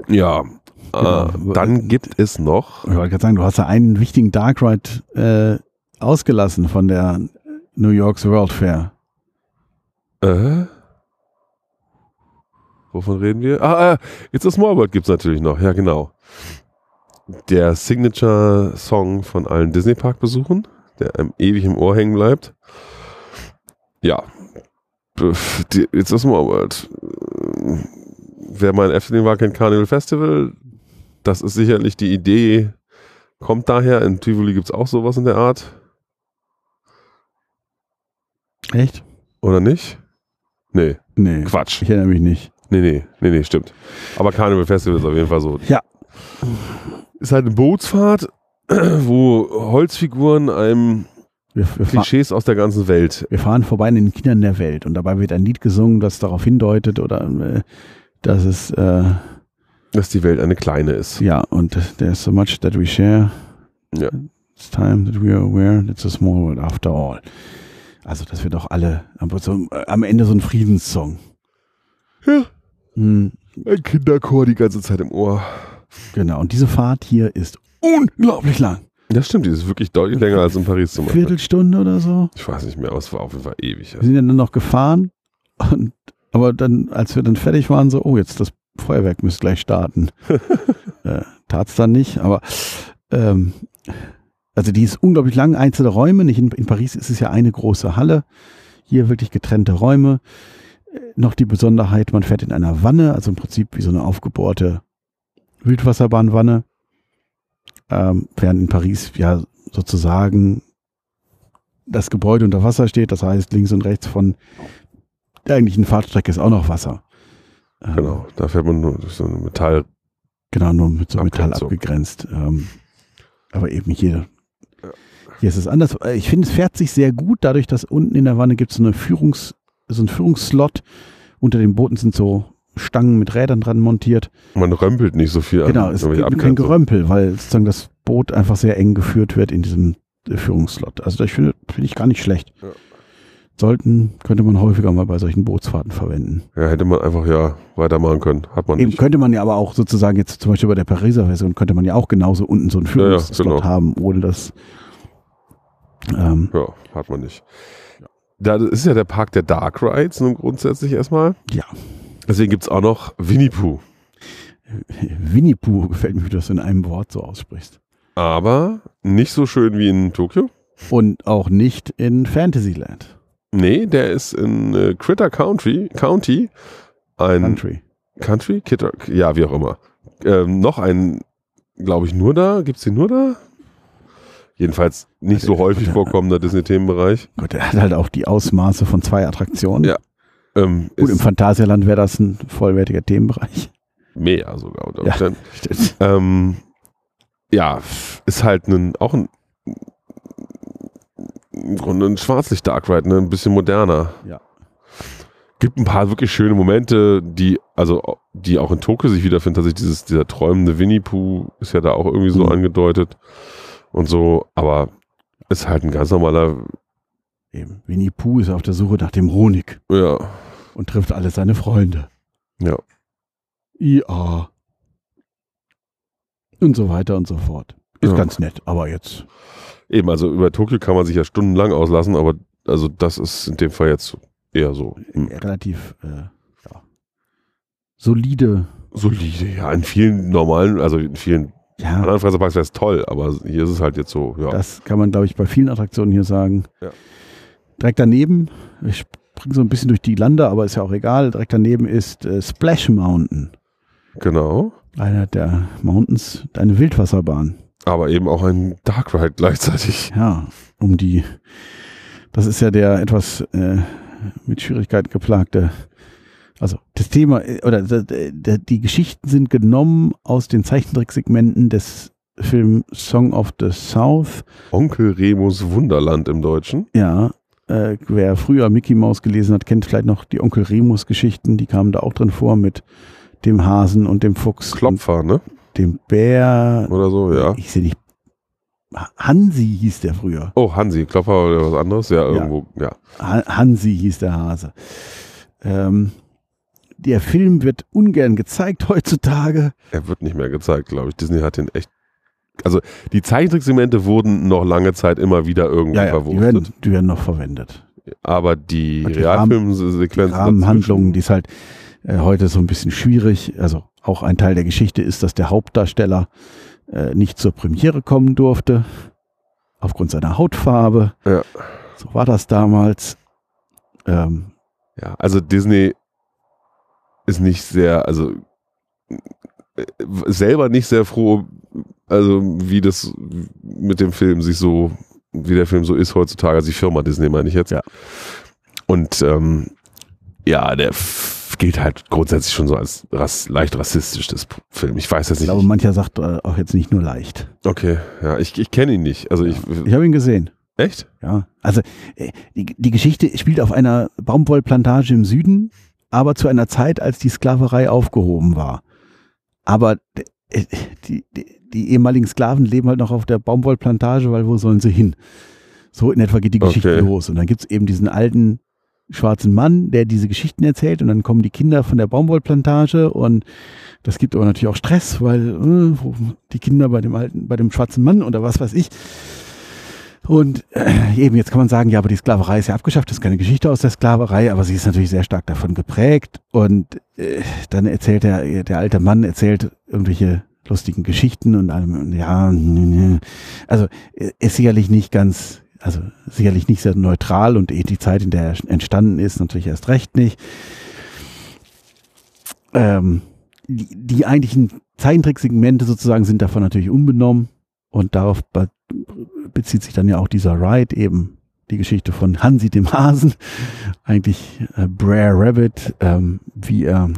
[SPEAKER 2] Ja,
[SPEAKER 1] Genau.
[SPEAKER 2] äh, dann gibt es noch,
[SPEAKER 1] Ich wollte gerade sagen, du hast ja einen wichtigen Dark Ride äh, ausgelassen von der New York's World Fair.
[SPEAKER 2] äh, wovon reden wir? Ah, äh, It's a Small World gibt's natürlich noch, ja genau. Der Signature-Song von allen Disney-Park-Besuchen, der einem ewig im Ohr hängen bleibt. Ja, Pff, die- It's a Small World. Äh, Wer mal in Efteling war, kennt Carnival Festival. Das ist sicherlich die Idee, kommt daher. In Tivoli gibt's auch sowas in der Art,
[SPEAKER 1] Echt?
[SPEAKER 2] oder nicht? Nee,
[SPEAKER 1] Nee,
[SPEAKER 2] Quatsch.
[SPEAKER 1] ich erinnere mich nicht.
[SPEAKER 2] Nee, nee, nee, nee, stimmt. Aber Carnival Festival ist auf jeden Fall so.
[SPEAKER 1] Ja.
[SPEAKER 2] Ist halt eine Bootsfahrt, wo Holzfiguren einem
[SPEAKER 1] Wir, wir, fahr,
[SPEAKER 2] Klischees aus der ganzen Welt.
[SPEAKER 1] wir fahren vorbei an den Kindern der Welt und dabei wird ein Lied gesungen, das darauf hindeutet oder äh, dass es, äh,
[SPEAKER 2] Dass die Welt eine kleine ist.
[SPEAKER 1] ja, und there's so much that we share.
[SPEAKER 2] Ja.
[SPEAKER 1] It's time that we are aware, it's a small world after all. Also, dass wir doch alle am- so, äh, am Ende so ein Friedenssong.
[SPEAKER 2] Ja.
[SPEAKER 1] Hm,
[SPEAKER 2] Ein Kinderchor die ganze Zeit im Ohr.
[SPEAKER 1] genau, und diese Fahrt hier ist unglaublich lang.
[SPEAKER 2] Das stimmt, die ist wirklich deutlich länger als in Paris zum Beispiel.
[SPEAKER 1] Viertelstunde oder so.
[SPEAKER 2] Ich weiß nicht mehr, aber es war auf jeden Fall ewig.
[SPEAKER 1] Wir sind ja dann noch gefahren. Und, aber dann, als wir dann fertig waren, so, oh, jetzt das Feuerwerk müsste gleich starten. äh, tat's dann nicht, aber ähm, also die ist unglaublich lang, einzelne Räume. Nicht in, in Paris ist es ja eine große Halle. Hier wirklich getrennte Räume. Äh, noch die Besonderheit, man fährt in einer Wanne, also im Prinzip wie so eine aufgebohrte Wildwasserbahnwanne. Ähm, während in Paris ja sozusagen das Gebäude unter Wasser steht. Das heißt, links und rechts von der eigentlichen Fahrtstrecke ist auch noch Wasser. Ähm,
[SPEAKER 2] Genau, da fährt man nur durch so ein Metall.
[SPEAKER 1] Genau, nur mit so Metall
[SPEAKER 2] Abgrenzung.
[SPEAKER 1] abgegrenzt. Ähm, aber eben hier.
[SPEAKER 2] Ja.
[SPEAKER 1] Hier ist es anders. Äh, Ich finde, es fährt sich sehr gut, dadurch, dass unten in der Wanne gibt es so, eine Führungs-, so einen Führungsslot. Unter den Booten sind so Stangen mit Rädern dran montiert.
[SPEAKER 2] Man römpelt nicht so viel
[SPEAKER 1] Genau,
[SPEAKER 2] an.
[SPEAKER 1] es
[SPEAKER 2] irgendwelche
[SPEAKER 1] gibt kein
[SPEAKER 2] Abgrenzungen.
[SPEAKER 1] Gerömpel, weil sozusagen das Boot einfach sehr eng geführt wird in diesem äh, Führungsslot. Also das finde finde ich gar nicht schlecht.
[SPEAKER 2] Ja.
[SPEAKER 1] sollten, könnte man häufiger mal bei solchen Bootsfahrten verwenden.
[SPEAKER 2] Ja, hätte man einfach ja weitermachen können. Hat man
[SPEAKER 1] Eben
[SPEAKER 2] nicht.
[SPEAKER 1] könnte man ja aber auch sozusagen jetzt zum Beispiel bei der Pariser Version könnte man ja auch genauso unten so einen
[SPEAKER 2] ja,
[SPEAKER 1] Führungsslot
[SPEAKER 2] genau.
[SPEAKER 1] haben, ohne dass ähm,
[SPEAKER 2] Ja, hat man nicht. Da ist ja der Park der Dark Rides nun grundsätzlich erstmal.
[SPEAKER 1] Ja.
[SPEAKER 2] Deswegen gibt es auch noch Winnie Pooh.
[SPEAKER 1] Winnie Pooh gefällt mir, wie du das in einem Wort so aussprichst.
[SPEAKER 2] Aber nicht so schön wie in Tokio.
[SPEAKER 1] Und auch nicht in Fantasyland
[SPEAKER 2] Nee, der ist in äh, Critter Country, County, ein
[SPEAKER 1] Country.
[SPEAKER 2] Country, Kitter, ja, wie auch immer. Ähm, noch einen, glaube ich, nur da. Gibt es den nur da? Jedenfalls
[SPEAKER 1] Also
[SPEAKER 2] nicht so häufig vorkommender Disney-Themenbereich.
[SPEAKER 1] Gut, er hat halt auch die Ausmaße von zwei Attraktionen.
[SPEAKER 2] Ja, Ähm,
[SPEAKER 1] Gut, im
[SPEAKER 2] ist
[SPEAKER 1] Phantasialand wäre das ein vollwertiger Themenbereich.
[SPEAKER 2] mehr sogar unter
[SPEAKER 1] Ja.
[SPEAKER 2] Umständen. Ähm, ja, f- ist halt ein, auch ein, im Grunde ein Schwarzlicht Dark Ride, ne? ein bisschen moderner.
[SPEAKER 1] Ja.
[SPEAKER 2] Gibt ein paar wirklich schöne Momente, die, also, die auch in Tokio sich wiederfinden. Tatsächlich dieses, dieser träumende Winnie Pooh ist ja da auch irgendwie so
[SPEAKER 1] Mhm.
[SPEAKER 2] angedeutet und so, aber ist halt ein ganz normaler,
[SPEAKER 1] Eben. Winnie Pooh ist auf der Suche nach dem Honig
[SPEAKER 2] ja,
[SPEAKER 1] und trifft alle seine Freunde.
[SPEAKER 2] Ja.
[SPEAKER 1] IA. Und so weiter und so fort. Ist
[SPEAKER 2] Ja.
[SPEAKER 1] ganz nett, aber jetzt.
[SPEAKER 2] eben, also über Tokio kann man sich ja stundenlang auslassen, aber also das ist in dem Fall jetzt eher so. hm.
[SPEAKER 1] relativ äh, ja. solide.
[SPEAKER 2] solide, ja. In vielen normalen, also in vielen
[SPEAKER 1] Ja,
[SPEAKER 2] anderen Freizeitparks wäre es toll, aber hier ist es halt jetzt so, ja.
[SPEAKER 1] das kann man, glaube ich, bei vielen Attraktionen hier sagen.
[SPEAKER 2] Ja.
[SPEAKER 1] Direkt daneben, ich springe so ein bisschen durch die Lande, aber ist ja auch egal. Direkt daneben ist äh, Splash Mountain.
[SPEAKER 2] Genau.
[SPEAKER 1] Einer der Mountains, eine Wildwasserbahn.
[SPEAKER 2] Aber eben auch ein Dark Ride gleichzeitig.
[SPEAKER 1] Ja, um die. Das ist ja der etwas äh, mit Schwierigkeiten geplagte. Also das Thema äh, oder d- d- d- die Geschichten sind genommen aus den Zeichentricksegmenten des Films Song of the South.
[SPEAKER 2] Onkel Remus Wunderland im Deutschen.
[SPEAKER 1] Ja, äh, wer früher Mickey Mouse gelesen hat, kennt vielleicht noch die Onkel Remus Geschichten. Die kamen da auch drin vor mit dem Hasen und dem Fuchs und
[SPEAKER 2] Klopfer, ne?
[SPEAKER 1] dem Bär.
[SPEAKER 2] Oder so, ja.
[SPEAKER 1] Ich sehe nicht. Hansi hieß der früher.
[SPEAKER 2] Oh, Hansi, Klopfer oder was anderes? Ja, irgendwo, ja.
[SPEAKER 1] Han- Hansi hieß der Hase. Ähm, der Film wird ungern gezeigt heutzutage.
[SPEAKER 2] Er wird nicht mehr gezeigt, glaube ich. Disney hat den echt. Also, die Zeichentricksegmente wurden noch lange Zeit immer wieder irgendwo
[SPEAKER 1] die,
[SPEAKER 2] verwurstet.
[SPEAKER 1] werden, die werden noch verwendet.
[SPEAKER 2] Aber die
[SPEAKER 1] Und die Rahmen-
[SPEAKER 2] Realfilmsequenzen.
[SPEAKER 1] Rahmenhandlungen, die ist halt äh, heute so ein bisschen schwierig. Also auch ein Teil der Geschichte ist, dass der Hauptdarsteller äh, nicht zur Premiere kommen durfte. Aufgrund seiner Hautfarbe.
[SPEAKER 2] Ja.
[SPEAKER 1] So war das damals. Ähm,
[SPEAKER 2] Ja, also Disney ist nicht sehr, also äh, selber nicht sehr froh, also wie das mit dem Film sich so, wie der Film so ist heutzutage, also die Firma Disney meine ich jetzt.
[SPEAKER 1] Ja.
[SPEAKER 2] Und ähm, ja, der f- gilt halt grundsätzlich schon so als ras leicht rassistisch, das P- Film. Ich weiß jetzt
[SPEAKER 1] ich
[SPEAKER 2] nicht.
[SPEAKER 1] glaube, mancher sagt äh, auch jetzt nicht nur leicht.
[SPEAKER 2] okay, ja, ich, ich kenne ihn nicht. Also ich,
[SPEAKER 1] Ich habe ihn gesehen.
[SPEAKER 2] echt?
[SPEAKER 1] Ja, also äh, die, die Geschichte spielt auf einer Baumwollplantage im Süden, aber zu einer Zeit, als die Sklaverei aufgehoben war. Aber äh, die, die, die ehemaligen Sklaven leben halt noch auf der Baumwollplantage, weil wo sollen sie hin? So in etwa geht die Geschichte
[SPEAKER 2] Okay.
[SPEAKER 1] los. Und dann gibt's eben diesen alten schwarzen Mann, der diese Geschichten erzählt und dann kommen die Kinder von der Baumwollplantage und das gibt aber natürlich auch Stress, weil äh, wo- die Kinder bei dem alten, bei dem schwarzen Mann oder was weiß ich. Und äh, eben jetzt kann man sagen, ja, aber die Sklaverei ist ja abgeschafft, das ist keine Geschichte aus der Sklaverei, aber sie ist natürlich sehr stark davon geprägt. Und äh, dann erzählt der, der alte Mann erzählt irgendwelche lustigen Geschichten und allem, und ja, n- n- also äh, ist sicherlich nicht ganz, also sicherlich nicht sehr neutral und eh die Zeit, in der er entstanden ist, natürlich erst recht nicht. Ähm, die, die eigentlichen Zeichentricksegmente sozusagen sind davon natürlich unbenommen und darauf be bezieht sich dann ja auch dieser Ride eben die Geschichte von Hansi dem Hasen, eigentlich äh, Brer Rabbit, ähm, wie er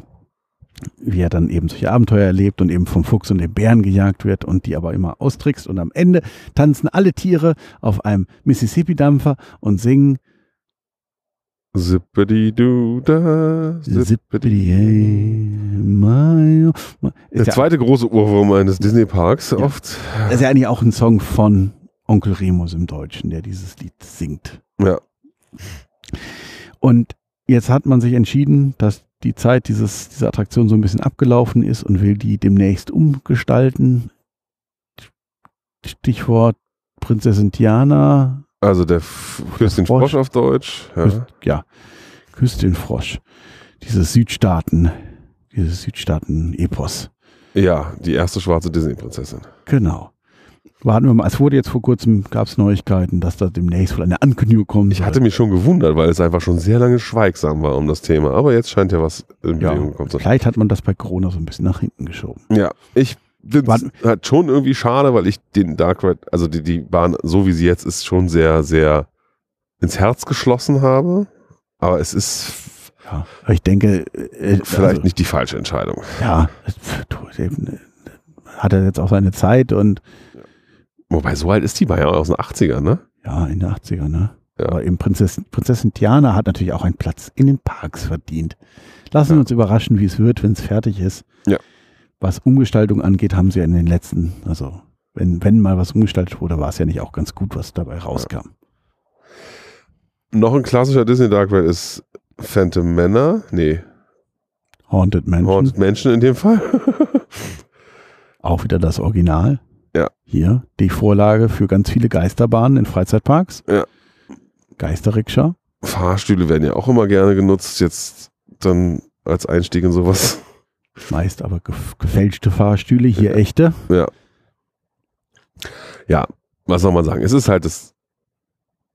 [SPEAKER 1] wie er dann eben solche Abenteuer erlebt und eben vom Fuchs und dem Bären gejagt wird und die aber immer austrickst und am Ende tanzen alle Tiere auf einem Mississippi-Dampfer und singen
[SPEAKER 2] Zippidi-doo-da,
[SPEAKER 1] Zippity, hey, my, my.
[SPEAKER 2] Der
[SPEAKER 1] Ist ja,
[SPEAKER 2] zweite große Urwurm eines Disney-Parks
[SPEAKER 1] Ja.
[SPEAKER 2] oft.
[SPEAKER 1] ist ja eigentlich auch ein Song von Onkel Remus im Deutschen, der dieses Lied singt.
[SPEAKER 2] Ja.
[SPEAKER 1] Und jetzt hat man sich entschieden, dass die Zeit dieses, dieser Attraktion so ein bisschen abgelaufen ist und will die demnächst umgestalten. Stichwort Prinzessin Tiana.
[SPEAKER 2] Also der F- Küss den Frosch auf Deutsch. Ja.
[SPEAKER 1] Küsst- Ja, küsst den Frosch. Dieses Südstaaten, dieses Südstaaten-Epos.
[SPEAKER 2] ja, die erste schwarze Disney-Prinzessin.
[SPEAKER 1] Genau. Warten wir mal. Es wurde jetzt vor kurzem, gab es Neuigkeiten, dass da demnächst wohl eine Ankündigung kommt.
[SPEAKER 2] Ich hatte mich schon gewundert, weil es einfach schon sehr lange schweigsam war um das Thema. Aber jetzt scheint ja was in
[SPEAKER 1] ja,
[SPEAKER 2] Bewegung gekommen zu sein.
[SPEAKER 1] vielleicht hat man das bei Corona so ein bisschen nach hinten geschoben.
[SPEAKER 2] Ja, ich bin
[SPEAKER 1] Wann-
[SPEAKER 2] halt schon irgendwie schade, weil ich den Dark Ride, also die, die Bahn, so wie sie jetzt ist, schon sehr, sehr ins Herz geschlossen habe. Aber es ist f-
[SPEAKER 1] Ja. Aber Ich denke, äh,
[SPEAKER 2] vielleicht
[SPEAKER 1] also,
[SPEAKER 2] nicht die falsche Entscheidung.
[SPEAKER 1] Ja, pf, du, eben, äh, hat er jetzt auch seine Zeit und
[SPEAKER 2] Wobei, so alt ist die Bahn ja auch aus den 80ern, ne?
[SPEAKER 1] ja, in den 80er, ne?
[SPEAKER 2] Ja.
[SPEAKER 1] Aber eben Prinzessin, Prinzessin Tiana hat natürlich auch einen Platz in den Parks verdient. Lassen wir
[SPEAKER 2] Ja.
[SPEAKER 1] uns überraschen, wie es wird, wenn es fertig ist.
[SPEAKER 2] Ja.
[SPEAKER 1] Was Umgestaltung angeht, haben sie ja in den letzten, also wenn, wenn mal was umgestaltet wurde, war es ja nicht auch ganz gut, was dabei rauskam.
[SPEAKER 2] Noch ein klassischer Disney Dark Ride ist Phantom Manor. Nee,
[SPEAKER 1] Haunted Mansion,
[SPEAKER 2] Haunted Mansion in dem Fall.
[SPEAKER 1] auch wieder das Original.
[SPEAKER 2] Ja.
[SPEAKER 1] Hier die Vorlage für ganz viele Geisterbahnen in Freizeitparks.
[SPEAKER 2] Ja.
[SPEAKER 1] Geisterrikscha.
[SPEAKER 2] Fahrstühle werden ja auch immer gerne genutzt, jetzt dann als Einstieg in sowas.
[SPEAKER 1] Meist aber gef gefälschte Fahrstühle, hier echte.
[SPEAKER 2] Was soll man sagen? Es ist halt das,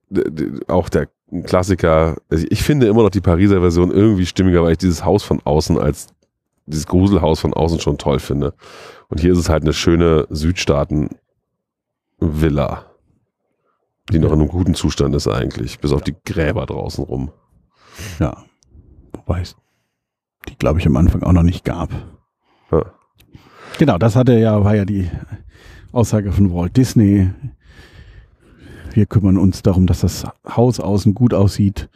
[SPEAKER 2] d- d- auch der Klassiker. Also Ich finde immer noch die Pariser Version irgendwie stimmiger, weil ich dieses Haus von außen als dieses Gruselhaus von außen schon toll finde. Und hier ist es halt eine schöne Südstaaten-Villa, die noch in einem guten Zustand ist eigentlich, bis auf die Gräber draußen rum.
[SPEAKER 1] Ja. Wobei es die, glaube ich, am Anfang auch noch nicht gab.
[SPEAKER 2] Ja.
[SPEAKER 1] Genau, das hatte ja, war ja die Aussage von Walt Disney. Wir kümmern uns darum, dass das Haus außen gut aussieht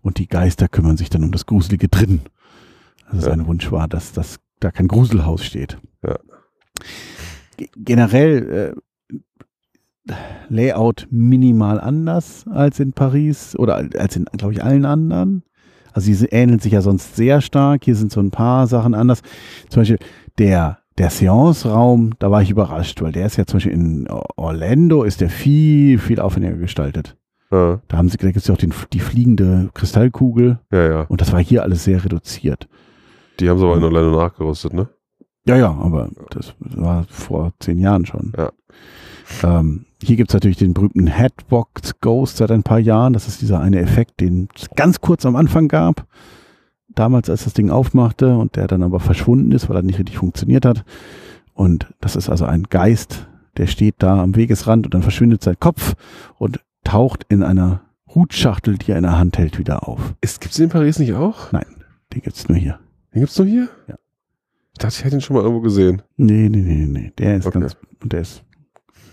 [SPEAKER 1] und die Geister kümmern sich dann um das gruselige Drinnen. Also
[SPEAKER 2] Ja.
[SPEAKER 1] sein Wunsch war, dass das da kein Gruselhaus steht.
[SPEAKER 2] Ja.
[SPEAKER 1] Ge- Generell äh, Layout minimal anders als in Paris oder als in, glaube ich, allen anderen. Also diese ähneln sich ja sonst sehr stark. Hier sind so ein paar Sachen anders. Zum Beispiel der, der Seance-Raum, da war ich überrascht, weil der ist ja zum Beispiel in Orlando, ist der viel, viel aufwendiger gestaltet.
[SPEAKER 2] Ja,
[SPEAKER 1] Da haben sie, da gibt's ja auch den, die fliegende Kristallkugel
[SPEAKER 2] ja. ja.
[SPEAKER 1] und das war hier alles sehr reduziert.
[SPEAKER 2] Die haben sie aber in Orlando nachgerüstet, ne?
[SPEAKER 1] Ja, ja, aber das war vor zehn Jahren schon.
[SPEAKER 2] Ja.
[SPEAKER 1] Ähm, hier gibt's natürlich den berühmten Headbox Ghost seit ein paar Jahren. Das ist dieser eine Effekt, den es ganz kurz am Anfang gab. Damals, als das Ding aufmachte und der dann aber verschwunden ist, weil er nicht richtig funktioniert hat. Und das ist also ein Geist, der steht da am Wegesrand und dann verschwindet sein Kopf und taucht in einer Hutschachtel, die er in der Hand hält, wieder auf.
[SPEAKER 2] Ist, gibt's den in Paris nicht auch?
[SPEAKER 1] Nein, den gibt's nur hier.
[SPEAKER 2] Den gibt's nur hier?
[SPEAKER 1] Ja.
[SPEAKER 2] Ich dachte, ich hätte ihn schon mal irgendwo gesehen.
[SPEAKER 1] Nee, nee, nee, nee, nee. Der ist
[SPEAKER 2] Okay.
[SPEAKER 1] ganz, der ist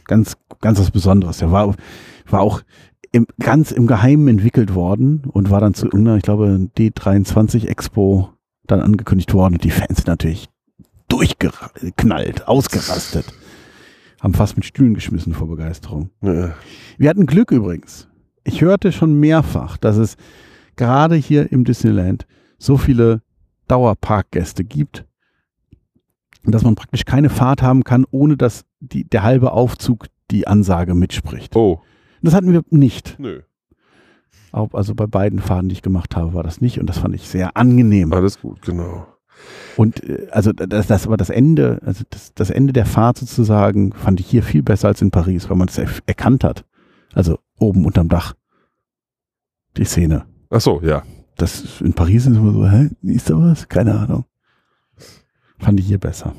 [SPEAKER 1] ganz, ganz was Besonderes. Der war, war auch im, ganz im Geheimen entwickelt worden und war dann zu irgendeiner, ich glaube, D23 Expo dann angekündigt worden und die Fans sind natürlich durchgeknallt, ausgerastet. Haben fast mit Stühlen geschmissen vor Begeisterung.
[SPEAKER 2] Ja.
[SPEAKER 1] Wir hatten Glück übrigens. Ich hörte schon mehrfach, dass es gerade hier im Disneyland so viele Dauerparkgäste gibt, dass man praktisch keine Fahrt haben kann, ohne dass die, der halbe Aufzug die Ansage mitspricht.
[SPEAKER 2] Oh,
[SPEAKER 1] Das hatten wir nicht.
[SPEAKER 2] nö.
[SPEAKER 1] Auch- Also bei beiden Fahrten, die ich gemacht habe, war das nicht und das fand ich sehr angenehm.
[SPEAKER 2] Alles gut, genau.
[SPEAKER 1] Und äh, also das, das aber das Ende, also das, das Ende der Fahrt sozusagen, fand ich hier viel besser als in Paris, weil man es erf- erkannt hat. Also oben unterm Dach. Die Szene.
[SPEAKER 2] Ach so, ja.
[SPEAKER 1] Das ist- in Paris ist immer so, hä, ist da was? Keine Ahnung. Fand ich hier besser.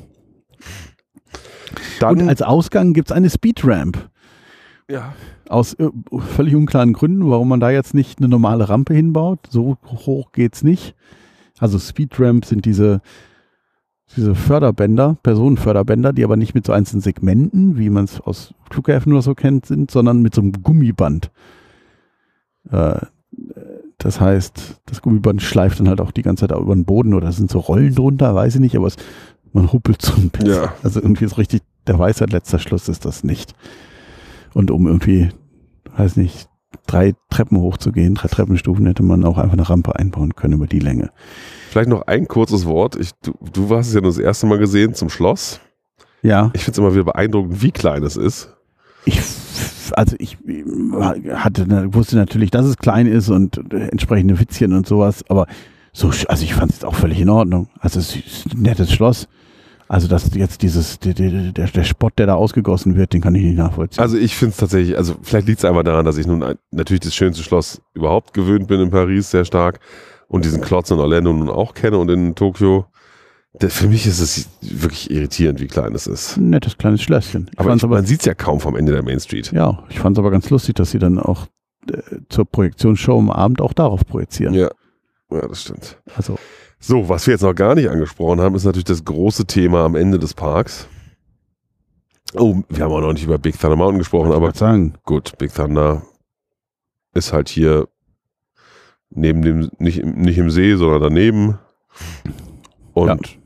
[SPEAKER 1] Und
[SPEAKER 2] Dann,
[SPEAKER 1] als Ausgang gibt's eine Speedramp.
[SPEAKER 2] ja.
[SPEAKER 1] Aus äh, völlig unklaren Gründen, warum man da jetzt nicht eine normale Rampe hinbaut. So hoch geht's nicht. Also Speedramp sind diese, diese Förderbänder, Personenförderbänder, die aber nicht mit so einzelnen Segmenten, wie man es aus Flughäfen oder so kennt, sind, sondern mit so einem Gummiband. Äh, das heißt, das Gummiband schleift dann halt auch die ganze Zeit über den Boden oder es sind so Rollen drunter, weiß ich nicht, aber es, man huppelt so ein bisschen.
[SPEAKER 2] Ja.
[SPEAKER 1] Also irgendwie ist richtig, der Weisheit letzter Schluss ist das nicht. Und um irgendwie, weiß nicht, drei Treppen hochzugehen. Drei Treppenstufen hätte man auch einfach eine Rampe einbauen können über die Länge.
[SPEAKER 2] Vielleicht noch ein kurzes Wort. Ich, du, du hast es ja nur das erste Mal gesehen zum Schloss.
[SPEAKER 1] Ja,
[SPEAKER 2] Ich finde es immer wieder beeindruckend, wie klein es ist.
[SPEAKER 1] ich, also ich hatte, wusste natürlich, dass es klein ist und entsprechende Witzchen und sowas, aber so, sch- also ich fand es jetzt auch völlig in Ordnung. Also es ist ein nettes Schloss. Also dass jetzt dieses, der, der, der der Spott, der da ausgegossen wird, den kann ich nicht nachvollziehen.
[SPEAKER 2] Also ich finde es tatsächlich, also vielleicht liegt es einfach daran, dass ich nun ein, natürlich das schönste Schloss überhaupt gewöhnt bin in Paris sehr stark und diesen Klotz in Orlando nun auch kenne und in Tokio. Der, für mich ist es wirklich irritierend, wie klein es ist.
[SPEAKER 1] ein nettes kleines Schlösschen. Ich
[SPEAKER 2] Aber,
[SPEAKER 1] fand's
[SPEAKER 2] ich, man sieht es ja kaum vom Ende der Main Street.
[SPEAKER 1] Ja, ich fand es aber ganz lustig, dass sie dann auch äh, zur Projektionsshow am Abend auch darauf projizieren.
[SPEAKER 2] Ja. ja, das stimmt.
[SPEAKER 1] Also,
[SPEAKER 2] So, was wir jetzt noch gar nicht angesprochen haben, ist natürlich das große Thema am Ende des Parks. Oh, wir haben auch noch nicht über Big Thunder Mountain gesprochen, aber
[SPEAKER 1] ich sagen,
[SPEAKER 2] gut, Big Thunder ist halt hier neben dem, nicht, im- nicht im See, sondern daneben. Und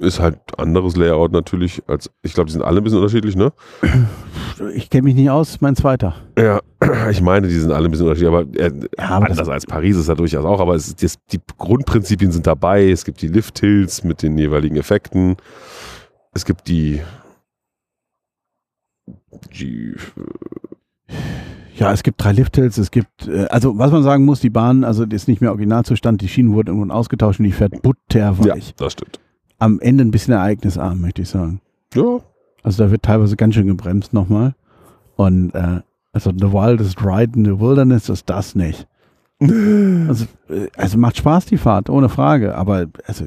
[SPEAKER 2] ist halt anderes Layout natürlich als, ich glaube, die sind alle ein bisschen unterschiedlich, ne?
[SPEAKER 1] ich kenne mich nicht aus, mein zweiter.
[SPEAKER 2] Ja, ich meine, die sind alle ein bisschen unterschiedlich, aber, äh,
[SPEAKER 1] Ja, aber das-
[SPEAKER 2] anders als Paris ist da durchaus auch, aber es, ist- das, die Grundprinzipien sind dabei. Es gibt die Lift-Hills mit den jeweiligen Effekten. Es gibt die, die
[SPEAKER 1] Ja, es gibt drei Lifthills, es gibt, äh, also was man sagen muss, die Bahn, also die ist nicht mehr Originalzustand, die Schienen wurden irgendwann ausgetauscht und die fährt
[SPEAKER 2] ja,
[SPEAKER 1] butterweich.
[SPEAKER 2] das stimmt.
[SPEAKER 1] Am Ende ein bisschen ereignisarm, möchte ich sagen.
[SPEAKER 2] Ja,
[SPEAKER 1] Also da wird teilweise ganz schön gebremst nochmal. Und äh, also The Wildest Ride in the Wilderness ist das nicht. Also, äh, also macht Spaß die Fahrt, ohne Frage, aber also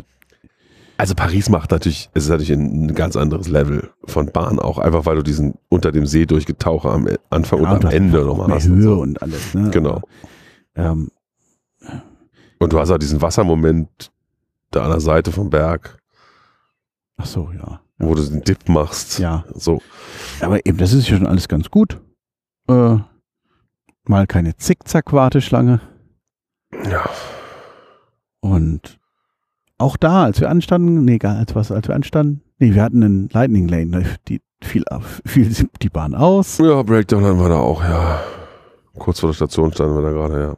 [SPEAKER 2] Also Paris macht natürlich, es ist natürlich ein ganz anderes Level von Bahn auch, einfach weil du diesen unter dem See durchgetauche am Anfang
[SPEAKER 1] Ja,
[SPEAKER 2] und
[SPEAKER 1] du
[SPEAKER 2] am
[SPEAKER 1] hast
[SPEAKER 2] Ende
[SPEAKER 1] auch
[SPEAKER 2] nochmal
[SPEAKER 1] mehr
[SPEAKER 2] hast.
[SPEAKER 1] Höhe und alles. Ne?
[SPEAKER 2] Genau.
[SPEAKER 1] Ähm,
[SPEAKER 2] Und du hast auch diesen Wassermoment da an der Seite vom Berg,
[SPEAKER 1] ach so, ja.
[SPEAKER 2] wo du den Dip machst.
[SPEAKER 1] Ja,
[SPEAKER 2] So.
[SPEAKER 1] aber eben, das ist ja schon alles ganz gut. Äh, mal keine Zickzack-Warteschlange.
[SPEAKER 2] Ja.
[SPEAKER 1] Und auch da, als wir anstanden, nee, gar- als was, als wir anstanden, nee, wir hatten einen Lightning Lane, ne, die fiel, ab, fiel die Bahn aus.
[SPEAKER 2] ja, Breakdown hatten wir da auch, ja. Kurz vor der Station standen wir da gerade, ja.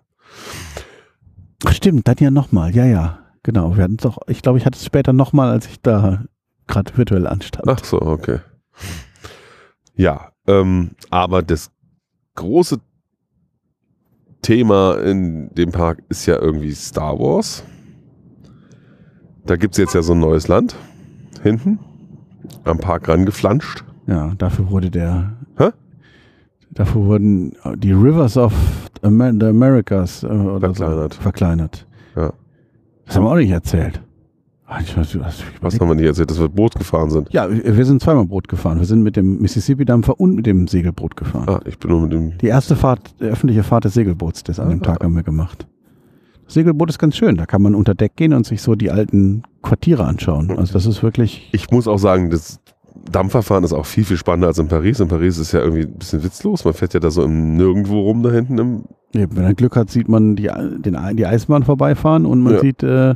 [SPEAKER 1] Ach, stimmt, dann ja nochmal, ja, ja, genau, wir hatten es doch, ich glaube, ich hatte es später nochmal, als ich da gerade virtuell anstand.
[SPEAKER 2] Ach so, okay. Ja, ähm, aber das große Thema in dem Park ist ja irgendwie Star Wars. Da gibt es jetzt ja so ein neues Land hinten am Park rangeflanscht.
[SPEAKER 1] Ja, dafür wurde der.
[SPEAKER 2] Hä?
[SPEAKER 1] Dafür wurden äh, die Rivers of Amer- the Americas äh, oder
[SPEAKER 2] Verkleinert.
[SPEAKER 1] So, verkleinert.
[SPEAKER 2] Ja.
[SPEAKER 1] Das haben wir auch nicht erzählt. Ah, Ich weiß, du hast mich
[SPEAKER 2] Was
[SPEAKER 1] überlegt.
[SPEAKER 2] haben wir nicht erzählt, dass wir Boot gefahren sind?
[SPEAKER 1] ja, wir wir sind zweimal Boot gefahren. Wir sind mit dem Mississippi-Dampfer und mit dem Segelboot gefahren.
[SPEAKER 2] Ah, ich bin nur mit dem.
[SPEAKER 1] Die erste Fahrt, die öffentliche Fahrt des Segelboots, das an dem
[SPEAKER 2] Ah.
[SPEAKER 1] Tag haben wir gemacht. Das Segelboot ist ganz schön. Da kann man unter Deck gehen und sich so die alten Quartiere anschauen. Also das ist wirklich
[SPEAKER 2] Ich muss auch sagen, das Dampferfahren ist auch viel, viel spannender als in Paris. In Paris ist ja irgendwie ein bisschen witzlos. Man fährt ja da so im Nirgendwo rum da hinten im.
[SPEAKER 1] Eben, wenn er Glück hat, sieht man die, den, die Eisbahn vorbeifahren und man
[SPEAKER 2] Ja.
[SPEAKER 1] sieht, äh,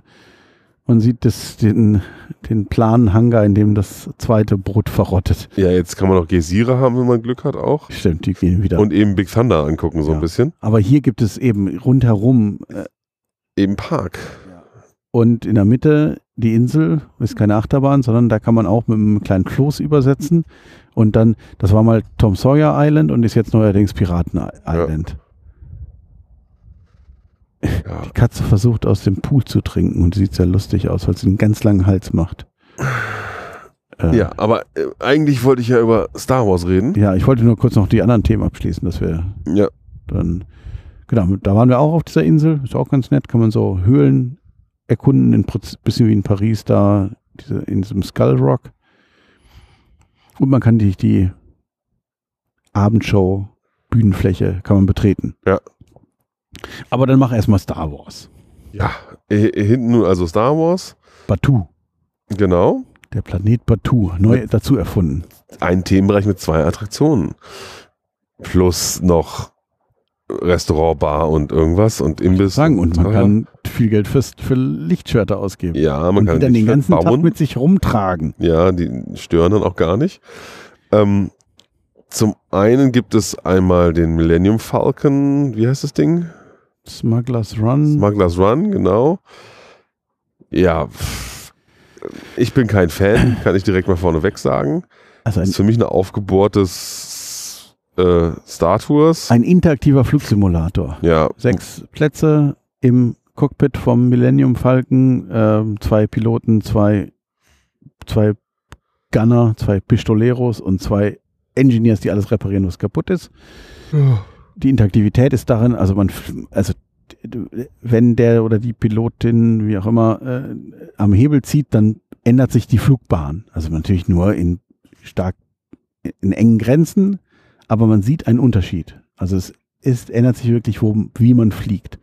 [SPEAKER 1] man sieht das, den, den planen Hangar, in dem das zweite Brot verrottet.
[SPEAKER 2] Ja, jetzt kann man auch Gesire haben, wenn man Glück hat auch.
[SPEAKER 1] Stimmt, die gehen wieder.
[SPEAKER 2] Und eben Big Thunder angucken, so
[SPEAKER 1] Ja.
[SPEAKER 2] ein bisschen.
[SPEAKER 1] Aber hier gibt es eben rundherum äh,
[SPEAKER 2] Eben Park.
[SPEAKER 1] und in der Mitte die Insel, ist keine Achterbahn, sondern da kann man auch mit einem kleinen Floß übersetzen. Und dann, das war mal Tom Sawyer Island und ist jetzt neuerdings Piraten Island.
[SPEAKER 2] Ja.
[SPEAKER 1] Die Katze versucht aus dem Pool zu trinken und sieht sehr lustig aus, weil sie einen ganz langen Hals macht. Äh,
[SPEAKER 2] ja, aber äh, eigentlich wollte ich ja über Star Wars reden.
[SPEAKER 1] Ja, ich wollte nur kurz noch die anderen Themen abschließen, dass wir
[SPEAKER 2] Ja.
[SPEAKER 1] dann, genau, da waren wir auch auf dieser Insel, ist auch ganz nett, kann man so Höhlen erkunden, ein bisschen wie in Paris da, diese, in diesem Skull Rock. Und man kann die, die Abendshow, Bühnenfläche kann man betreten.
[SPEAKER 2] Ja.
[SPEAKER 1] Aber dann mach erstmal Star Wars.
[SPEAKER 2] Ja. Äh, äh, hinten nun also Star Wars.
[SPEAKER 1] Batu.
[SPEAKER 2] Genau.
[SPEAKER 1] Der Planet Batu, neu dazu erfunden.
[SPEAKER 2] Ein Themenbereich mit zwei Attraktionen. Plus noch Restaurant, Bar und irgendwas und Imbiss.
[SPEAKER 1] Sagen, und man
[SPEAKER 2] ja.
[SPEAKER 1] kann viel Geld fürs, für Lichtschwerter ausgeben.
[SPEAKER 2] Ja, man
[SPEAKER 1] und
[SPEAKER 2] kann
[SPEAKER 1] die dann
[SPEAKER 2] die
[SPEAKER 1] den ganzen
[SPEAKER 2] bauen.
[SPEAKER 1] Tag mit sich rumtragen.
[SPEAKER 2] Ja, die stören dann auch gar nicht. Ähm, Zum einen gibt es einmal den Millennium Falcon, wie heißt das Ding?
[SPEAKER 1] Smugglers Run.
[SPEAKER 2] Smugglers Run, genau. Ja, pff, ich bin kein Fan, kann ich direkt mal vorneweg sagen.
[SPEAKER 1] also
[SPEAKER 2] Das
[SPEAKER 1] ein,
[SPEAKER 2] ist für mich eine aufgebohrte S- äh, Star Tours.
[SPEAKER 1] ein interaktiver Flugsimulator.
[SPEAKER 2] Ja,
[SPEAKER 1] Sechs Plätze im Cockpit vom Millennium Falcon, ähm, zwei Piloten, zwei, zwei Gunner, zwei Pistoleros und zwei Engineers, die alles reparieren, was kaputt ist. die Interaktivität ist darin, also man, f- also d- wenn der oder die Pilotin, wie auch immer, äh, am Hebel zieht, dann ändert sich die Flugbahn. Also natürlich nur in stark, in engen Grenzen, aber man sieht einen Unterschied. Also es ist, ändert sich wirklich, wo, wie man fliegt.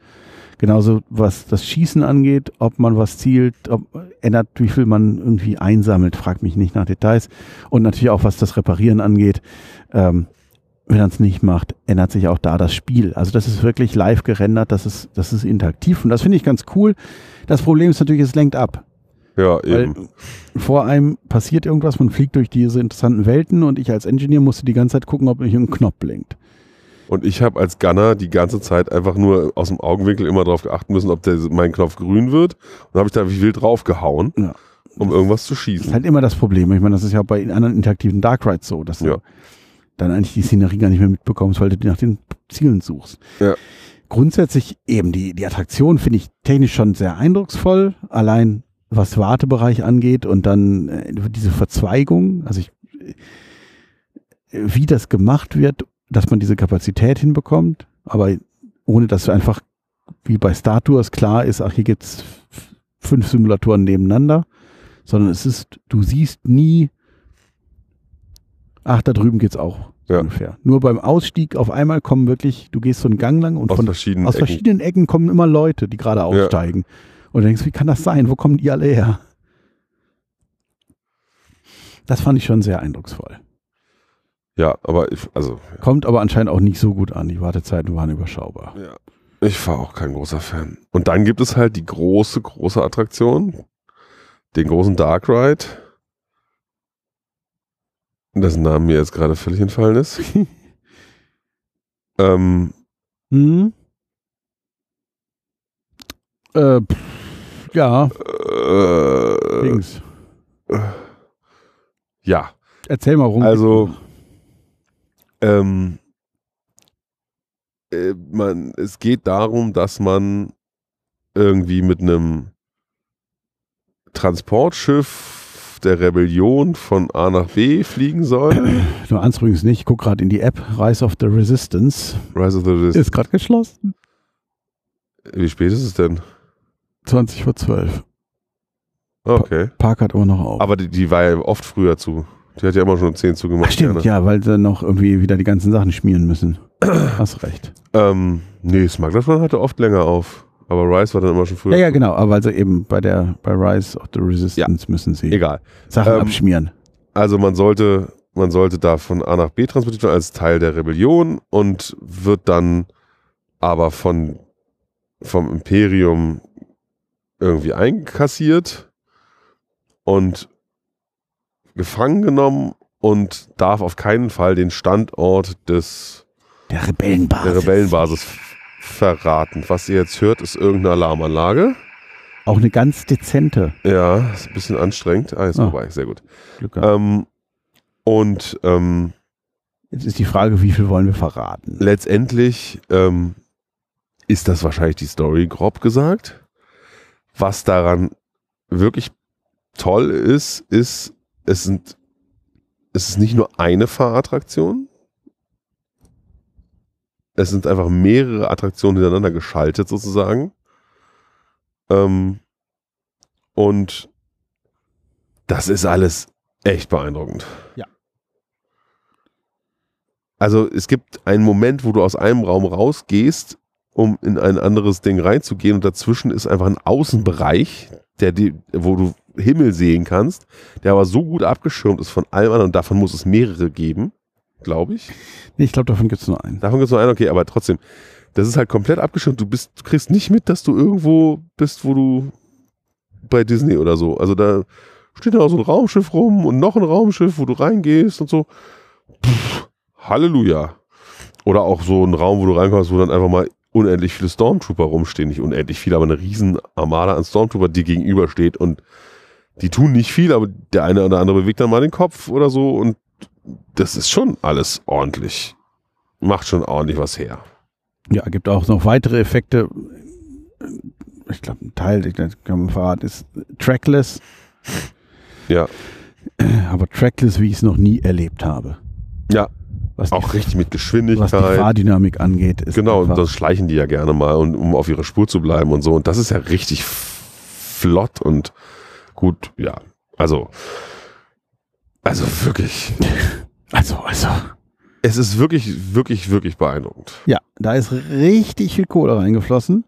[SPEAKER 1] Genauso was das Schießen angeht, ob man was zielt, ob, ändert, wie viel man irgendwie einsammelt, fragt mich nicht nach Details. Und natürlich auch, was das Reparieren angeht. Ähm, wenn man es nicht macht, ändert sich auch da das Spiel. Also das ist wirklich live gerendert, das ist, das ist interaktiv und das finde ich ganz cool. Das Problem ist natürlich, es lenkt ab.
[SPEAKER 2] ja,
[SPEAKER 1] Weil
[SPEAKER 2] eben.
[SPEAKER 1] vor einem passiert irgendwas, man fliegt durch diese interessanten Welten und ich als Engineer musste die ganze Zeit gucken, ob mich irgendein Knopf blinkt.
[SPEAKER 2] Und ich habe als Gunner die ganze Zeit einfach nur aus dem Augenwinkel immer darauf achten müssen, ob der, mein Knopf grün wird. Und habe ich da wild draufgehauen,
[SPEAKER 1] Ja.
[SPEAKER 2] um irgendwas zu
[SPEAKER 1] Das ist
[SPEAKER 2] schießen.
[SPEAKER 1] halt immer das Problem. Ich meine, das ist ja auch bei anderen interaktiven Dark Rides so, dass
[SPEAKER 2] Ja.
[SPEAKER 1] du dann eigentlich die Szenerie gar nicht mehr mitbekommst, weil du nach den Zielen suchst.
[SPEAKER 2] Ja.
[SPEAKER 1] Grundsätzlich eben die, die Attraktion finde ich technisch schon sehr eindrucksvoll, allein was Wartebereich angeht und dann äh, diese Verzweigung, also ich, äh, wie das gemacht wird, dass man diese Kapazität hinbekommt, aber ohne dass du einfach wie bei Star Tours klar ist, ach, hier gibt's f- fünf Simulatoren nebeneinander, sondern es ist, du siehst nie, ach, da drüben geht's auch. so
[SPEAKER 2] Ja.
[SPEAKER 1] Ungefähr. Nur beim Ausstieg auf einmal kommen wirklich, du gehst so einen Gang lang und
[SPEAKER 2] Aus
[SPEAKER 1] von,
[SPEAKER 2] verschiedenen
[SPEAKER 1] aus
[SPEAKER 2] Ecken.
[SPEAKER 1] verschiedenen Ecken kommen immer Leute, die gerade aussteigen. Und du denkst, wie kann das sein? Wo kommen die alle her? Das fand ich schon sehr eindrucksvoll.
[SPEAKER 2] ja, aber ich, also,
[SPEAKER 1] Kommt aber anscheinend auch nicht so gut an. Die Wartezeiten waren überschaubar.
[SPEAKER 2] ja. ich war auch kein großer Fan. Und dann gibt es halt die große, große Attraktion. Den großen Dark Ride. Dessen Name mir jetzt gerade völlig entfallen ist. ähm,
[SPEAKER 1] Hm? Äh, pff, ja,
[SPEAKER 2] äh,
[SPEAKER 1] Dings.
[SPEAKER 2] ja,
[SPEAKER 1] Erzähl mal rum.
[SPEAKER 2] also ähm, äh, man, es geht darum, dass man irgendwie mit einem Transportschiff der Rebellion von A nach B fliegen soll.
[SPEAKER 1] Du ahnst übrigens nicht, ich guck gerade in die App. Rise of the Resistance
[SPEAKER 2] Rise of the Resistance.
[SPEAKER 1] ist gerade geschlossen.
[SPEAKER 2] Wie spät ist es denn?
[SPEAKER 1] 20 vor 12.
[SPEAKER 2] Ah, Okay.
[SPEAKER 1] Park hat aber noch auf.
[SPEAKER 2] Aber die, die war ja oft früher zu. Die hat ja immer schon um 10 zugemacht.
[SPEAKER 1] Ach, stimmt,
[SPEAKER 2] gerne.
[SPEAKER 1] ja, weil sie noch irgendwie wieder die ganzen Sachen schmieren müssen. Hast recht.
[SPEAKER 2] Ähm, nee, Smugglers Run hatte oft länger auf. Aber Rise war dann immer schon früher.
[SPEAKER 1] Ja, ja, genau, aber weil sie eben bei der bei Rise of the Resistance müssen sie
[SPEAKER 2] Egal.
[SPEAKER 1] Sachen
[SPEAKER 2] Ähm,
[SPEAKER 1] abschmieren.
[SPEAKER 2] Also man sollte, man sollte da von A nach B transportiert werden als Teil der Rebellion und wird dann aber von, vom Imperium irgendwie einkassiert und gefangen genommen und darf auf keinen Fall den Standort des,
[SPEAKER 1] Der Rebellenbasis.
[SPEAKER 2] der Rebellenbasis f- verraten. Was ihr jetzt hört, ist irgendeine Alarmanlage.
[SPEAKER 1] Auch eine ganz dezente.
[SPEAKER 2] Ja, ist ein bisschen anstrengend. Ah, ist
[SPEAKER 1] Ah.
[SPEAKER 2] vorbei. Sehr gut.
[SPEAKER 1] Glück gehabt.
[SPEAKER 2] Ähm, und ähm,
[SPEAKER 1] Jetzt ist die Frage, wie viel wollen wir verraten?
[SPEAKER 2] letztendlich ähm, ist das wahrscheinlich die Story, grob gesagt. Was daran wirklich toll ist, ist, es, sind, es ist nicht nur eine Fahrattraktion. Es sind einfach mehrere Attraktionen hintereinander geschaltet, sozusagen. Ähm, und das ist alles echt beeindruckend.
[SPEAKER 1] Ja.
[SPEAKER 2] Also es gibt einen Moment, wo du aus einem Raum rausgehst, um in ein anderes Ding reinzugehen und dazwischen ist einfach ein Außenbereich, der die, wo du Himmel sehen kannst, der aber so gut abgeschirmt ist von allem anderen und davon muss es mehrere geben, glaube ich.
[SPEAKER 1] Nee, ich glaube, davon gibt es nur einen.
[SPEAKER 2] Davon gibt es nur einen, okay, aber trotzdem. Das ist halt komplett abgeschirmt. Du bist, du kriegst nicht mit, dass du irgendwo bist, wo du bei Disney oder so. Also da steht dann auch so ein Raumschiff rum und noch ein Raumschiff, wo du reingehst und so. Pff, Halleluja. Oder auch so ein Raum, wo du reinkommst, wo dann einfach mal unendlich viele Stormtrooper rumstehen. Nicht unendlich viele, aber eine riesen Armada an Stormtrooper, die gegenübersteht und die tun nicht viel, aber der eine oder andere bewegt dann mal den Kopf oder so und das ist schon alles ordentlich. Macht schon ordentlich was her.
[SPEAKER 1] Ja, gibt auch noch weitere Effekte. Ich glaube, ein Teil, ich das kann man verraten, ist trackless,
[SPEAKER 2] Ja.
[SPEAKER 1] aber trackless, wie ich es noch nie erlebt habe.
[SPEAKER 2] Ja,
[SPEAKER 1] Was die,
[SPEAKER 2] auch richtig mit
[SPEAKER 1] was die
[SPEAKER 2] Geschwindigkeit.
[SPEAKER 1] Fahrdynamik angeht, ist
[SPEAKER 2] Genau, und
[SPEAKER 1] einfach-
[SPEAKER 2] das schleichen die ja gerne mal, und, um auf ihre Spur zu bleiben und so. Und das ist ja richtig f- flott und gut, ja. Also, also wirklich.
[SPEAKER 1] also, also.
[SPEAKER 2] Es ist wirklich, wirklich, wirklich beeindruckend.
[SPEAKER 1] Ja, da ist richtig viel Kohle reingeflossen.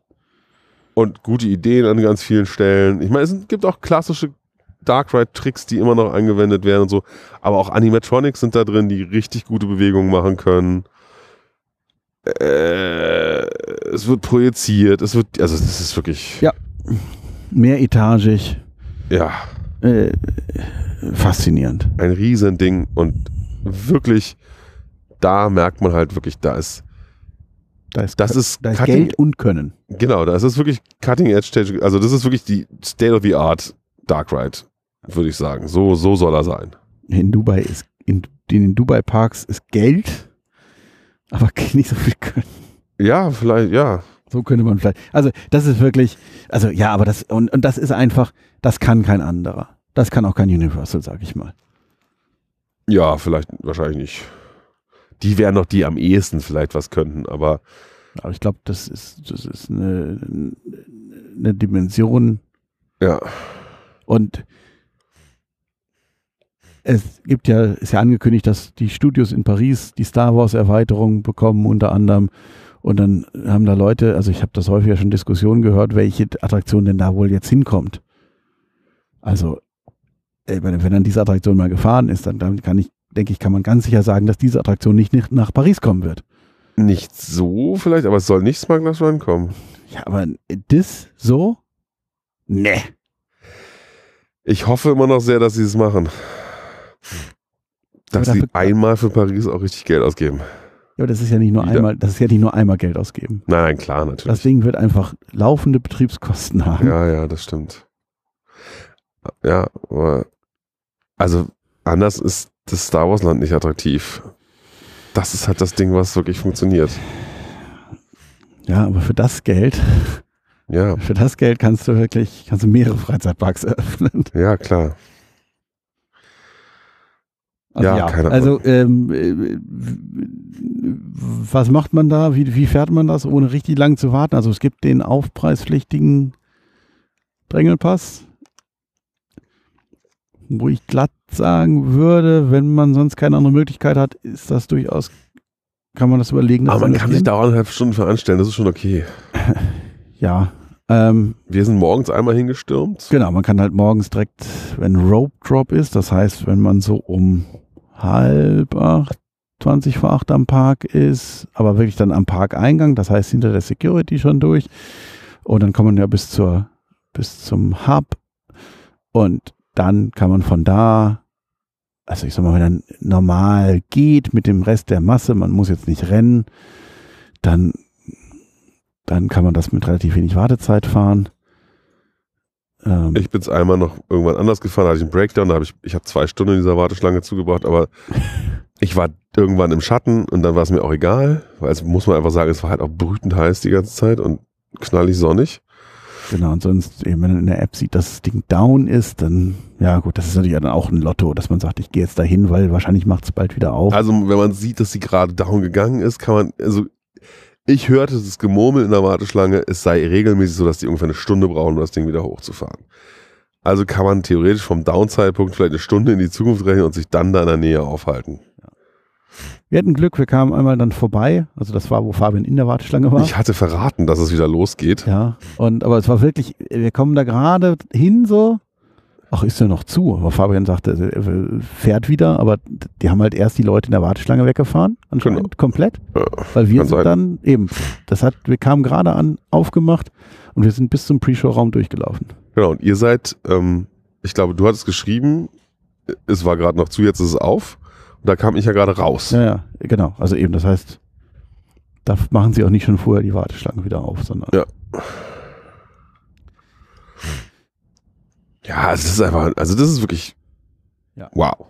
[SPEAKER 2] Und gute Ideen an ganz vielen Stellen. Ich meine, es gibt auch klassische Dark Ride-Tricks, die immer noch angewendet werden und so. Aber auch Animatronics sind da drin, die richtig gute Bewegungen machen können. Äh, es wird projiziert, es wird, also es ist wirklich,
[SPEAKER 1] Ja. Mehretagisch,
[SPEAKER 2] ja,
[SPEAKER 1] äh, faszinierend.
[SPEAKER 2] ein riesen Ding und wirklich, da merkt man halt wirklich, da ist,
[SPEAKER 1] Da ist,
[SPEAKER 2] das ist,
[SPEAKER 1] da ist
[SPEAKER 2] Cutting-
[SPEAKER 1] Geld und Können.
[SPEAKER 2] Genau, da ist es wirklich Cutting Edge, Technik- also das ist wirklich die State of the Art Dark Ride, würde ich sagen. So, so soll er sein.
[SPEAKER 1] In Dubai ist, in, in den Dubai-Parks ist Geld, aber nicht so viel Können.
[SPEAKER 2] Ja, vielleicht, ja.
[SPEAKER 1] So könnte man vielleicht. Also, das ist wirklich, also ja, aber das, und, und das ist einfach, das kann kein anderer. Das kann auch kein Universal, sag ich mal.
[SPEAKER 2] Ja, vielleicht, wahrscheinlich nicht. Die wären noch die am ehesten vielleicht was könnten, aber
[SPEAKER 1] Aber ich glaube, das ist, das ist eine, eine Dimension
[SPEAKER 2] ja.
[SPEAKER 1] und es gibt ja, ist ja angekündigt, dass die Studios in Paris die Star Wars Erweiterung bekommen, unter anderem. Und dann haben da Leute, also ich habe das häufiger schon Diskussionen gehört, welche Attraktion denn da wohl jetzt hinkommt. Also, ey, wenn wenn dann diese Attraktion mal gefahren ist, dann, dann kann ich, denke ich, kann man ganz sicher sagen, dass diese Attraktion nicht nach- nach Paris kommen wird.
[SPEAKER 2] Nicht so vielleicht, aber es soll nicht Smugglers Run kommen.
[SPEAKER 1] Ja, aber das so? Nee.
[SPEAKER 2] Ich hoffe immer noch sehr, dass sie es machen. Dass
[SPEAKER 1] Aber
[SPEAKER 2] sie
[SPEAKER 1] dafür-
[SPEAKER 2] einmal für Paris auch richtig Geld ausgeben.
[SPEAKER 1] Ja, aber das ist ja nicht nur
[SPEAKER 2] Wieder.
[SPEAKER 1] einmal, das ist ja nicht nur einmal Geld ausgeben.
[SPEAKER 2] Nein, nein, klar, natürlich.
[SPEAKER 1] Das Ding wird einfach laufende Betriebskosten haben.
[SPEAKER 2] Ja, ja, das stimmt. Ja, aber also anders ist das Star Wars Land nicht attraktiv. Das ist halt das Ding, was wirklich funktioniert.
[SPEAKER 1] Ja, aber für das Geld,
[SPEAKER 2] Ja,
[SPEAKER 1] für das Geld kannst du wirklich, kannst du mehrere Freizeitparks eröffnen.
[SPEAKER 2] ja, klar. Ja, keine Ahnung.
[SPEAKER 1] also ähm, äh, w- was macht man da? Wie, wie fährt man das, ohne richtig lang zu warten? Also es gibt den aufpreispflichtigen Drängelpass, wo ich glatt sagen würde, wenn man sonst keine andere Möglichkeit hat, ist das durchaus, kann man das überlegen. das
[SPEAKER 2] Aber man
[SPEAKER 1] zu
[SPEAKER 2] kann sich
[SPEAKER 1] investieren?
[SPEAKER 2] da auch eineinhalb Stunden für anstellen, das ist schon okay.
[SPEAKER 1] Ja, ähm,
[SPEAKER 2] Wir sind morgens einmal hingestürmt.
[SPEAKER 1] Genau, man kann halt morgens direkt, wenn Rope Drop ist, das heißt, wenn man so um halb acht, 20 vor acht am Park ist, aber wirklich dann am Parkeingang, das heißt hinter der Security schon durch. Und dann kommt man ja bis zur, bis zum Hub. Und dann kann man von da, also ich sag mal, wenn dann normal geht mit dem Rest der Masse, man muss jetzt nicht rennen, dann, dann kann man das mit relativ wenig Wartezeit fahren. Ähm,
[SPEAKER 2] Ich bin es einmal noch irgendwann anders gefahren, da hatte ich einen Breakdown, da habe ich, ich habe zwei Stunden in dieser Warteschlange zugebracht, aber ich war irgendwann im Schatten und dann war es mir auch egal, weil es muss man einfach sagen, es war halt auch brütend heiß die ganze Zeit und knallig sonnig.
[SPEAKER 1] Genau, und sonst, eben, wenn man in der App sieht, dass das Ding down ist, dann, ja gut, das ist natürlich dann auch ein Lotto, dass man sagt, ich gehe jetzt dahin, weil wahrscheinlich macht es bald wieder auf.
[SPEAKER 2] Also, wenn man sieht, dass sie gerade down gegangen ist, kann man, also, ich hörte das Gemurmel in der Warteschlange, es sei regelmäßig so, dass die ungefähr eine Stunde brauchen, um das Ding wieder hochzufahren. Also kann man theoretisch vom Down-Zeitpunkt vielleicht eine Stunde in die Zukunft rechnen und sich dann da in der Nähe aufhalten.
[SPEAKER 1] Wir hatten Glück, wir kamen einmal dann vorbei, also das war, wo Fabian in der Warteschlange war.
[SPEAKER 2] Ich hatte verraten, dass es wieder losgeht.
[SPEAKER 1] Ja, und, aber es war wirklich, wir kommen da gerade hin so, ach, ist ja noch zu, aber Fabian sagte, er fährt wieder, aber die haben halt erst die Leute in der Warteschlange weggefahren, anscheinend,
[SPEAKER 2] Genau.
[SPEAKER 1] komplett.
[SPEAKER 2] Ja,
[SPEAKER 1] Weil wir
[SPEAKER 2] kann
[SPEAKER 1] sind
[SPEAKER 2] sein.
[SPEAKER 1] dann eben, das hat, wir kamen gerade an, aufgemacht und wir sind bis zum Pre-Show-Raum durchgelaufen.
[SPEAKER 2] Genau, und ihr seid, ähm, ich glaube, du hattest geschrieben, es war gerade noch zu, jetzt ist es auf. Und Da kam ich ja gerade raus.
[SPEAKER 1] Ja, ja, genau. Also eben, das heißt, da f- machen sie auch nicht schon vorher die Warteschlangen wieder auf, sondern.
[SPEAKER 2] Ja. Ja, es ist einfach, also das ist wirklich
[SPEAKER 1] Ja.
[SPEAKER 2] wow.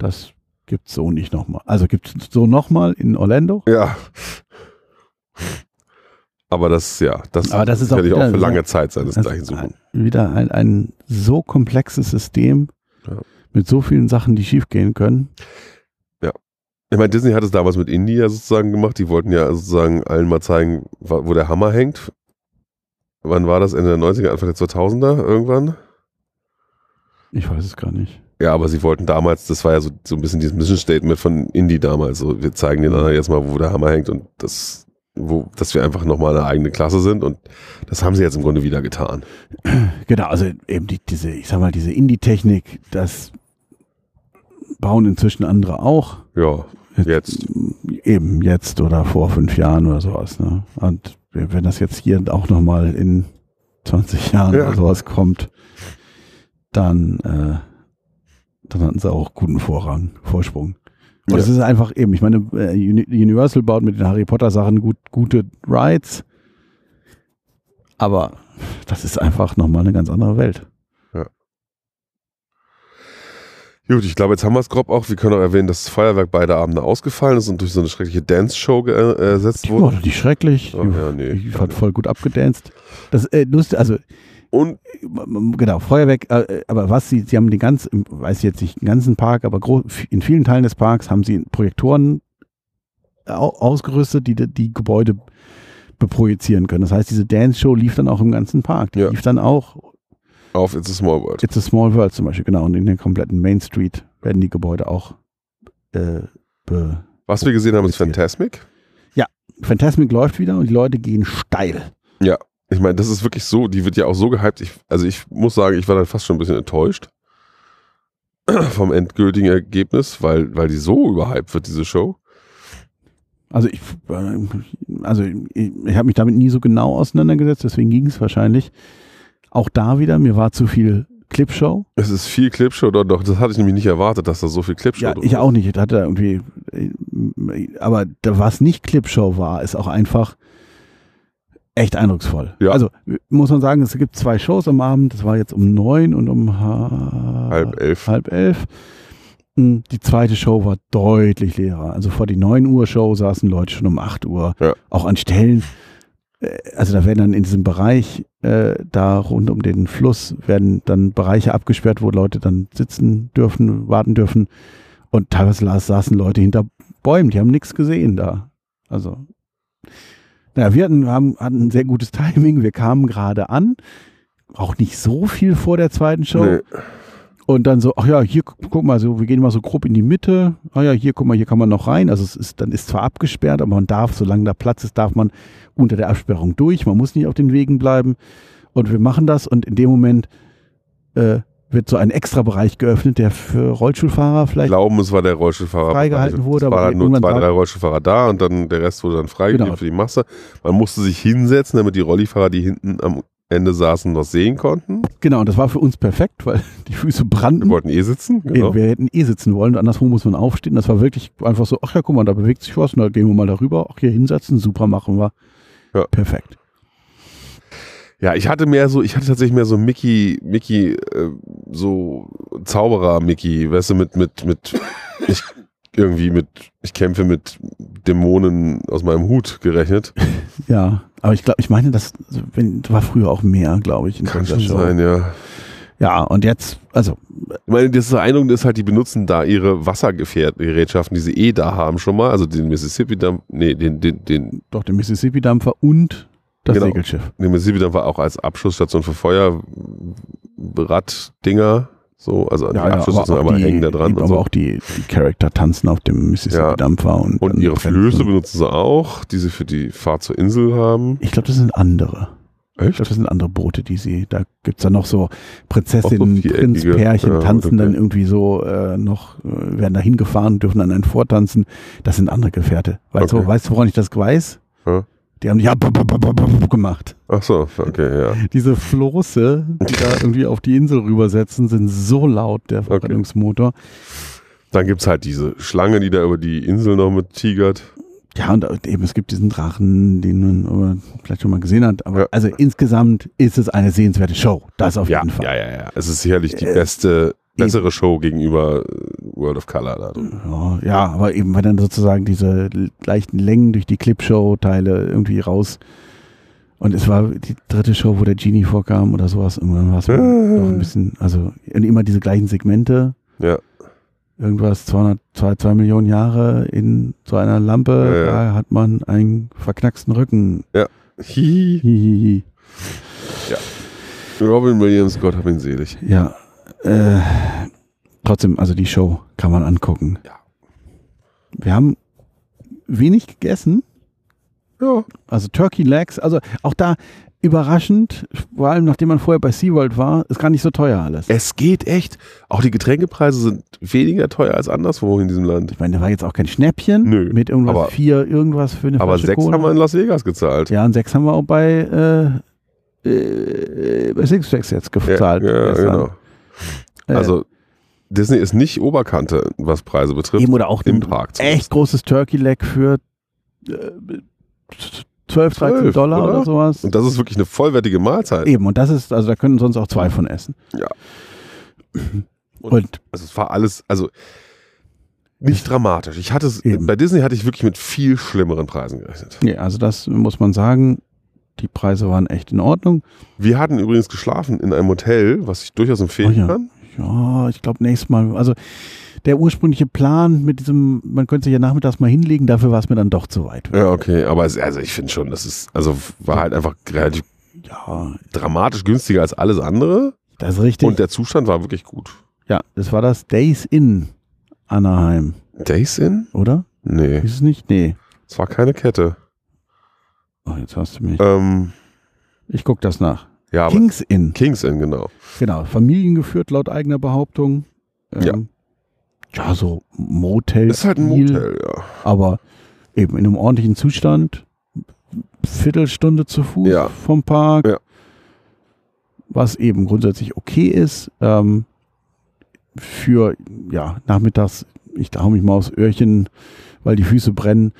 [SPEAKER 1] Das gibt's so nicht nochmal. Also gibt's so nochmal in Orlando.
[SPEAKER 2] Ja. Aber das, ja, das,
[SPEAKER 1] Aber das ist auch
[SPEAKER 2] werde ich auch
[SPEAKER 1] wieder
[SPEAKER 2] für
[SPEAKER 1] so-
[SPEAKER 2] lange Zeit seinesgleichen
[SPEAKER 1] Das ist halt
[SPEAKER 2] suchen.
[SPEAKER 1] Also ein- Wieder ein, ein so komplexes System
[SPEAKER 2] Ja.
[SPEAKER 1] mit so vielen Sachen, die schiefgehen können.
[SPEAKER 2] Ich meine, Disney hat es damals mit India sozusagen gemacht. Die wollten ja sozusagen allen mal zeigen, wa- wo der Hammer hängt. Wann war das? Ende der 90er, Anfang der 2000er irgendwann?
[SPEAKER 1] Ich weiß es gar nicht.
[SPEAKER 2] Ja, aber sie wollten damals, das war ja so, so ein bisschen dieses Mission Statement von Indie damals. So, wir zeigen den anderen jetzt mal, wo der Hammer hängt und das, wo, dass wir einfach nochmal eine eigene Klasse sind. Und das haben sie jetzt im Grunde wieder getan.
[SPEAKER 1] Genau, also eben die, diese, ich sag mal, diese Indie-Technik, das bauen inzwischen andere auch.
[SPEAKER 2] Ja, jetzt.
[SPEAKER 1] Eben jetzt oder vor fünf Jahren oder sowas. Ne? Und wenn das jetzt hier auch nochmal in 20 Jahren
[SPEAKER 2] Ja.
[SPEAKER 1] oder sowas kommt, dann, äh, dann hatten sie auch guten Vorrang, Vorsprung. Und
[SPEAKER 2] Ja.
[SPEAKER 1] es ist einfach eben, ich meine, äh, Uni- Universal baut mit den Harry Potter Sachen gut, gute Rides, aber das ist einfach nochmal eine ganz andere Welt.
[SPEAKER 2] Gut, ich glaube, jetzt haben wir es grob auch. Wir können auch erwähnen, dass das Feuerwerk beide Abende ausgefallen ist und durch so eine schreckliche Dance-Show ge- äh, ersetzt
[SPEAKER 1] Die war
[SPEAKER 2] wurde.
[SPEAKER 1] doch nicht schrecklich.
[SPEAKER 2] Oh, ja, nee.
[SPEAKER 1] Die hat voll gut abgedanced. Das äh, lustig, also
[SPEAKER 2] Und
[SPEAKER 1] genau, Feuerwerk, äh, aber was sie, sie haben den ganzen, weiß ich jetzt nicht, den ganzen Park, aber gro- in vielen Teilen des Parks haben sie Projektoren au- ausgerüstet, die die Gebäude beprojizieren können. Das heißt, diese Dance-Show lief dann auch im ganzen Park. Die
[SPEAKER 2] Ja.
[SPEAKER 1] lief dann auch
[SPEAKER 2] auf It's a Small World.
[SPEAKER 1] It's a Small World zum Beispiel, genau, und in der kompletten Main Street werden die Gebäude auch äh, be
[SPEAKER 2] Was wir gesehen haben, ist Fantasmic.
[SPEAKER 1] Fantasmic läuft wieder und die Leute gehen steil.
[SPEAKER 2] Ich meine, das ist wirklich so, die wird ja auch so gehypt. Ich, also ich muss sagen, ich war dann fast schon ein bisschen enttäuscht vom endgültigen Ergebnis, weil, weil die so überhyped wird, diese Show.
[SPEAKER 1] Also ich, äh, also ich, ich habe mich damit nie so genau auseinandergesetzt, deswegen ging es wahrscheinlich. Auch da wieder, mir war zu viel Clipshow.
[SPEAKER 2] Es ist viel Clipshow, doch, doch, das hatte ich nämlich nicht erwartet, dass da so viel Clipshow
[SPEAKER 1] Ja,
[SPEAKER 2] drin
[SPEAKER 1] ich
[SPEAKER 2] ist.
[SPEAKER 1] auch nicht. Ich hatte da irgendwie, äh, aber da, was nicht Clipshow war, ist auch einfach echt eindrucksvoll.
[SPEAKER 2] Ja.
[SPEAKER 1] Also muss man sagen, es gibt zwei Shows am Abend. Das war jetzt um neun und um ha-
[SPEAKER 2] Halb elf.
[SPEAKER 1] halb elf. Mm, Die zweite Show war deutlich leerer. Also vor die 9 Uhr Show saßen Leute schon um 8 Uhr,
[SPEAKER 2] Ja.
[SPEAKER 1] auch an Stellen. äh, Also da werden dann in diesem Bereich, äh, da rund um den Fluss, werden dann Bereiche abgesperrt, wo Leute dann sitzen dürfen, warten dürfen. Und teilweise las- saßen Leute hinter Bäumen, die haben nichts gesehen da. Also, naja, wir hatten, haben, hatten ein sehr gutes Timing. Wir kamen gerade an, auch nicht so viel vor der zweiten Show.
[SPEAKER 2] Nee.
[SPEAKER 1] Und dann so, ach ja, hier, gu- guck mal, so, wir gehen mal so grob in die Mitte. Ah ja, hier, guck mal, hier kann man noch rein. Also es ist, dann ist zwar abgesperrt, aber man darf, solange da Platz ist, darf man unter der Absperrung durch. Man muss nicht auf den Wegen bleiben. Und wir machen das und in dem Moment äh, wird so ein extra Bereich geöffnet, der für Rollstuhlfahrer vielleicht
[SPEAKER 2] Glauben, es war der Rollstuhlfahrer.
[SPEAKER 1] Freigehalten wurde,
[SPEAKER 2] es
[SPEAKER 1] aber
[SPEAKER 2] waren halt nur
[SPEAKER 1] irgendwann
[SPEAKER 2] zwei,
[SPEAKER 1] war-
[SPEAKER 2] drei Rollstuhlfahrer da und dann der Rest wurde dann freigegeben
[SPEAKER 1] Genau.
[SPEAKER 2] für die Masse. Man musste sich hinsetzen, damit die Rollifahrer, die hinten am Ende saßen, was sehen konnten.
[SPEAKER 1] Genau, und das war für uns perfekt, weil die Füße
[SPEAKER 2] Wir
[SPEAKER 1] brannten.
[SPEAKER 2] wollten eh sitzen. Genau.
[SPEAKER 1] Eben, Mhm. Wir hätten eh sitzen wollen und anderswo muss man aufstehen. Das war wirklich einfach so, ach ja, guck mal, da bewegt sich was, na, gehen wir mal darüber, ach hier hinsetzen, super, machen wir.
[SPEAKER 2] Ja.
[SPEAKER 1] Perfekt.
[SPEAKER 2] Ja, ich hatte mehr so, ich hatte tatsächlich mehr so Mickey, Mickey, äh, so Zauberer-Mickey, weißt du, mit, mit, mit, ich, irgendwie mit, ich kämpfe mit Dämonen aus meinem Hut gerechnet.
[SPEAKER 1] Ja, aber ich glaube, ich meine, das also, wenn, war früher auch mehr, glaube ich. In
[SPEAKER 2] Kann
[SPEAKER 1] dieser
[SPEAKER 2] schon sein, ja.
[SPEAKER 1] Ja, und jetzt, also,
[SPEAKER 2] Ich meine, das Eindruck ist halt, die benutzen da ihre Wassergerätschaften, die sie eh da haben schon mal, also den Mississippi-Dampf, nee, den, den, den,
[SPEAKER 1] doch den Mississippi-Dampfer und das
[SPEAKER 2] Genau.
[SPEAKER 1] Segelschiff.
[SPEAKER 2] den Mississippi-Dampf war auch als Abschussstation für Feuerraddinger, so, also an die Abschussstation, aber, hängen da dran
[SPEAKER 1] die,
[SPEAKER 2] und
[SPEAKER 1] aber
[SPEAKER 2] so.
[SPEAKER 1] auch die, die Charakter tanzen auf dem Mississippi-Dampfer. Und,
[SPEAKER 2] Und
[SPEAKER 1] dann
[SPEAKER 2] ihre
[SPEAKER 1] brennen
[SPEAKER 2] Flöße
[SPEAKER 1] sie.
[SPEAKER 2] benutzen sie auch, die sie für die Fahrt zur Insel haben.
[SPEAKER 1] Ich glaube, das sind andere. Ich
[SPEAKER 2] Echt?
[SPEAKER 1] glaube, das sind andere Boote, die sie, da gibt es dann noch so
[SPEAKER 2] Auch so
[SPEAKER 1] Prinzessinnen,
[SPEAKER 2] viereckige,
[SPEAKER 1] Prinzpärchen,
[SPEAKER 2] ja,
[SPEAKER 1] tanzen
[SPEAKER 2] okay.
[SPEAKER 1] dann irgendwie so äh, noch, äh, werden da hingefahren, dürfen dann einen vortanzen. Das sind andere Gefährte. Weißt,
[SPEAKER 2] Okay.
[SPEAKER 1] du, weißt du, woran ich das weiß?
[SPEAKER 2] Ja.
[SPEAKER 1] Die haben die ja bup, bup, bup, bup, bup gemacht.
[SPEAKER 2] Ach so, okay, ja.
[SPEAKER 1] Diese Floße, die da irgendwie auf die Insel rübersetzen, sind so laut, der Verbrennungsmotor,
[SPEAKER 2] Dann gibt es halt diese Schlange, die da über die Insel noch mit tigert.
[SPEAKER 1] Ja, und äh, eben, es gibt diesen Drachen, den man äh, vielleicht schon mal gesehen hat. Aber
[SPEAKER 2] Ja.
[SPEAKER 1] also insgesamt ist es eine sehenswerte Show. Das auf
[SPEAKER 2] ja,
[SPEAKER 1] jeden Fall.
[SPEAKER 2] ja, ja, ja. Es ist sicherlich die
[SPEAKER 1] Äh,
[SPEAKER 2] beste, bessere Show gegenüber äh, World of Color da drüben.
[SPEAKER 1] Ja, ja, aber eben, wenn dann sozusagen diese leichten Längen durch die Clipshow-Teile irgendwie raus. Und es war die dritte Show, wo der Genie vorkam oder sowas. Und dann war es noch ein bisschen, also und immer diese gleichen Segmente.
[SPEAKER 2] Ja.
[SPEAKER 1] Irgendwas 200, 2, 2 Millionen Jahre in so einer Lampe,
[SPEAKER 2] Ja, ja.
[SPEAKER 1] da hat man einen verknacksten Rücken.
[SPEAKER 2] Hihi.
[SPEAKER 1] Hihihi.
[SPEAKER 2] Robin Williams, Gott hab ihn selig.
[SPEAKER 1] Ja. Äh, trotzdem, also die Show kann man angucken.
[SPEAKER 2] Ja.
[SPEAKER 1] Wir haben wenig gegessen.
[SPEAKER 2] Ja.
[SPEAKER 1] Also Turkey Legs, also auch da überraschend, vor allem nachdem man vorher bei SeaWorld war, ist gar nicht so teuer alles.
[SPEAKER 2] Es geht echt. Auch die Getränkepreise sind weniger teuer als anderswo in diesem Land.
[SPEAKER 1] Ich meine, da war jetzt auch kein Schnäppchen
[SPEAKER 2] Nö,
[SPEAKER 1] mit irgendwas
[SPEAKER 2] aber-
[SPEAKER 1] vier, irgendwas für eine
[SPEAKER 2] Aber
[SPEAKER 1] Flasche
[SPEAKER 2] sechs
[SPEAKER 1] Cola.
[SPEAKER 2] haben wir in Las Vegas gezahlt.
[SPEAKER 1] Ja, und sechs haben wir auch bei, äh, äh, bei Six Flags jetzt gezahlt.
[SPEAKER 2] ja, ja
[SPEAKER 1] gestern.
[SPEAKER 2] genau.
[SPEAKER 1] Äh,
[SPEAKER 2] Also Disney ist nicht Oberkante, was Preise betrifft.
[SPEAKER 1] eben oder auch
[SPEAKER 2] Im
[SPEAKER 1] ein
[SPEAKER 2] Park. zumindest.
[SPEAKER 1] echt großes Turkey Leg für äh, 12, 13
[SPEAKER 2] 12,
[SPEAKER 1] Dollar
[SPEAKER 2] oder?
[SPEAKER 1] oder sowas.
[SPEAKER 2] Und das ist wirklich eine vollwertige Mahlzeit.
[SPEAKER 1] Eben, und das ist, also da können sonst auch zwei von essen.
[SPEAKER 2] Ja.
[SPEAKER 1] Und, und
[SPEAKER 2] Also es war alles, also nicht dramatisch. Ich hatte es,
[SPEAKER 1] Eben.
[SPEAKER 2] bei Disney hatte ich wirklich mit viel schlimmeren Preisen gerechnet.
[SPEAKER 1] nee, also das muss man sagen, die Preise waren echt in Ordnung.
[SPEAKER 2] Wir hatten übrigens geschlafen in einem Hotel, was ich durchaus empfehlen
[SPEAKER 1] Oh ja.
[SPEAKER 2] kann.
[SPEAKER 1] Ja, ich glaube, nächstes Mal, also der ursprüngliche Plan mit diesem, man könnte sich ja nachmittags mal hinlegen, dafür war es mir dann doch zu weit.
[SPEAKER 2] Ja, okay, aber es, also ich finde schon, das ist, also war halt einfach relativ
[SPEAKER 1] Ja,
[SPEAKER 2] dramatisch günstiger als alles andere.
[SPEAKER 1] das ist richtig.
[SPEAKER 2] Und der Zustand war wirklich gut.
[SPEAKER 1] ja, das war das Days in Anaheim,
[SPEAKER 2] Days in?
[SPEAKER 1] oder?
[SPEAKER 2] Nee,
[SPEAKER 1] Ist es nicht? Nee.
[SPEAKER 2] es war keine Kette.
[SPEAKER 1] Oh, jetzt hast du mich.
[SPEAKER 2] Ähm,
[SPEAKER 1] Ich gucke das nach.
[SPEAKER 2] ja, aber
[SPEAKER 1] Kings Inn.
[SPEAKER 2] Kings Inn, genau.
[SPEAKER 1] Genau, familiengeführt laut eigener Behauptung. Ähm, ja. ja, so Motel.
[SPEAKER 2] Ist halt ein Motel, ja.
[SPEAKER 1] Aber eben in einem ordentlichen Zustand. Viertelstunde zu Fuß
[SPEAKER 2] Ja.
[SPEAKER 1] vom Park.
[SPEAKER 2] Ja.
[SPEAKER 1] Was eben grundsätzlich okay ist. Ähm, für, ja, nachmittags, ich hau mich mal aufs Öhrchen, weil die Füße brennen.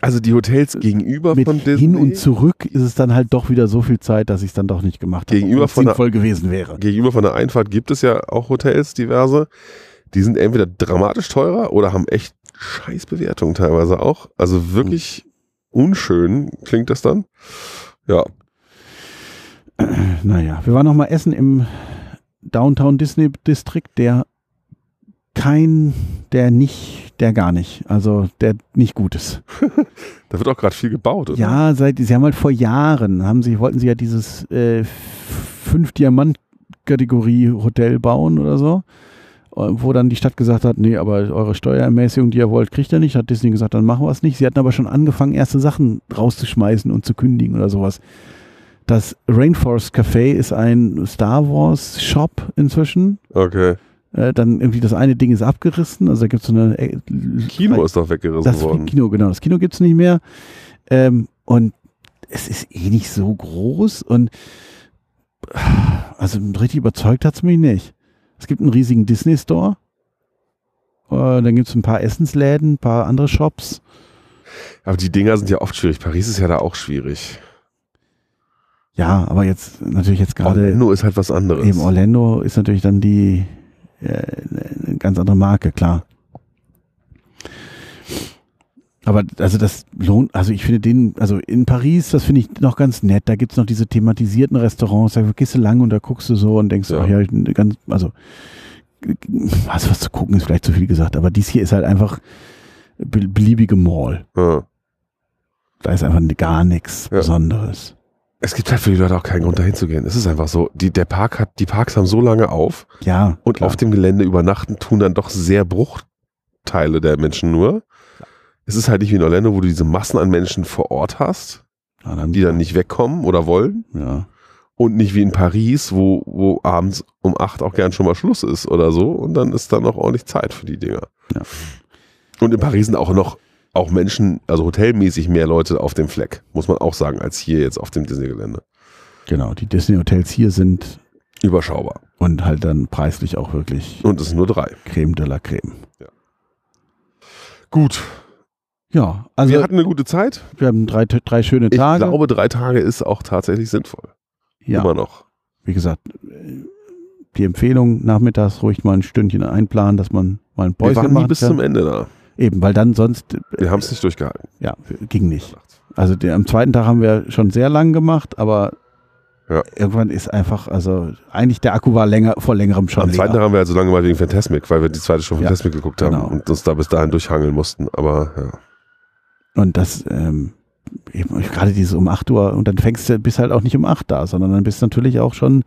[SPEAKER 2] Also die Hotels gegenüber
[SPEAKER 1] Mit
[SPEAKER 2] von Disney.
[SPEAKER 1] hin und zurück ist es dann halt doch wieder so viel Zeit, dass ich es dann doch nicht gemacht habe.
[SPEAKER 2] Gegenüber
[SPEAKER 1] obwohl es
[SPEAKER 2] von der-
[SPEAKER 1] sinnvoll gewesen wäre.
[SPEAKER 2] gegenüber von der Einfahrt gibt es ja auch Hotels, diverse. Die sind entweder dramatisch teurer oder haben echt scheiß Bewertungen teilweise auch. Also wirklich unschön klingt das dann. Ja,
[SPEAKER 1] Naja, wir waren noch mal essen im Downtown Disney Distrikt, der kein, der nicht, der gar nicht, also der nicht gut ist.
[SPEAKER 2] da wird auch gerade viel gebaut. Oder?
[SPEAKER 1] Ja, seit, sie haben halt vor Jahren, haben sie, wollten sie ja dieses äh, Fünf-Diamant-Kategorie-Hotel bauen oder so, äh, wo dann die Stadt gesagt hat, nee, aber eure Steuerermäßigung, die ihr wollt, kriegt ihr nicht, hat Disney gesagt, dann machen wir es nicht. Sie hatten aber schon angefangen, erste Sachen rauszuschmeißen und zu kündigen oder sowas. Das Rainforest Café ist ein Star Wars Shop inzwischen.
[SPEAKER 2] Okay.
[SPEAKER 1] Äh, dann irgendwie das eine Ding ist abgerissen, also da gibt es so eine äh,
[SPEAKER 2] Kino ist doch weggerissen
[SPEAKER 1] das
[SPEAKER 2] worden.
[SPEAKER 1] Kino, genau. Das Kino gibt's nicht mehr. Ähm, und es ist eh nicht so groß und also richtig überzeugt hat's mich nicht. Es gibt einen riesigen Disney-Store. Äh, dann gibt's ein paar Essensläden, ein paar andere Shops.
[SPEAKER 2] Aber die Dinger sind ja oft schwierig. Paris ist ja da auch schwierig.
[SPEAKER 1] Ja, aber jetzt natürlich jetzt gerade
[SPEAKER 2] Orlando ist halt was anderes.
[SPEAKER 1] eben Orlando ist natürlich dann die äh, eine ganz andere Marke, klar. Aber also das lohnt, also ich finde den, also in Paris, das finde ich noch ganz nett. Da gibt es noch diese thematisierten Restaurants, da gehst du lang und da guckst du so und denkst,
[SPEAKER 2] Ja.
[SPEAKER 1] ach ja, ganz, also was, was zu gucken ist vielleicht zu viel gesagt, aber dies hier ist halt einfach be- beliebige Mall.
[SPEAKER 2] ja.
[SPEAKER 1] Da ist einfach gar nichts
[SPEAKER 2] Ja.
[SPEAKER 1] Besonderes.
[SPEAKER 2] Es gibt halt für die Leute auch keinen Grund, dahin zu gehen. Es ist einfach so. Die, der Park hat, die Parks haben so lange auf
[SPEAKER 1] Ja.
[SPEAKER 2] und
[SPEAKER 1] klar.
[SPEAKER 2] auf dem Gelände übernachten tun dann doch sehr Bruchteile der Menschen nur. Es ist halt nicht wie in Orlando, wo du diese Massen an Menschen vor Ort hast,
[SPEAKER 1] ja, dann,
[SPEAKER 2] die dann nicht wegkommen oder wollen.
[SPEAKER 1] ja.
[SPEAKER 2] Und nicht wie in Paris, wo, wo abends um acht auch gern schon mal Schluss ist oder so. Und dann ist dann noch ordentlich Zeit für die Dinger.
[SPEAKER 1] Ja.
[SPEAKER 2] Und in Paris sind auch noch auch Menschen, also hotelmäßig mehr Leute auf dem Fleck, muss man auch sagen, als hier jetzt auf dem Disney-Gelände.
[SPEAKER 1] Genau, die Disney-Hotels hier sind
[SPEAKER 2] Überschaubar.
[SPEAKER 1] Und halt dann preislich auch wirklich
[SPEAKER 2] Und es sind nur drei.
[SPEAKER 1] Creme de la Creme.
[SPEAKER 2] Gut.
[SPEAKER 1] Ja, also
[SPEAKER 2] wir
[SPEAKER 1] wir,
[SPEAKER 2] hatten eine gute Zeit.
[SPEAKER 1] haben drei, drei schöne
[SPEAKER 2] Ich
[SPEAKER 1] Tage.
[SPEAKER 2] glaube, drei Tage ist auch tatsächlich sinnvoll.
[SPEAKER 1] ja,
[SPEAKER 2] Immer noch.
[SPEAKER 1] wie gesagt, äh, die Empfehlung, nachmittags ruhig mal ein Stündchen einplanen, dass man mal ein
[SPEAKER 2] wir
[SPEAKER 1] Päuschen
[SPEAKER 2] waren nie
[SPEAKER 1] machen
[SPEAKER 2] bis
[SPEAKER 1] kann.
[SPEAKER 2] zum Ende da.
[SPEAKER 1] Eben, weil dann sonst, äh,
[SPEAKER 2] Wir haben es nicht durchgehalten.
[SPEAKER 1] ja, ging nicht. Also der, am zweiten Tag haben wir schon sehr lang gemacht, aber
[SPEAKER 2] Ja.
[SPEAKER 1] irgendwann ist einfach, also eigentlich der Akku war länger, vor längerem schon
[SPEAKER 2] Am
[SPEAKER 1] leer.
[SPEAKER 2] zweiten Tag haben wir ja so lange mal wegen Fantasmic, weil wir die zweite Show
[SPEAKER 1] Ja,
[SPEAKER 2] Fantasmic geguckt haben
[SPEAKER 1] genau.
[SPEAKER 2] und uns da bis dahin durchhangeln mussten. Aber ja.
[SPEAKER 1] Und das, ähm, eben, gerade dieses um 8 Uhr, und dann fängst du, bist halt auch nicht um 8 da, sondern dann bist du natürlich auch schon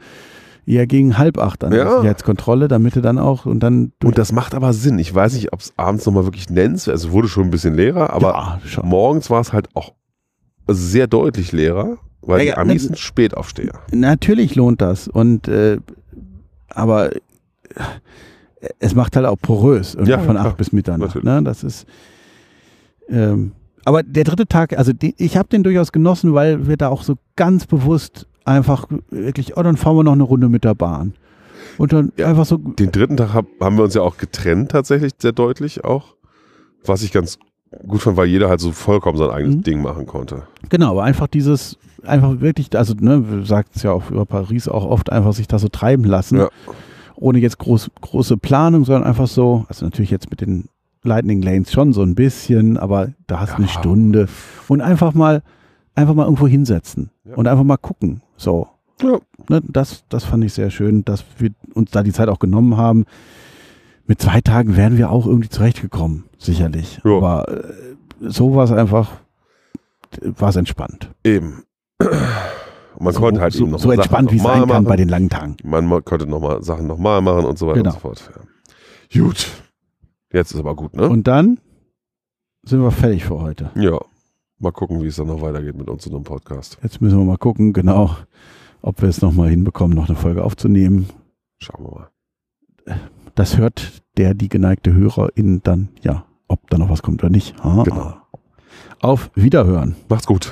[SPEAKER 1] eher gegen halb 8 an.
[SPEAKER 2] Ja.
[SPEAKER 1] Das ist Jetzt Kontrolle, damit du dann auch, und dann, du,
[SPEAKER 2] Und das macht aber Sinn. Ich weiß nicht, ob es abends nochmal wirklich nennenswert Es wurde schon ein bisschen leerer, aber
[SPEAKER 1] ja, schon.
[SPEAKER 2] morgens war es halt auch sehr deutlich leerer, weil
[SPEAKER 1] Ja,
[SPEAKER 2] die
[SPEAKER 1] ja,
[SPEAKER 2] Amis
[SPEAKER 1] ne-
[SPEAKER 2] sind Spätaufsteher.
[SPEAKER 1] Natürlich lohnt das. Und, äh, aber äh, es macht halt auch porös, irgendwie
[SPEAKER 2] Ja, ja,
[SPEAKER 1] von
[SPEAKER 2] klar.
[SPEAKER 1] 8 bis Mitternacht.
[SPEAKER 2] Natürlich.
[SPEAKER 1] Ne? Das ist, ähm, aber der dritte Tag, also die, ich habe den durchaus genossen, weil wir da auch so ganz bewusst einfach wirklich, oh, dann fahren wir noch eine Runde mit der Bahn. Und dann
[SPEAKER 2] Ja.
[SPEAKER 1] einfach so
[SPEAKER 2] Den dritten Tag hab, haben wir uns ja auch getrennt, tatsächlich sehr deutlich auch. Was ich ganz gut fand, weil jeder halt so vollkommen sein eigenes
[SPEAKER 1] Mhm.
[SPEAKER 2] Ding machen konnte.
[SPEAKER 1] Genau, aber einfach dieses, einfach wirklich, also ne, sagt es ja auch über Paris auch oft, einfach sich da so treiben lassen.
[SPEAKER 2] Ja.
[SPEAKER 1] Ohne jetzt groß, große Planung, sondern einfach so, also natürlich jetzt mit den Lightning Lanes schon so ein bisschen, aber da hast du eine
[SPEAKER 2] Ja.
[SPEAKER 1] Stunde. Und einfach mal, einfach mal irgendwo hinsetzen
[SPEAKER 2] Ja.
[SPEAKER 1] und einfach mal gucken. So.
[SPEAKER 2] Ja.
[SPEAKER 1] Ne, das, das fand ich sehr schön, dass wir uns da die Zeit auch genommen haben. Mit zwei Tagen wären wir auch irgendwie zurechtgekommen, sicherlich.
[SPEAKER 2] Ja.
[SPEAKER 1] Aber äh, so war es einfach, war es entspannt.
[SPEAKER 2] Eben. Und man konnte halt
[SPEAKER 1] so,
[SPEAKER 2] eben noch
[SPEAKER 1] so
[SPEAKER 2] Sachen
[SPEAKER 1] entspannt, wie es
[SPEAKER 2] nochmal
[SPEAKER 1] sein kann
[SPEAKER 2] machen.
[SPEAKER 1] bei den langen Tagen.
[SPEAKER 2] Man mo- konnte nochmal Sachen nochmal machen und so weiter
[SPEAKER 1] Genau.
[SPEAKER 2] und so fort. Ja. Gut. Jetzt ist aber gut, ne?
[SPEAKER 1] Und dann sind wir fertig für heute.
[SPEAKER 2] ja. Mal gucken, wie es dann noch weitergeht mit uns und dem Podcast.
[SPEAKER 1] Jetzt müssen wir mal gucken, genau, ob wir es nochmal hinbekommen, noch eine Folge aufzunehmen.
[SPEAKER 2] Schauen wir mal.
[SPEAKER 1] Das hört der, die geneigte Hörerin dann, ja, ob da noch was kommt oder nicht. Ha,
[SPEAKER 2] Genau.
[SPEAKER 1] Auf Wiederhören.
[SPEAKER 2] Macht's gut.